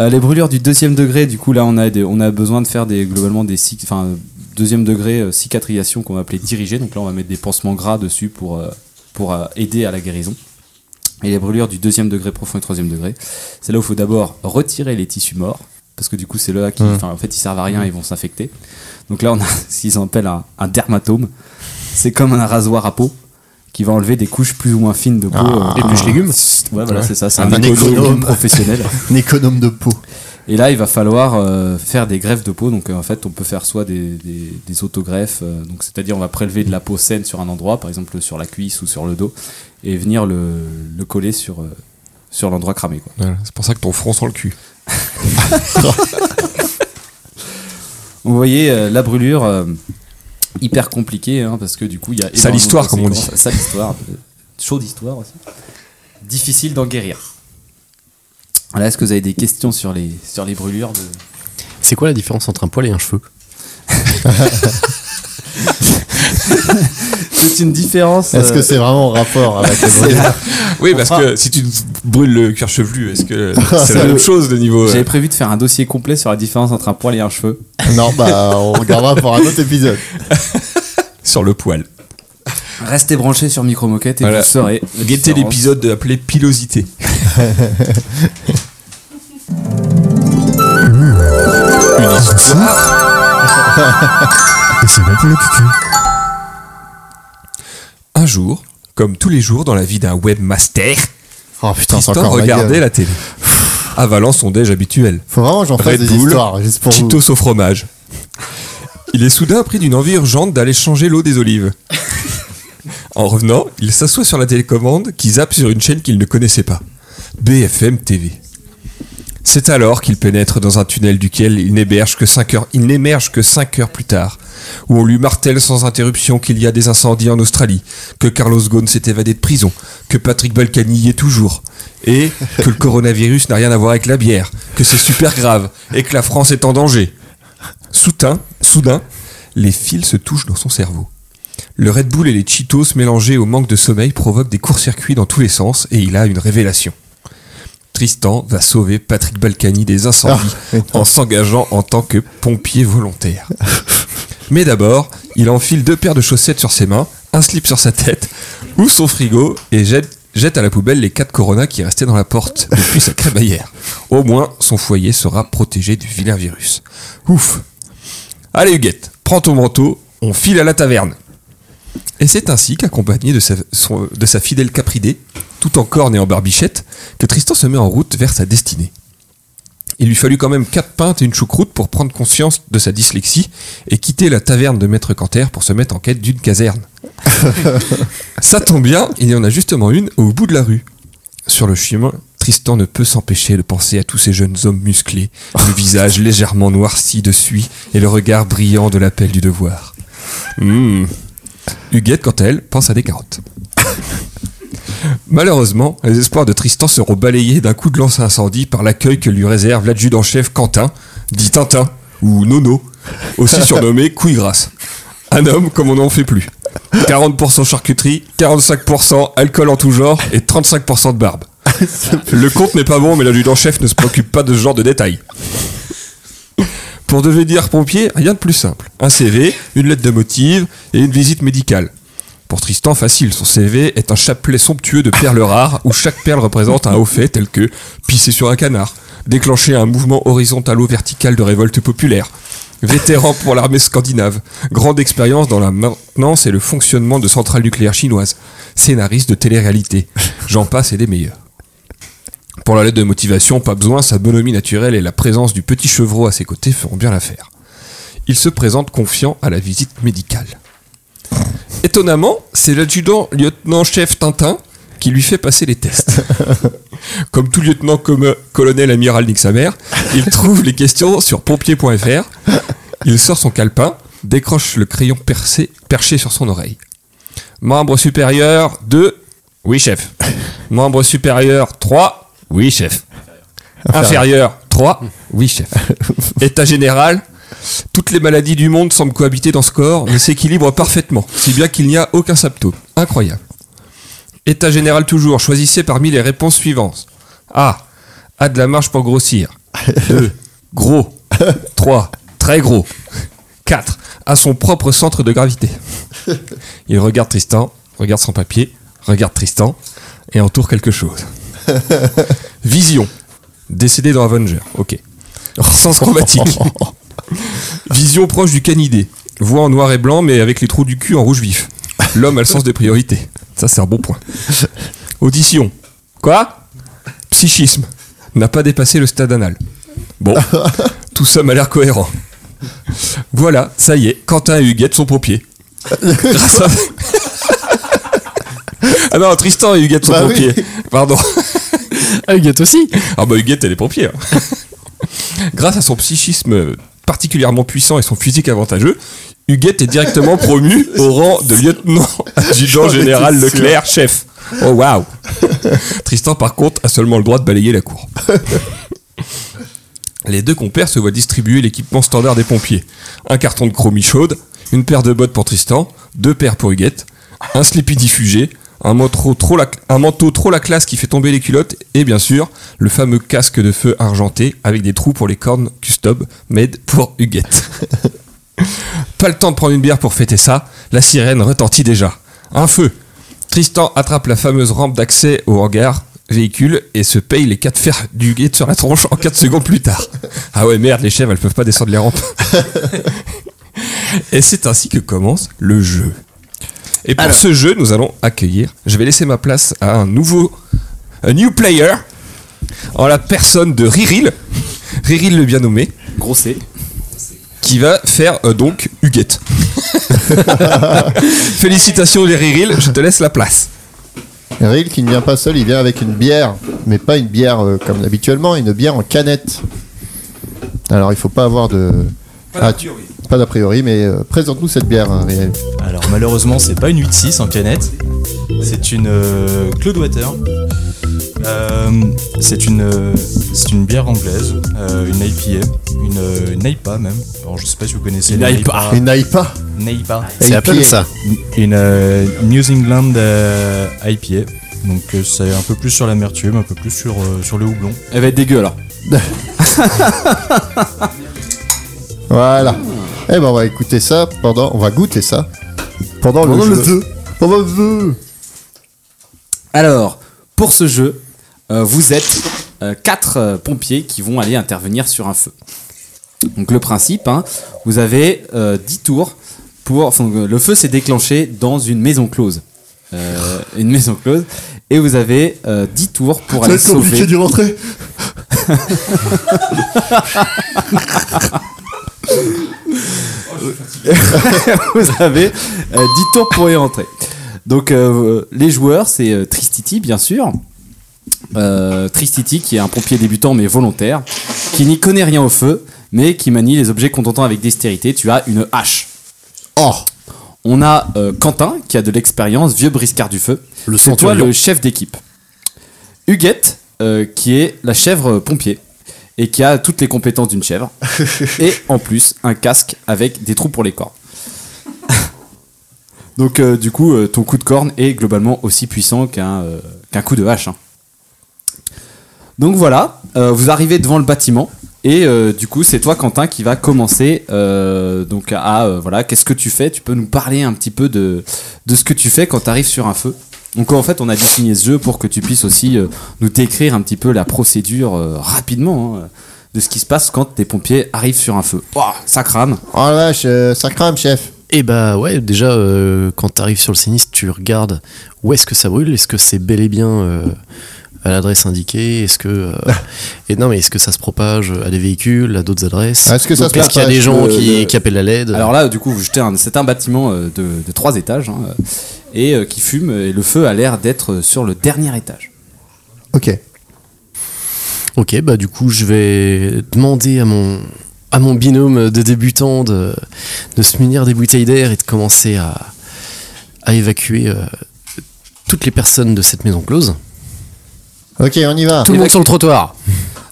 Euh, les brûlures du deuxième degré, du coup, là, on a, des- on a besoin de faire des, globalement des cic- enfin, euh, deuxième degré euh, cicatrisation qu'on va appeler dirigée. Donc là, on va mettre des pansements gras dessus pour, euh, pour euh, aider à la guérison. Et les brûlures du deuxième degré profond et troisième degré, c'est là où il faut d'abord retirer les tissus morts, parce que du coup, c'est là qui, enfin, en fait, ils servent à rien, ils vont s'infecter. Donc là, on a ce qu'ils appellent un, un dermatome. C'est comme un rasoir à peau qui va enlever des couches plus ou moins fines de peau. euh, épluche légumes. Ouais, voilà, c'est ça, c'est Un un, économe économe. professionnel. Un économe de peau. Et là, il va falloir euh, faire des greffes de peau. Donc, euh, en fait, on peut faire soit des, des, des autogreffes, euh, donc c'est-à-dire on va prélever de la peau saine sur un endroit, par exemple sur la cuisse ou sur le dos, et venir le, le coller sur, euh, sur l'endroit cramé. Quoi. Voilà, c'est pour ça que ton front sent le cul. Vous voyez euh, la brûlure euh, hyper compliquée, hein, parce que du coup, il y a. Sale énormément de histoire, comme on dit. conséquences. Sale histoire, euh, chaude histoire aussi. Difficile d'en guérir. Voilà, est-ce que vous avez des questions sur les, sur les brûlures de... C'est quoi la différence entre un poil et un cheveu C'est une différence. Est-ce euh, que c'est vraiment en rapport avec les brûlures Oui, parce fera- que si tu brûles le cuir chevelu, est-ce que c'est la Ça- même chose de niveau. euh, J'avais prévu de faire un dossier complet sur la différence entre un poil et un cheveu. Non, bah, on regardera pour un autre épisode. sur le poil. Restez branchés sur Micro Moquette et Voilà. vous saurez. la Guettez différence. l'épisode appelé pilosité. Et c'est bon pour le tutu. Un jour, comme tous les jours dans la vie d'un webmaster, Oh putain, c'est Tristan encore ma regardait gueule. la télé. Avalant son déj habituel. Faut vraiment que j'en fasse Red des Bull, histoires, juste pour vous. Cheetos au fromage. Il est soudain pris d'une envie urgente d'aller changer l'eau des olives. En revenant, il s'assoit sur la télécommande qui zappe sur une chaîne qu'il ne connaissait pas. BFM TV. C'est alors qu'il pénètre dans un tunnel duquel il n'héberge que 5 heures, il n'émerge que 5 heures plus tard, où on lui martèle sans interruption qu'il y a des incendies en Australie, que Carlos Ghosn s'est évadé de prison, que Patrick Balkany y est toujours, et que le coronavirus n'a rien à voir avec la bière, que c'est super grave, et que la France est en danger. Soudain, soudain, les fils se touchent dans son cerveau. Le Red Bull et les Cheetos mélangés au manque de sommeil provoquent des courts-circuits dans tous les sens et il a une révélation. Tristan va sauver Patrick Balkany des incendies en s'engageant en tant que pompier volontaire. Mais d'abord, il enfile deux paires de chaussettes sur ses mains, un slip sur sa tête, ouvre son frigo et jette, jette à la poubelle les quatre coronas qui restaient dans la porte depuis sa crémaillère. Au moins, son foyer sera protégé du vilain virus. Ouf Allez Huguette, prends ton manteau, on file à la taverne et c'est ainsi qu'accompagné de sa, son- de sa fidèle Capridée, tout en corne et en barbichette, que Tristan se met en route vers sa destinée. Il lui fallut quand même quatre pintes et une choucroute pour prendre conscience de sa dyslexie et quitter la taverne de Maître Canter pour se mettre en quête d'une caserne. Ça tombe bien, il y en a justement une au bout de la rue. Sur le chemin, Tristan ne peut s'empêcher de penser à tous ces jeunes hommes musclés, le visage légèrement noirci de suie et le regard brillant de l'appel du devoir. Mmh. Huguette, quant à elle, pense à des carottes. Malheureusement, les espoirs de Tristan seront balayés d'un coup de lance à incendie par l'accueil que lui réserve l'adjudant-chef Quentin, dit Tintin, ou Nono, aussi surnommé Couille Grasse. Un homme comme on n'en fait plus. 40% charcuterie, 45% alcool en tout genre et 35% de barbe. Le compte n'est pas bon, mais l'adjudant-chef ne se préoccupe pas de ce genre de détails. Pour devenir pompier, rien de plus simple. Un CV, une lettre de motive et une visite médicale. Pour Tristan, facile, son CV est un chapelet somptueux de perles rares où chaque perle représente un haut fait tel que pisser sur un canard, déclencher un mouvement horizontalo-vertical de révolte populaire, vétéran pour l'armée scandinave, grande expérience dans la maintenance et le fonctionnement de centrales nucléaires chinoises, scénariste de télé-réalité, j'en passe et des meilleurs. Pour la lettre de motivation, pas besoin, sa bonhomie naturelle et la présence du petit chevreau à ses côtés feront bien l'affaire. Il se présente confiant à la visite médicale. étonnamment, c'est l'adjudant lieutenant-chef Tintin qui lui fait passer les tests. Comme tout lieutenant comme colonel amiral nique sa mère, il trouve les questions sur pompier.fr. Il sort son calepin, décroche le crayon percé, perché sur son oreille. Membre supérieur 2. Oui, chef. Membre supérieur 3. Oui, chef. Inférieur 3. Oui, chef. État général. Toutes les maladies du monde semblent cohabiter dans ce corps, mais s'équilibrent parfaitement, si bien qu'il n'y a aucun symptôme. Incroyable. État général toujours, choisissez parmi les réponses suivantes. A. A de la marge pour grossir. 2. Gros. 3. Très gros. 4. À son propre centre de gravité. Il regarde Tristan, regarde son papier, regarde Tristan, et entoure quelque chose. Vision. Décédé dans Avenger. Ok. Sens chromatique. Vision proche du canidé. Voix en noir et blanc, mais avec les trous du cul en rouge vif. L'homme a le sens des priorités. Ça, c'est un bon point. Audition. Quoi Psychisme. N'a pas dépassé le stade anal. Bon, tout ça m'a l'air cohérent. Voilà, ça y est, Quentin et Huguette sont pompiers. Grâce à- ah non, Tristan et Huguette sont Bah oui. pompiers. Pardon. Ah, Huguette aussi Ah bah Huguette, elle est pompier. hein. Grâce à son psychisme particulièrement puissant et son physique avantageux, Huguette est directement promu au rang de lieutenant adjudant général Leclerc, chef. Oh waouh Tristan, par contre, a seulement le droit de balayer la cour. Les deux compères se voient distribuer l'équipement standard des pompiers. Un carton de chromie chaude, une paire de bottes pour Tristan, deux paires pour Huguette, un slippy diffugé, un manteau, trop la, un manteau trop la classe qui fait tomber les culottes, et bien sûr, le fameux casque de feu argenté avec des trous pour les cornes custom made pour Huguette. Pas le temps de prendre une bière pour fêter ça, la sirène retentit déjà. Un feu Tristan attrape la fameuse rampe d'accès au hangar véhicule et se paye les quatre fers du guide sur la tronche en 4 secondes plus tard. Ah ouais, merde, les chèvres, elles peuvent pas descendre les rampes. et c'est ainsi que commence le jeu. Et pour ce jeu, nous allons accueillir. Je vais laisser ma place à un nouveau. Un new player. En la personne de Riril. Riril le bien nommé. Grossé. Qui va faire euh, donc Huguette. Félicitations les Riril, je te laisse la place. Ril qui ne vient pas seul, il vient avec une bière, mais pas une bière euh, comme habituellement, une bière en canette. Alors il faut pas avoir de. Ah, tu- Pas d'a priori, mais euh, présente-nous cette bière, hein, Riel. Alors malheureusement c'est pas une 8-6 en canette, c'est une euh, Cloudwater. Euh, c'est une, euh, c'est une bière anglaise, euh, une IPA, une, euh, une IPA même. Alors je sais pas si vous connaissez Une les IPA. Une IPA Une IPA. C'est Apple, ça. Une euh, New England euh, IPA. Donc euh, c'est un peu plus sur l'amertume, un peu plus sur, euh, sur le houblon. Elle va être dégueu alors. Voilà. Eh ben on va écouter ça pendant. On va goûter ça. Pendant, le, jeu. Pendant le jeu. Alors, pour ce jeu, euh, vous êtes euh, quatre euh, pompiers qui vont aller intervenir sur un feu. Donc le principe, hein, vous avez euh, 10 tours pour... Enfin, euh, le feu s'est déclenché dans une maison close. Euh, une maison close. Et vous avez euh, 10 tours pour aller sauver... d'y rentrer. vous avez euh, 10 tours pour y rentrer. Donc euh, les joueurs, c'est euh, Tristiti bien sûr. Euh, Tristiti qui est un pompier débutant mais volontaire, qui n'y connaît rien au feu, mais qui manie les objets contentants avec dextérité. Tu as une hache. Or, on a euh, Quentin qui a de l'expérience, vieux briscard du feu. Le C'est toi centurion. le chef d'équipe. Huguette euh, qui est la chèvre pompier et qui a toutes les compétences d'une chèvre et en plus un casque avec des trous pour les cornes. Donc euh, du coup, euh, ton coup de corne est globalement aussi puissant qu'un euh, qu'un coup de hache. hein. Donc voilà, euh, vous arrivez devant le bâtiment et euh, du coup, c'est toi Quentin qui va commencer. euh, donc à euh, voilà, qu'est-ce que tu fais Tu peux nous parler un petit peu de de ce que tu fais quand tu arrives sur un feu. Donc en fait, on a dessiné ce jeu pour que tu puisses aussi euh, nous décrire un petit peu la procédure euh, rapidement hein, de ce qui se passe quand tes pompiers arrivent sur un feu. Ouah, ça crame. Oh la vache, euh, ça crame, chef. Et bah ouais, déjà, euh, quand t'arrives sur le sinistre, tu regardes où est-ce que ça brûle, est-ce que c'est bel et bien euh, à l'adresse indiquée Est-ce que euh, et non mais est-ce que ça se propage à des véhicules, à d'autres adresses Ah, est-ce que ça Donc, se qu'il y a propage, des gens le- qui, le- qui appellent la LED Alors là, du coup, vous jetez un- c'est un bâtiment euh, de, de trois étages hein, euh, et euh, qui fume et le feu a l'air d'être euh, sur le dernier étage. Ok. Ok, bah du coup, je vais demander à mon, à mon binôme de débutants de, de se munir des bouteilles d'air et de commencer à, à évacuer euh, toutes les personnes de cette maison close. Ok, on y va. Tout le monde sur le trottoir.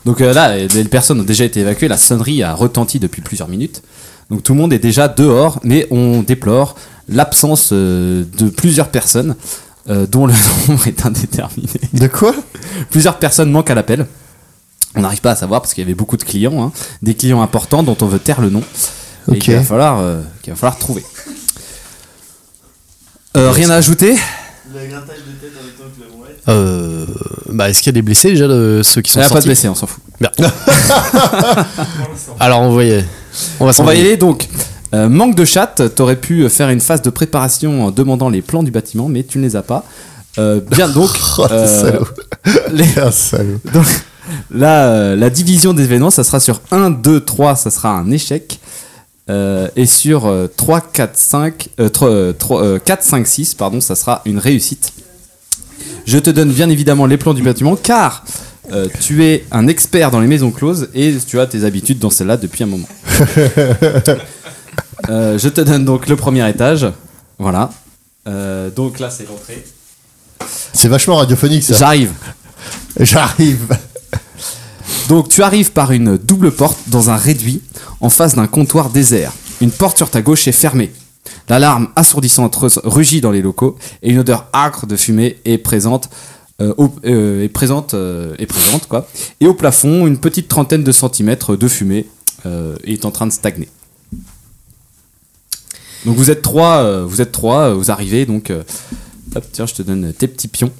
Donc euh, là, les les personnes ont déjà été évacuées, la sonnerie a retenti depuis plusieurs minutes. Donc tout le monde est déjà dehors, mais on déplore l'absence euh, de plusieurs personnes euh, dont le nombre est indéterminé. De quoi Plusieurs personnes manquent à l'appel. On n'arrive pas à savoir parce qu'il y avait beaucoup de clients, hein. des clients importants dont on veut taire le nom et Ok. qu'il va falloir, euh, qu'il va falloir trouver. Euh, rien à ajouter Euh, bah, Est-ce qu'il y a des blessés déjà de ceux qui sont Il n'y a Euh, sortis Ah, pas de blessé, on s'en fout. Merde. Alors on va y aller. On va On s'en va y aller donc. Euh, manque de chatte, t'aurais pu faire une phase de préparation en demandant les plans du bâtiment, mais tu ne les as pas. Euh, bien donc, Oh, t'es euh, salaud. les- T'es un salaud. donc, là, euh, la division des événements, ça sera sur 1, 2, 3, ça sera un échec. Euh, et sur euh, 3, 4, 5, euh, 3, 3, euh, 4, 5, 6, pardon, ça sera une réussite. Je te donne bien évidemment les plans du bâtiment, car euh, tu es un expert dans les maisons closes et tu as tes habitudes dans celle-là depuis un moment. Euh, je te donne donc le premier étage. Voilà. Euh, donc là, c'est l'entrée. C'est vachement radiophonique ça. J'arrive. J'arrive. Donc tu arrives par une double porte dans un réduit en face d'un comptoir désert. Une porte sur ta gauche est fermée. L'alarme assourdissante re- rugit dans les locaux et une odeur âcre de fumée est présente. euh, au- euh, est présente, euh, est présente quoi. Et au plafond, une petite trentaine de centimètres de fumée euh, est en train de stagner. Donc vous êtes trois, euh, vous êtes trois, euh, vous arrivez donc. euh, hop, tiens, je te donne tes petits pions.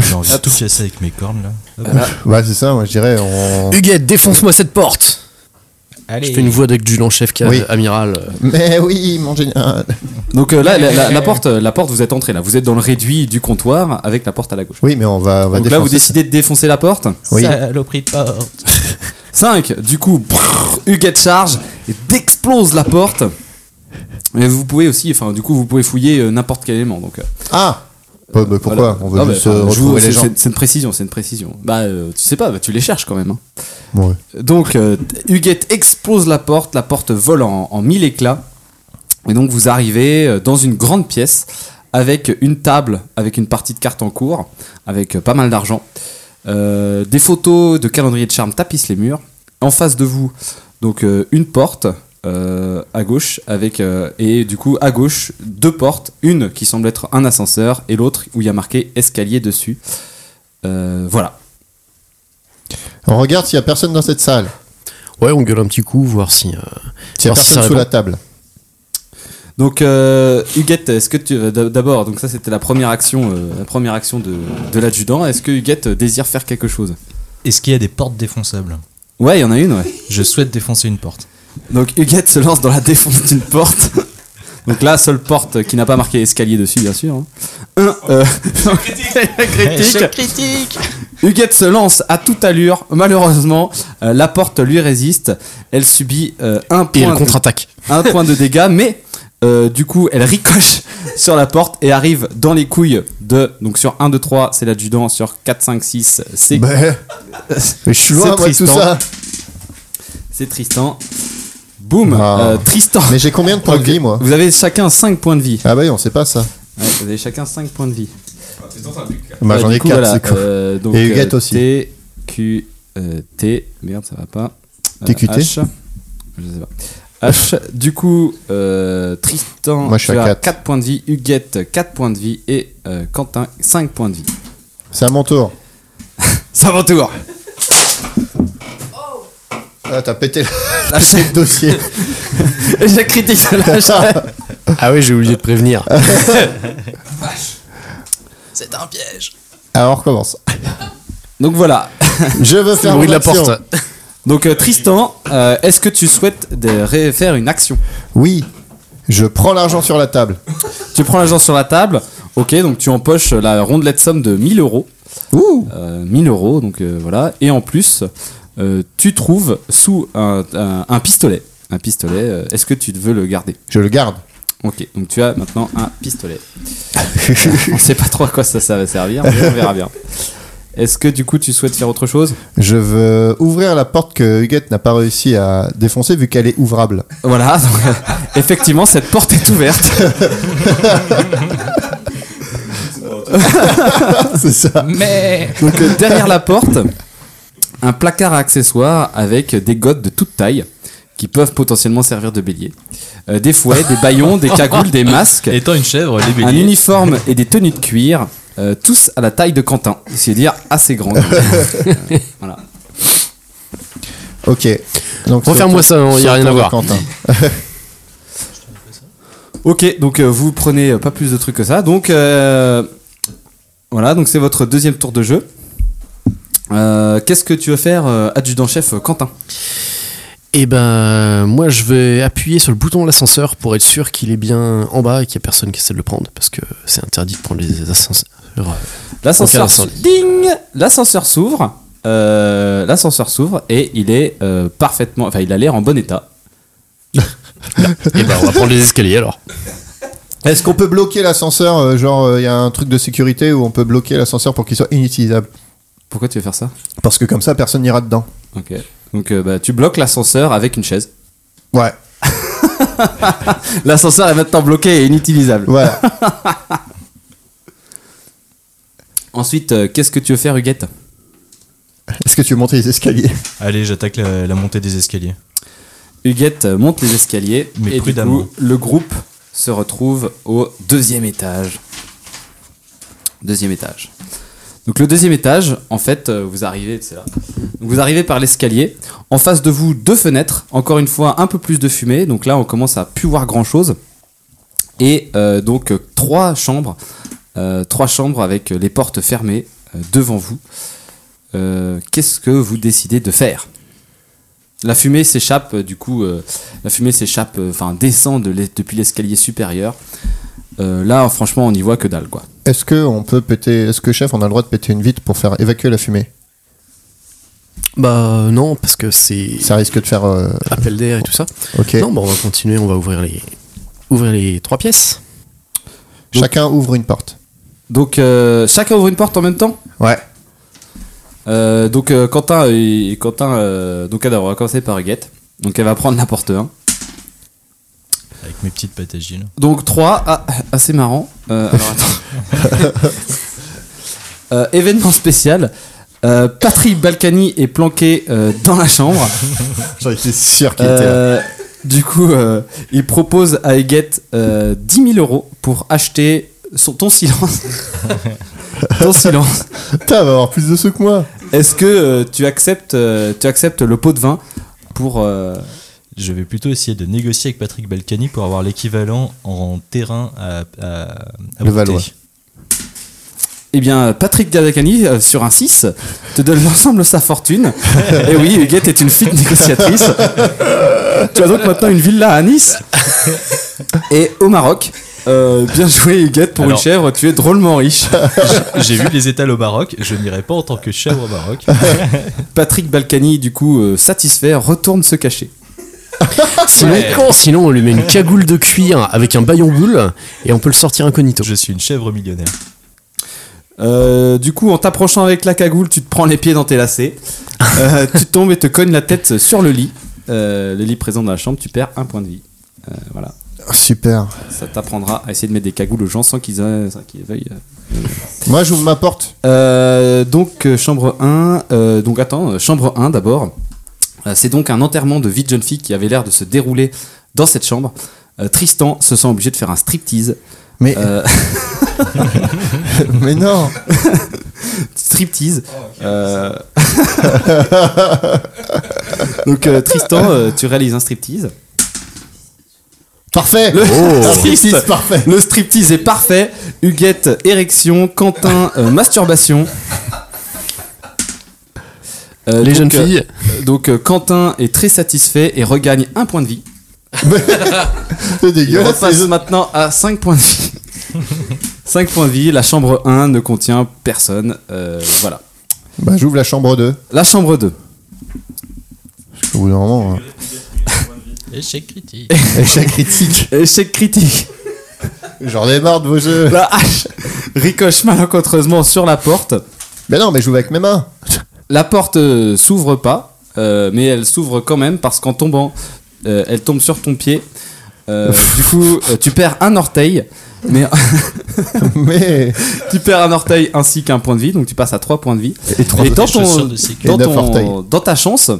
J'ai envie de tout casser avec mes cornes là. Bah c'est ça, moi je dirais on. Huguette, défonce-moi cette porte Je fais une voix d'adjudant-chef qui Oui. amiral. Euh, Mais oui, mon génial. Donc euh, là, la, la- la porte, euh, la porte, vous êtes entré là. Vous êtes dans le réduit du comptoir avec la porte à la gauche. Oui, mais on va, on va Donc là, vous défoncer ça. décidez de défoncer la porte. Oui. Saloperie de porte. 5. Du coup, prrr, Huguette charge et d'explose la porte. Mais vous pouvez aussi, enfin, du coup, vous pouvez fouiller euh, n'importe quel élément. Donc, euh, Ah. Bah, bah, pourquoi voilà. On veut Non, mais, juste enfin, euh, je vous- retrouver les c'est- gens. C'est c'est une précision, c'est une précision. Bah, euh, tu sais pas, bah, tu les cherches quand même. hein. Ouais. Donc, euh, Huguette explose la porte, la porte vole en, en mille éclats. Et donc, vous arrivez euh, dans une grande pièce avec une table, avec une partie de cartes en cours, avec euh, pas mal d'argent. Euh, des photos de calendrier de charme tapissent les murs. En face de vous, donc euh, une porte euh, à gauche, avec euh, et du coup à gauche deux portes, une qui semble être un ascenseur et l'autre où il y a marqué escalier dessus. Euh, voilà. On regarde s'il y a personne dans cette salle. Ouais, on gueule un petit coup, voir si. euh, S'il y a voir si ça personne sous répond. la table. Donc euh, Huguette, est-ce que tu d'ab- d'abord donc ça c'était la première action euh, la première action de, de l'adjudant. Est-ce que Huguette euh, désire faire quelque chose Est-ce qu'il y a des portes défonçables Ouais, il y en a une. Ouais. Je souhaite défoncer une porte. Donc Huguette se lance dans la défense d'une porte. Donc là, seule porte qui n'a pas marqué escalier dessus, bien sûr. hein. Un, euh, critique. Huguette se lance à toute allure. Malheureusement, euh, la porte lui résiste. Elle subit euh, un Et point elle de- contre-attaque. un point de dégâts, mais euh, du coup, elle ricoche sur la porte et arrive dans les couilles de. Donc sur 1, 2, 3, c'est l'adjudant. Sur 4, 5, 6, c'est Bah, mais je suis loin moi de c'est tout Tristan. ça. c'est Tristan. Boum Ah. euh, Tristan Mais j'ai combien de points Ok. de vie moi Vous avez chacun 5 points de vie. Ah bah oui, on sait pas ça. Ouais, vous avez chacun 5 points de vie. Bah, Ouais, j'en du ai coup, 4, voilà, c'est cool. euh, donc, Et Huguette euh, aussi. T, Q, euh, T. Merde, ça va pas. Euh, TQT. H. Je sais pas. H. du coup, euh, Tristan, Moi, je suis tu à as quatre. 4 points de vie. Huguette, 4 points de vie. Et euh, Quentin, 5 points de vie. C'est à mon tour. Ça va tour Ah, t'as pété le dossier. J'ai critique de la chaîne. Ah ouais, j'ai oublié de prévenir. Alors on recommence. Donc voilà. Je veux Le faire bruit de mon la action. porte. Donc euh, Tristan, euh, est-ce que tu souhaites de ré- faire une action Oui. Je prends l'argent sur la table. Tu prends l'agent sur la table. Ok, donc tu empoches la rondelette somme de 1000 euros. Euh, 1000 euros, donc euh, voilà. Et en plus, euh, tu trouves sous un, un- un pistolet. Un pistolet, euh, est-ce que tu veux le garder Je le garde. Ok, donc tu as maintenant un pistolet. on sait pas trop à quoi ça, ça va servir, mais on verra bien. Est-ce que du coup tu souhaites faire autre chose Je veux ouvrir la porte que Huguette n'a pas réussi à défoncer vu qu'elle est ouvrable. Voilà, donc, euh, effectivement, cette porte est ouverte. C'est ça. Mais. Donc euh, derrière la porte, un placard à accessoires avec des godes de toute taille qui peuvent potentiellement servir de bélier. Euh, des fouets, des baillons, des cagoules, des masques, Étant une chèvre, les un béliers. uniforme et des tenues de cuir, euh, tous à la taille de Quentin, c'est-à-dire assez grand. voilà. Ok. Donc, Referme-moi ça, il n'y a rien à voir. Quentin. Ok, donc euh, vous prenez euh, pas plus de trucs que ça. Donc euh, voilà, donc c'est votre deuxième tour de jeu. Euh, Qu'est-ce que tu veux faire, euh, adjudant-chef euh, Quentin Et ben, moi, je vais appuyer sur le bouton de l'ascenseur pour être sûr qu'il est bien en bas et qu'il n'y a personne qui essaie de le prendre, parce que c'est interdit de prendre les ascenseurs. Eh L'ascenseur Aucun s- incendie. ding L'ascenseur s'ouvre. Euh, L'ascenseur s'ouvre et il est euh, parfaitement. Enfin, il a l'air en bon état. Et ben, on va prendre les escaliers alors. Est-ce qu'on peut bloquer l'ascenseur euh, Genre, il y a un truc de sécurité où on peut bloquer l'ascenseur pour qu'il soit inutilisable. Pourquoi tu veux faire ça Parce que comme ça, personne n'ira dedans. Ok. Donc, euh, bah, tu bloques l'ascenseur avec une chaise. Ouais. L'ascenseur est maintenant bloqué et inutilisable. Ouais. Ensuite, euh, qu'est-ce que tu veux faire, Huguette Est-ce que tu veux monter les escaliers Allez, j'attaque la, la montée des escaliers. Huguette euh, monte les escaliers Mais et du prudemment. coup, le groupe se retrouve au deuxième étage. Deuxième étage. Donc le deuxième étage, en fait, euh, vous arrivez, c'est là. Donc, vous arrivez par l'escalier. En face de vous, deux fenêtres. Encore une fois, un peu plus de fumée. Donc là, on commence à plus voir grand chose. Et euh, donc euh, trois chambres, euh, trois chambres avec euh, les portes fermées euh, devant vous. Euh, Qu'est-ce que vous décidez de faire la fumée s'échappe, euh, du coup, euh, la fumée s'échappe, euh, enfin descend de l'es- depuis l'escalier supérieur. Euh, là, franchement, on n'y voit que dalle, quoi. Est-ce que on peut péter Est-ce que chef, on a le droit de péter une vitre pour faire évacuer la fumée Bah, non, parce que c'est Ça risque de faire. euh, appel d'air et tout ça. Ok. Non, bah, on va continuer, on va ouvrir les, ouvrir les trois pièces. Chacun ouvre une porte. Donc, euh, chacun ouvre une porte en même temps. Ouais. Euh, donc, euh, Quentin, euh, Quentin, euh, donc alors, on va commencer par Huguette. Donc, elle va prendre la porte 1. Avec mes petites pattes agiles. Donc 3, ah, assez marrant. Euh, alors, attends. Euh, événement spécial. Euh, Patrick Balkany est planqué euh, dans la chambre. J'en étais sûr qu'il était là. Euh, du coup, euh, il propose à Eguette euh, 10 000 euros pour acheter son, ton silence. ton silence. Putain, va avoir plus de sous que moi. Est-ce que euh, tu, acceptes, euh, tu acceptes le pot de vin pour. euh, Je vais plutôt essayer de négocier avec Patrick Balkany pour avoir l'équivalent en terrain à, à, à monter. Valois. Eh bien, Patrick Gadacani, euh, sur un 6, te donne l'ensemble de sa fortune. Et oui, Huguette est une flic négociatrice. tu as donc maintenant une villa à Nice et au Maroc. Euh, bien joué, Huguette, pour Alors- une chèvre, tu es drôlement riche. J'ai vu les étals au Maroc, je n'irai pas en tant que chèvre au Maroc. Ah, Patrick Balkany, du coup, euh, satisfait, retourne se cacher. Sinon, sinon, on lui met une cagoule de cuir avec un baillon boule et on peut le sortir incognito. Je suis une chèvre millionnaire. Euh, du coup, en t'approchant avec la cagoule, tu te prends les pieds dans tes lacets. Euh, tu tombes et te cognes la tête sur le lit. Euh, le lit présent dans la chambre, tu perds un point de vie. Euh, voilà. Super. Ça t'apprendra à essayer de mettre des cagoules aux gens sans qu'ils aient- sans qu'ils veuillent. Moi, j'ouvre ma porte. Euh, donc, euh, chambre 1. euh, donc, attends, euh, chambre 1 d'abord. Euh, C'est donc un enterrement de vie de jeune fille qui avait l'air de se dérouler dans cette chambre. Euh, Tristan se sent obligé de faire un striptease. Mais, Euh, mais non. striptease. Euh, Donc euh, Tristan, euh, tu réalises un striptease. Parfait. Le, Six, striptease, parfait. le striptease est parfait. Huguette, érection. Quentin, euh, masturbation. Euh, Les donc, jeunes euh, filles, donc euh, Quentin est très satisfait et regagne un point de vie. C'est Il dégueulasse. repasse maintenant à 5 points de vie. 5 points de vie, la chambre 1 ne contient personne. euh, voilà. Bah, j'ouvre la chambre 2. La chambre 2. Parce qu'au bout d'un moment. hein. Échec critique. Échec critique. Échec critique. J'en ai marre de vos jeux. La hache ricoche malencontreusement sur la porte. Mais non, mais j'ouvre avec mes mains. La porte euh, s'ouvre pas, euh, mais elle s'ouvre quand même parce qu'en tombant, euh, elle tombe sur ton pied. Euh, du coup, euh, tu perds un orteil, mais Mais. tu perds un orteil ainsi qu'un point de vie, donc tu passes à 3 points de vie. Et trois Et dans, autres. ton- chaussures de sécu. dans Et neuf ton- orteils. dans ta chance,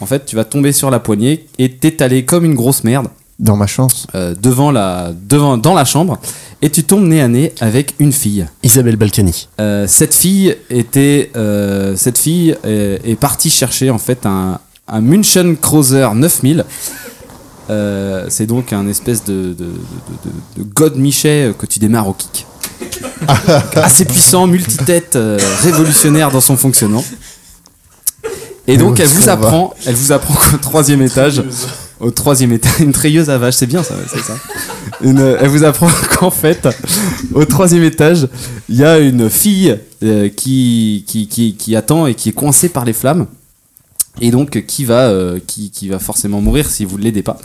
en fait, tu vas tomber sur la poignée et t'étaler comme une grosse merde Dans ma chance. euh, devant la, devant, dans la chambre et tu tombes nez à nez avec une fille. Isabelle Balkany. Euh, cette fille était, euh, cette fille est, est partie chercher en fait un, un München Cruiser 9000. Euh, c'est donc un espèce de, de, de- de- de God Michet que tu démarres au kick. Donc, assez puissant, multitête, euh, révolutionnaire dans son fonctionnement. Et donc Oh, elle vous ça va. apprend, elle vous apprend qu'au troisième étage, au troisième étage, une treilleuse à vache, c'est bien ça, ouais, c'est ça. Une, euh, elle vous apprend qu'en fait, au troisième étage, il y a une fille euh, qui, qui, qui, qui attend et qui est coincée par les flammes. Et donc, euh, qui va, euh, qui, qui va forcément mourir si vous ne l'aidez pas.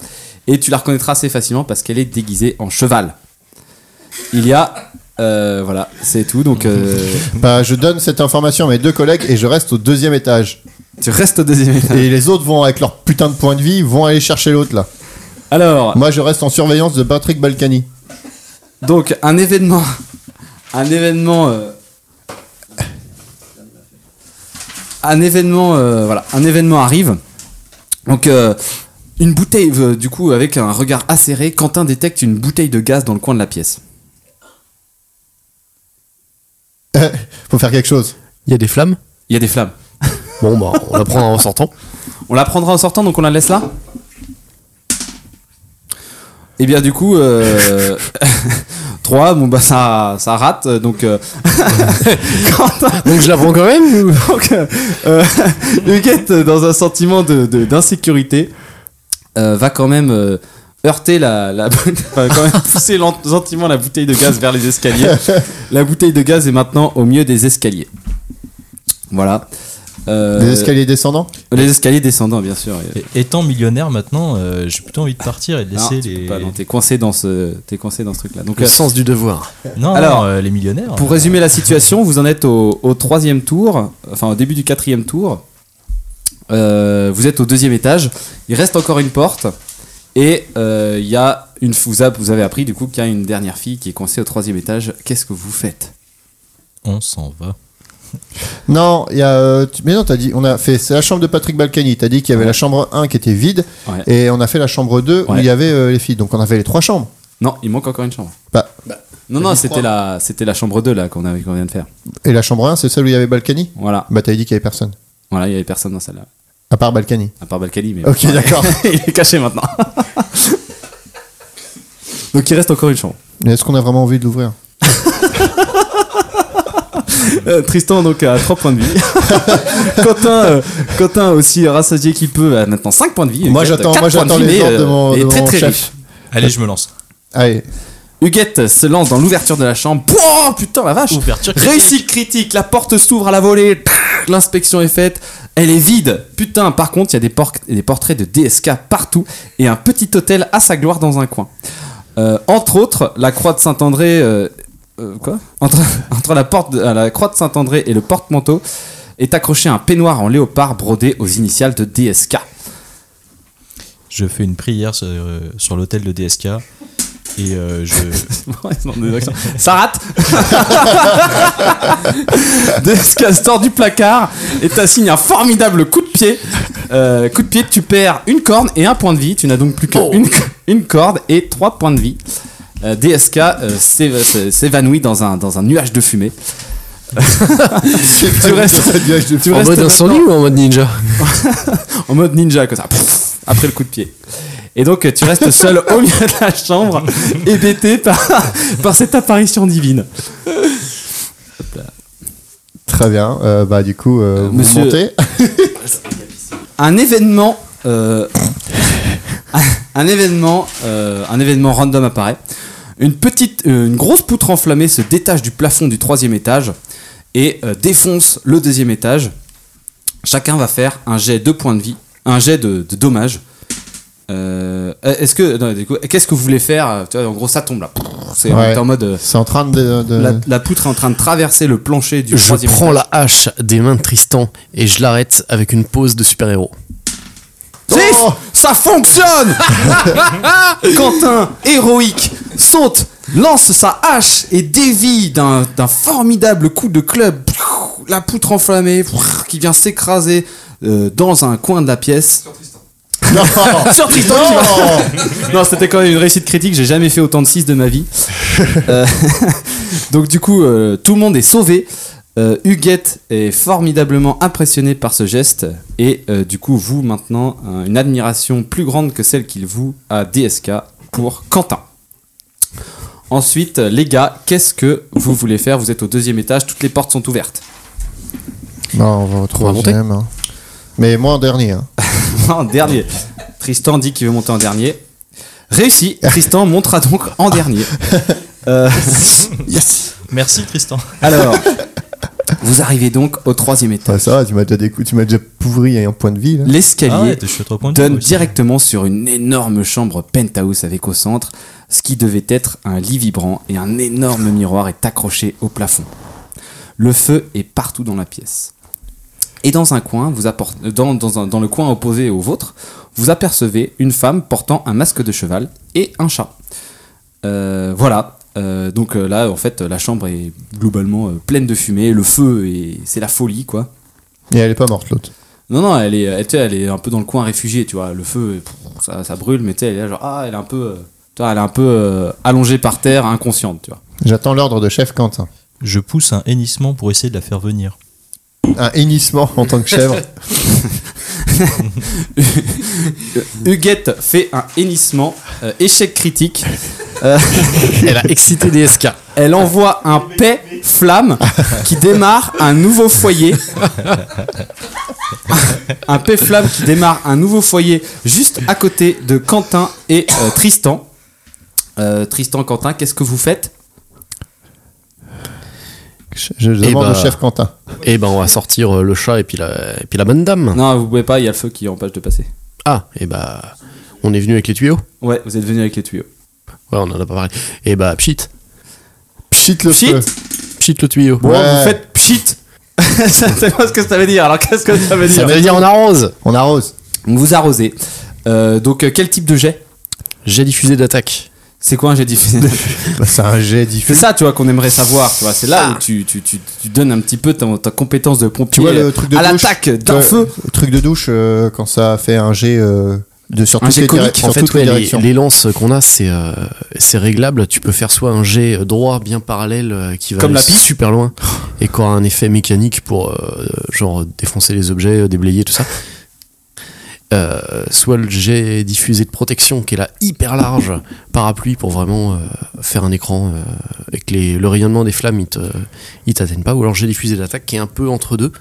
Et tu la reconnaîtras assez facilement parce qu'elle est déguisée en cheval. Il y a. euh, voilà, c'est tout. Donc, euh, Bah, je donne cette information à mes deux collègues et je reste au deuxième étage. tu restes au deuxième étage. Et les autres vont, avec leur putain de point de vie, vont aller chercher l'autre là. Alors, Moi, je reste en surveillance de Patrick Balkany. donc, un événement. Un événement. euh, un événement. euh, voilà, un événement arrive. Donc, euh, une bouteille. euh, du coup, avec un regard acéré, Quentin détecte une bouteille de gaz dans le coin de la pièce. Faut faire quelque chose. Il y a des flammes Il y a des flammes. Bon, bah, on la prendra en sortant. On la prendra en sortant, donc on la laisse là Eh bien, du coup, euh, 3, bon, bah, ça, ça rate. Donc, euh, Quentin, Donc je la prends quand même ou- donc, euh, euh, Huguette, dans un sentiment de- de- d'insécurité, euh, va quand même euh, heurter la, la- enfin, quand même pousser lent- gentiment la bouteille de gaz vers les escaliers. La bouteille de gaz est maintenant au milieu des escaliers. Voilà. Euh, Des escaliers descendants les escaliers descendants, bien sûr. Et- étant millionnaire maintenant, euh, j'ai plutôt envie de partir et de Non, laisser tu les. peux pas, non, t'es coincé dans ce, t'es coincé dans ce truc-là. Donc, Le euh, sens du devoir. non, Alors, non, euh, les millionnaires. pour euh, résumer la situation, vous en êtes au, au troisième tour, enfin au début du quatrième tour. Euh, vous êtes au deuxième étage. Il reste encore une porte et euh, il y a une. Vous, a- vous avez appris du coup qu'il y a une dernière fille qui est coincée au troisième étage. Qu'est-ce que vous faites on s'en va. Non, il y a. euh, tu- mais non, t'as dit. On a fait. C'est la chambre de Patrick Balkany. T'as dit qu'il y avait la chambre 1 qui était vide. Ouais. Et on a fait la chambre 2 où Ouais. il y avait euh, les filles. Donc on a fait les trois chambres. Non, il manque encore une chambre. Bah, Non, j'ai non, dit c'était trois. la, c'était la chambre 2 là qu'on avait- qu'on vient de faire. et la chambre 1, c'est celle où il y avait Balkany Voilà, Bah, t'avais dit qu'il y avait personne. voilà, il y avait personne dans celle-là, À part Balkany. à part Balkany. Mais Ok, d'accord. il est caché maintenant. Donc il reste encore une chambre. Mais est-ce qu'on a vraiment envie de l'ouvrir Euh, Tristan donc à 3 points de vie. Quentin, euh, Quentin aussi rassasié qu'il peut a maintenant 5 points de vie. Moi, Huguette, j'attends- quatre moi, points j'attends vie, les mais, ordres de euh, mon- est de très mon très chef. vif. Allez, je me lance. Allez. Huguette se lance dans l'ouverture de la chambre. Pouah, putain la vache. Ouverture critique. Réussite critique, la porte s'ouvre à la volée. Pfff, L'inspection est faite. Elle est vide. Putain, par contre, il y a des, por- des portraits de DSK partout et un petit hôtel à sa gloire dans un coin. Euh, entre autres, la croix de Saint-André. euh, euh, quoi entre, entre la, porte de- euh, la croix de Saint-André et le porte-manteau est accroché un peignoir en léopard brodé aux initiales de DSK. Je fais une prière sur, euh, sur l'hôtel de DSK. Et euh, je. Ça rate DSK sort du placard et t'assigne un formidable coup de pied. Euh, coup de pied, tu perds une corne et un point de vie. Tu n'as donc plus Oh. qu'une une corde et trois points de vie. Euh, DSK euh, s'éva- s'é- s'évanouit dans un, dans un nuage de fumée. tu restes, tu En restes mode incendie ou en mode ninja en mode ninja comme ça, pff, après le coup de pied. Et donc tu restes seul au milieu de la chambre, hébété par, par cette apparition divine. Très bien. Euh, bah, du coup, euh, vous Monsieur- montez. Un événement, euh, un événement, euh, un événement random apparaît. Une petite, euh, une grosse poutre enflammée se détache du plafond du troisième étage et euh, défonce le deuxième étage. Chacun va faire un jet de points de vie, un jet de, de dommages. Euh, est-ce que, non, du coup, qu'est-ce que vous voulez faire Tu vois, En gros, ça tombe là. C'est on Ouais. est en mode. euh, C'est en train de. de- La, la poutre est en train de traverser le plancher du Euh. Je troisième prends étage. la hache des mains de Tristan et je l'arrête avec une pose de super-héros. Six, ça fonctionne Quentin, héroïque, saute, lance sa hache et dévie d'un d'un formidable coup de club la poutre enflammée qui vient s'écraser euh, dans un coin de la pièce. Sur Tristan qui va- Non, c'était quand même une réussite critique, j'ai jamais fait autant de 6 de ma vie. Euh, Donc du coup, euh, tout le monde est sauvé. Euh, Huguette est formidablement impressionné par ce geste et euh, du coup vous maintenant un- une admiration plus grande que celle qu'il voue à DSK pour Quentin. Ensuite, euh, les gars, qu'est-ce que vous voulez faire Vous êtes au deuxième étage, toutes les portes sont ouvertes. Non, on va au troisième. hein. Mais moi en dernier. hein. en dernier. Tristan dit qu'il veut monter en dernier. Réussi, Tristan montera donc en dernier. Euh, Merci Tristan. alors, vous arrivez donc au troisième étage. Ouais, Ah, ça va, tu m'as déjà, des coups- tu m'as déjà pourri à un point de vie. là. L'escalier Ah ouais, je suis à trois points de donne vue, aussi. directement sur une énorme chambre penthouse avec au centre ce qui devait être un lit vibrant et un énorme miroir est accroché au plafond. Le feu est partout dans la pièce. Et dans un coin, vous apporte- dans, dans un- dans le coin opposé au vôtre, vous apercevez une femme portant un masque de cheval et un chat. Euh, voilà. Euh, donc euh, là, en fait, la chambre est globalement euh, pleine de fumée, le feu et c'est la folie, quoi. Et elle est pas morte, l'autre. Non, non, elle est, elle, tu sais, elle est un peu dans le coin réfugiée, tu vois. Le feu, pff, ça, ça brûle, mais tu sais, elle est là, genre, ah, elle est un peu, euh, tu vois, elle est un peu euh, allongée par terre, inconsciente, tu vois. J'attends l'ordre de chef Quentin. Je pousse un hennissement pour essayer de la faire venir. Un hennissement en tant que chèvre. Huguette fait un hennissement, euh, échec critique. Euh, Elle a excité DSK. elle envoie un paix flamme qui démarre un nouveau foyer. un paix flamme qui démarre un nouveau foyer juste à côté de Quentin et euh, Tristan. Euh, Tristan, Quentin, qu'est-ce que vous faites Je, je Eh demande bah. ben, au chef Quentin. Et ben on va sortir euh, le chat et puis la, et puis la bonne dame. Non, vous pouvez pas, il y a le feu qui empêche de passer. Ah, et bah on est venu avec les tuyaux. Ouais, vous êtes venu avec les tuyaux. Ouais, on en a pas parlé. Et bah pchit, Pchit le Pchit feu. pchit le tuyau. Bon, Ouais. vous faites pchit Je sais pas ce que ça veut dire, alors qu'est-ce que ça veut Ça dire veut dire on arrose. On arrose. Vous arrosez. Euh, donc, euh, quel type de jet J'ai diffusé d'attaque. C'est quoi un jet diffusé Bah, c'est un jet C'est diffus. ça, tu vois, qu'on aimerait savoir. Tu vois, c'est là où tu, tu, tu, tu donnes un petit peu ta, ta compétence de pompier euh, Tu vois le truc de à douche l'attaque d'un Ouais, feu. Le truc de douche, euh, quand ça fait un jet euh, de sur Un toutes jet les dire- conique, sur En fait, toutes les ouais, les, directions. les lances qu'on a, c'est euh, c'est réglable. Tu peux faire soit un jet droit bien parallèle euh, qui va Comme aller la pipe. super loin et qui aura un effet mécanique pour euh, genre défoncer les objets, euh, déblayer tout ça. Euh, soit le jet diffusé de protection qui est là hyper large, parapluie pour vraiment euh, faire un écran euh, et que les- le rayonnement des flammes ils te- ils t'atteignent pas, ou alors jet diffusé d'attaque qui est un peu entre deux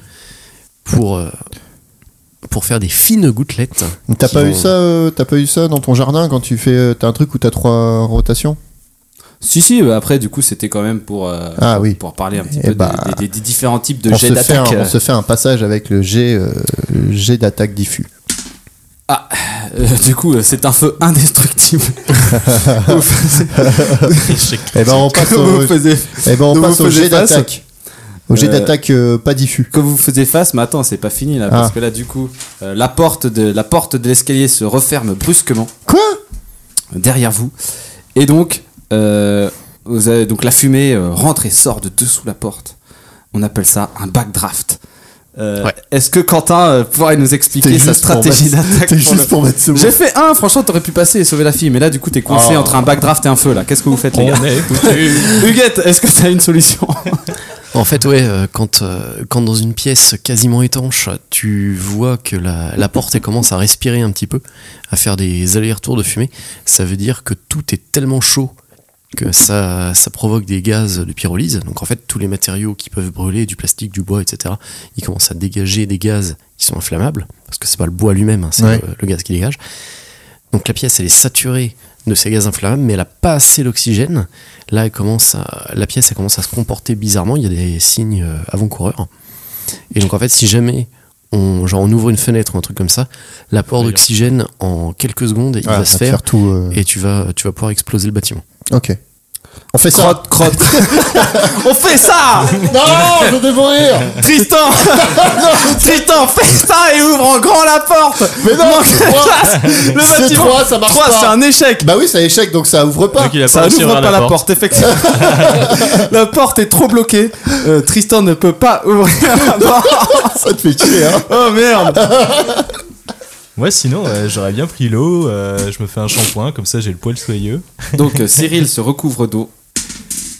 pour, euh, pour faire des fines gouttelettes. T'as qui pas eu vont- ça, euh, t'as pas eu ça dans ton jardin quand tu fais, euh, t'as un truc où t'as trois rotations. Si, si, bah, après, du coup, c'était quand même pour, euh, Ah oui. pour parler un petit Eh peu bah, des, des- des différents types de on, jets se fait un, d'attaque. on se fait un passage avec le jet, euh, jet d'attaque diffus. Euh, du coup, euh, c'est un feu indestructible. Eh ben on passe Comme au, vous faisiez eh ben, on Comme passe vous au faisiez jet face. d'attaque. Au jet Euh, d'attaque euh, pas diffus. que vous faisiez face, mais attends, c'est pas fini là, parce Ah. que là, du coup, euh, la porte de la porte de l'escalier se referme brusquement Quoi derrière vous, et donc, euh, vous avez- donc la fumée euh, rentre et sort de dessous la porte. On appelle ça un backdraft. Euh, Ouais. Est-ce que Quentin euh, pourrait nous expliquer sa stratégie d'attaque T'es pour le- juste pour mettre ce mot. J'ai fait un, franchement, t'aurais pu passer et sauver la fille, mais là, du coup, t'es coincé Oh. entre un backdraft et un feu là. Qu'est-ce que vous faites, les gars est écouté. Huguette, est-ce que t'as une solution En fait, ouais, euh, quand, euh, quand dans une pièce quasiment étanche, tu vois que la, la porte elle commence à respirer un petit peu, à faire des allers-retours de fumée, ça veut dire que tout est tellement chaud que ça, ça provoque des gaz de pyrolyse. Donc en fait, tous les matériaux qui peuvent brûler, du plastique, du bois, etc., ils commencent à dégager des gaz qui sont inflammables, parce que c'est pas le bois lui-même, hein, c'est Ouais. le, le gaz qui dégage. Donc la pièce, elle est saturée de ces gaz inflammables, mais elle n'a pas assez d'oxygène. Là, elle commence à- la pièce elle commence à se comporter bizarrement. Il y a des signes euh, avant-coureurs. Et donc, en fait, si jamais on, genre, on ouvre une fenêtre ou un truc comme ça, l'apport d'oxygène en quelques secondes, il Ah, va ça se va te faire, faire tout, euh. et tu vas, tu vas pouvoir exploser le bâtiment. Ok. On fait ça. Crotte, crotte. On fait ça Non, Oh, je vais mourir Tristan Tristan, fais ça et ouvre en grand la porte Mais non, Manque c'est de trois. classe. Le C'est bâtiment trois, ça marche 3, pas. c'est un échec Bah oui, ça échec, donc Ah, ça ouvre pas. Donc il a pas Ça réussi à n'ouvre ouvrir pas la porte, effectivement. la porte est trop bloquée. Euh, Tristan ne peut pas ouvrir la porte. Ça te fait chier, hein. Oh merde Ouais, sinon, euh, j'aurais bien pris l'eau, euh, je me fais un shampoing, comme ça j'ai le poil soyeux. Donc euh, Cyril se recouvre d'eau.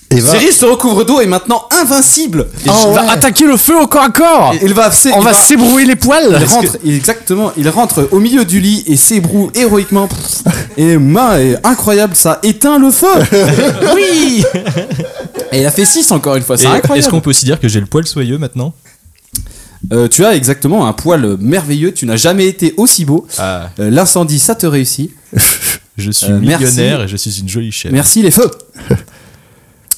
Et va. Cyril se recouvre d'eau et maintenant invincible. Et Ah je- ouais. Attaquer le feu au corps à corps Il va, c'est- On il va va- s'ébrouiller les poils Il rentre, il- exactement, il rentre au milieu du lit et s'ébroue héroïquement. Et main est incroyable, ça éteint le feu. oui. Et il a fait 6 encore une fois, Et c'est incroyable. Est-ce qu'on peut aussi dire que j'ai le poil soyeux maintenant Euh, tu as exactement un poil merveilleux, tu n'as jamais été aussi beau. Ah, Euh, L'incendie, ça te réussit. je suis Euh, merci. millionnaire et je suis une jolie chèvre. Merci les feux.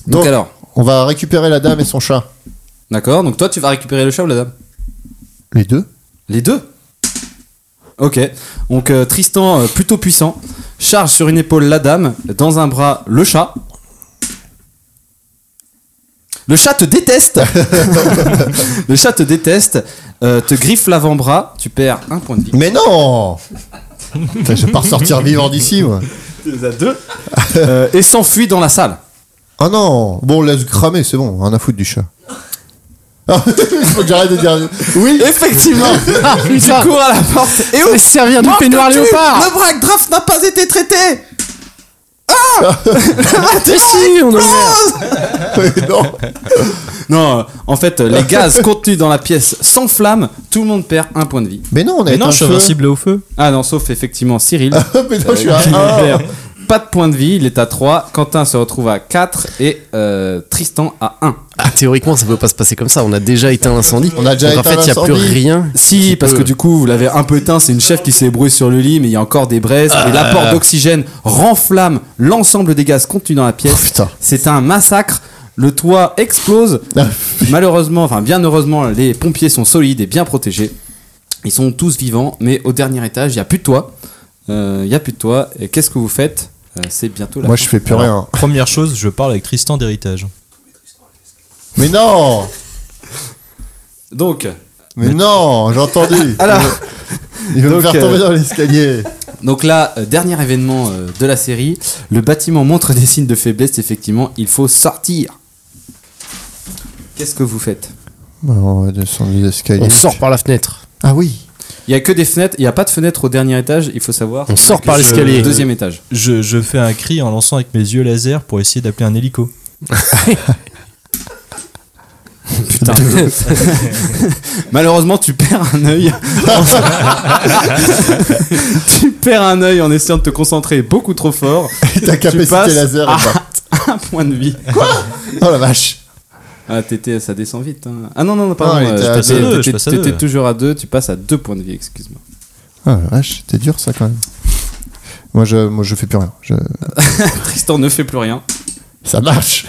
Donc, Donc. alors, On va récupérer la dame et son chat. d'accord, donc toi tu vas récupérer le chat ou la dame Les deux Les deux Ok. Donc euh, Tristan, euh, plutôt puissant, charge sur une épaule la dame, dans un bras le chat. Le chat te déteste Le chat te déteste, euh, te griffe l'avant-bras, tu perds un point de vie. Mais non Putain, Je vais pas ressortir vivant d'ici, moi. Euh, et s'enfuit dans la salle. Oh non Bon, laisse cramer, c'est bon, rien à foutre du chat. Ah, Il faut que j'arrête de dire. Oui Effectivement Ah, Tu cours à la porte et Et ouf servir du Manque peignoir de cul léopard Le braque draft n'a pas été traité Mais si, on a- Non Non, euh, en fait, euh, les gaz contenus dans la pièce s'enflamment, tout le monde perd un point de vie. Mais non, on a Mais non, éteint je suis le feu. invincible au feu. Ah non, sauf effectivement Cyril. Mais non, je suis à Il un. perd Pas de point de vie, il est à 3, Quentin se retrouve à 4 et euh, Tristan à 1. Ah, théoriquement, ça peut pas se passer comme ça. On a déjà éteint l'incendie. On a déjà Donc, éteint en fait, il n'y a plus l'incendie. rien. Si, parce peut- que du coup, vous l'avez un peu éteint, c'est une chef qui s'est brouillée sur le lit, mais il y a encore des braises, Ah. et l'apport d'oxygène renflamme l'ensemble des gaz contenus dans la Oh pièce. putain c'est un massacre, le toit explose, Ah, Malheureusement, enfin bien heureusement, les pompiers sont solides et bien protégés. Ils sont tous vivants, mais au dernier étage, il n'y a plus de toit. Euh, Il n'y a plus de toit. Et qu'est-ce que vous faites Euh, C'est bientôt la Moi, fin. je fais plus rien. Alors, Première chose, je parle avec Tristan d'héritage. Mais non Donc, Mais non, j'ai entendu. alors, Il veut me Donc, faire tomber euh, dans l'escalier. donc là, euh, dernier événement euh, de la série, le bâtiment montre des signes de faiblesse. Effectivement, il faut sortir. Qu'est-ce que vous faites on va descendre les escaliers. On sort par la fenêtre. Ah oui. Il n'y a que des fenêtres. Il n'y a pas de fenêtre au dernier étage. Il faut savoir. On sort par je- l'escalier. Deuxième étage. Je, je fais un cri en lançant avec mes yeux laser pour essayer d'appeler un hélico. Putain. Malheureusement, tu perds un œil. tu perds un œil en essayant de te concentrer beaucoup trop fort. Et ta capacité passes laser est pas. à un point de vie. Oh la vache. Ah, t'étais, ça descend vite. hein. Ah non, non, non, Non, pardon. il euh, était à t'étais- deux, je t'étais- passe à T'étais deux. toujours à 2, tu passes à 2 points de vie, excuse-moi. Ah la vache, c'était dur ça quand même. Moi je, moi, je fais plus rien. Je- Tristan ne fait plus rien. Ça marche.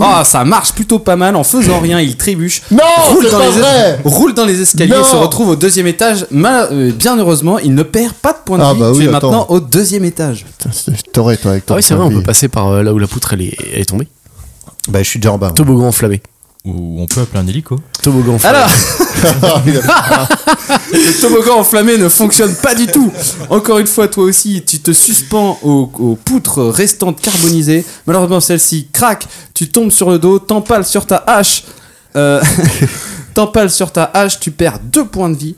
Ah, ça marche plutôt pas mal. En faisant rien, il trébuche. Non, roule c'est dans, pas les es- vrai. roule dans les escaliers, Non. se retrouve au deuxième étage. Mal- euh, bien heureusement, il ne perd pas de points de Ah, vie. bah tu oui, es attends. maintenant au deuxième étage. Putain, c'est- T'aurais toi avec Ah toi. oui, c'est vrai, on peut passer par euh, là où la poutre elle est, elle est tombée. Bah je suis déjà en bas. Toboggan enflammé. Ou on peut appeler un hélico. Toboggan enflammé. Alors, le toboggan enflammé ne fonctionne pas du tout. Encore une fois, toi aussi, tu te suspends aux, aux poutres restantes carbonisées. Malheureusement, celle-ci craque. Tu tombes sur le dos, t'empales sur ta hache. Euh, t'empales sur ta hache, tu perds deux points de vie.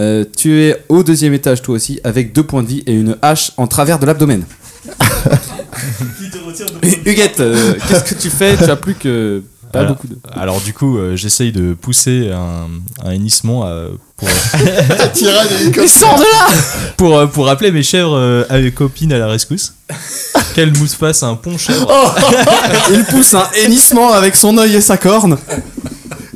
Euh, tu es au deuxième étage, toi aussi, avec deux points de vie et une hache en travers de l'abdomen. Huguette, euh, qu'est-ce que tu fais Tu as plus que pas Voilà. beaucoup de. Alors du coup, euh, j'essaye de pousser un, un hennissement à- pour, Mais sors de là pour, euh, pour appeler mes chèvres euh, à mes copines à la rescousse. Qu'elles moussent face à un pont chèvre. Oh. Il pousse un hennissement avec son œil et sa corne.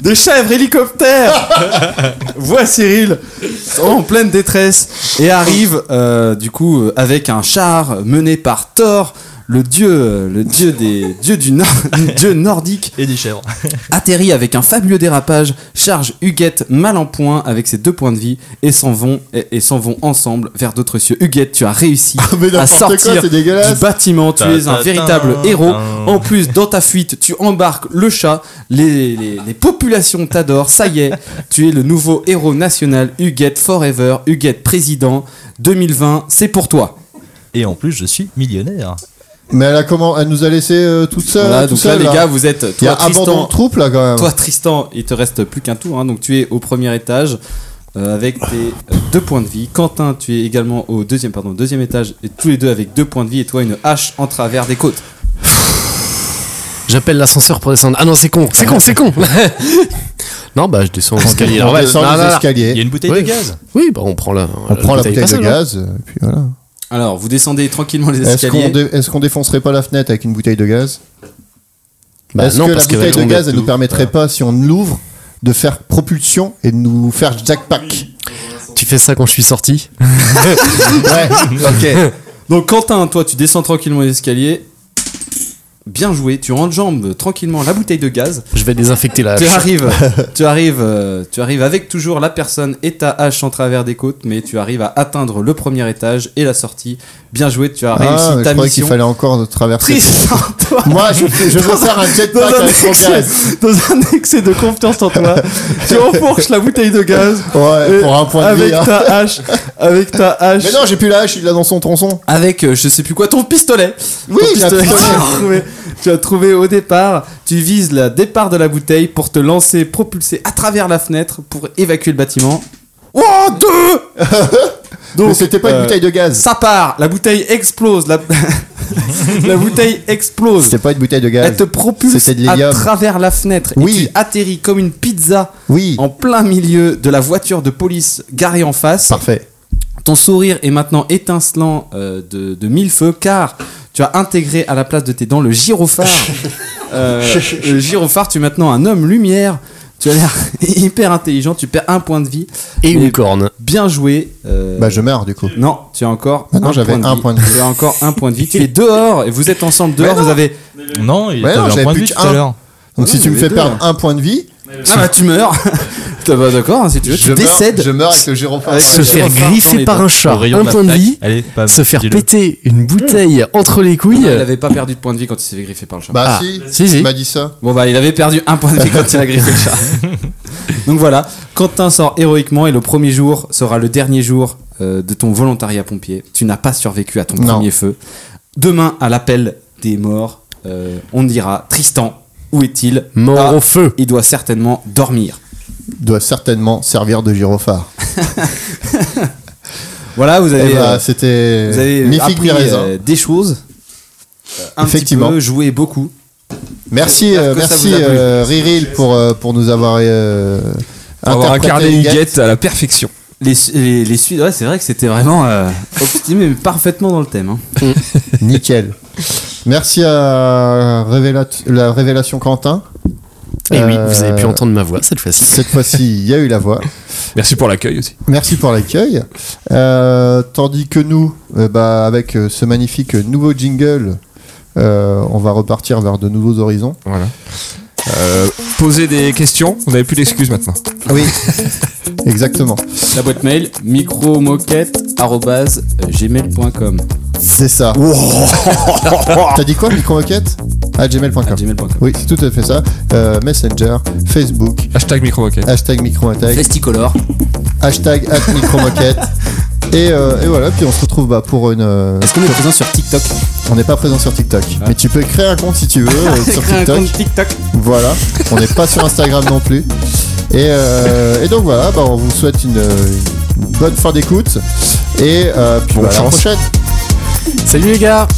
Des chèvres hélicoptères Vois Cyril sont en pleine détresse et arrivent euh, du coup euh, avec un char mené par Thor, le dieu, euh, le dieu des dieu du nord, dieu nordique et des chèvres. Atterrit avec un fabuleux dérapage, charge Huguette mal en point avec ses deux points de vie et s'en vont et, et s'en vont ensemble vers d'autres cieux. Huguette, tu as réussi Mais à n'importe quoi, sortir c'est dégueulasse. du bâtiment. Tu Ta- es un ta- véritable ta- héros. ta- En plus, dans ta fuite, tu embarques le chat. Les, les- les populations t'adorent. Ça y est, tu es le nouveau héros national. Huguette Forever, Huguette Président. 2020, c'est pour toi. Et en plus, je suis millionnaire. Mais elle a comment Elle nous a laissé euh, tout seul. Voilà, tout donc là, seul, les là. gars, vous êtes. Il y a Toi, abandon Tristan, de troupe là quand même. toi, Tristan, il te reste plus qu'un tour. hein. donc, tu es au premier étage euh, avec tes euh, deux points de vie. Quentin, tu es également au deuxième, pardon, deuxième étage. Et tous les deux avec deux points de vie. Et toi, une hache en travers des côtes. J'appelle l'ascenseur pour descendre. Ah non, c'est con, c'est con, c'est con. non, bah je descends l'escalier. on normal. descend Non, les non, non. Il y a escaliers. une bouteille Oui. de gaz. Oui, bah on prend la. On prend la bouteille de passage, hein. gaz. euh, Puis voilà. Alors, vous descendez tranquillement les Est-ce qu'on escaliers. dé- est-ce qu'on défoncerait pas la fenêtre avec une bouteille de gaz Bah Est-ce non, que la parce que bouteille de on gaz est elle nous permettrait pas, si on l'ouvre, de faire propulsion et de nous faire jackpack Tu fais ça quand je suis sorti Ouais, ok. Donc Quentin, toi, tu descends tranquillement l'escalier. Bien joué, tu enjambes tranquillement la bouteille de gaz. Je vais désinfecter Ah, la. Tu arrives, tu arrives, euh, tu arrives avec toujours la personne et ta hache en travers des côtes, mais tu arrives à atteindre le premier étage et la sortie. Bien joué, tu as Ah, réussi je ta croyais qu'il mission. fallait encore traverser. Tristan, toi, Moi, je, fais- je veux faire un dans jetpack un, avec mon excès, gaz. dans un excès de confiance en toi, tu enfourches la bouteille de gaz Ouais, pour un point de avec vie. hein. ta hache, avec ta hache. Mais non, j'ai plus la hache, il l'a dans son tronçon. avec euh, je sais plus quoi ton pistolet. Oui, Ton j'ai un pistolet. pistolet. Tu as trouvé- Tu as trouvé au départ, tu vises le départ de la bouteille pour te lancer propulser à travers la fenêtre pour évacuer le bâtiment. Oh deux Mais c'était pas une euh, bouteille de gaz. Ça part, la bouteille explose, la, la bouteille explose. C'était pas une bouteille de Elle gaz. te propulse C'était de à l'hélium. travers la fenêtre Oui. et tu atterris comme une pizza Oui, en plein milieu de la voiture de police garée en face. parfait. Ton sourire est maintenant étincelant euh, de, de mille feux car tu as intégré à la place de tes dents le gyrophare. Euh, le gyrophare, tu es maintenant un homme lumière. Tu as l'air hyper intelligent, tu perds un point de vie. Et une Mais corne. Bien joué. euh, Bah, je meurs du coup. Non, tu as encore. Ah non, un j'avais point de un vie. point de vie. Tu as encore un point de vie. Tu es dehors et vous êtes ensemble dehors. Vous avez. Non, il Ouais, non, t'avais j'avais un point de plus que vue tout à un. l'heure. Donc, Ah si non, tu me mais fais deux, perdre hein. un point de vie, Ah bah tu meurs. T'as- bah, D'accord, hein, si tu veux, tu je meurs, décèdes. je meurs avec le gyrophare. Avec Se le faire gyrophare dans griffer les par dents. un chat, Au rayon un point de l'attaque. vie. Allez, pam, Se faire dis-le. péter une bouteille entre les couilles. Il Ah, avait pas perdu de point de vie quand il s'est fait griffer par le chat. Bah, Ah, si, si, si. tu m'as dit ça. Bon bah il avait perdu un point de vie quand il a griffé le chat. Donc voilà, Quentin sort héroïquement et le premier jour sera le dernier jour euh, de ton volontariat pompier. Tu n'as pas survécu à ton Non. premier feu. Demain à l'appel des morts, euh, on dira Tristan, où est-il Mort Ah, au feu. Il doit certainement dormir. Doit certainement servir de gyrophare. Voilà, vous avez, Eh bah, euh, c'était hein. vous avez mi figue, appris mi raisin. euh, des choses. euh, un Effectivement. petit peu, joué beaucoup. Merci, j'espère euh, que ça merci vous a plu. euh, Riril pour, euh, pour nous avoir, euh, Pour avoir interprété incarné Huguette. Huguette à la perfection. Les, les, les suites, ouais, c'est vrai que c'était vraiment euh, optimé, mais parfaitement dans le thème. hein. Nickel. Merci à Révélat- la révélation Quentin. Et Eh oui, Euh, vous avez pu entendre ma voix cette fois-ci. Cette fois-ci, il y a eu la voix. Merci pour l'accueil aussi. Merci pour l'accueil. Euh, tandis que nous, euh, bah, avec euh, ce magnifique euh, nouveau jingle, euh, on va repartir vers de nouveaux horizons. Voilà. Euh, poser des questions, vous n'avez plus d'excuses maintenant. Oui, exactement. La boîte mail micromoquette@gmail.com. C'est ça. Oh. T'as dit quoi, micro-moquette À à gmail.com. gmail.com. Oui, c'est tout à fait ça. Euh, Messenger, Facebook, Hashtag micro hashtag micro-attaque, Festicolor. hashtag at micro-moquette. Et, euh, et voilà, puis on se retrouve bah, pour une. euh, Est-ce qu'on est présent sur TikTok On n'est pas présent sur TikTok, mais tu peux créer un compte si tu veux euh, sur Créer un TikTok. compte TikTok. Voilà, on n'est pas sur Instagram non plus. Et, euh, et donc voilà, bah, on vous souhaite une, euh, une bonne fin d'écoute et euh, puis bah, à la chance. prochaine. Salut les gars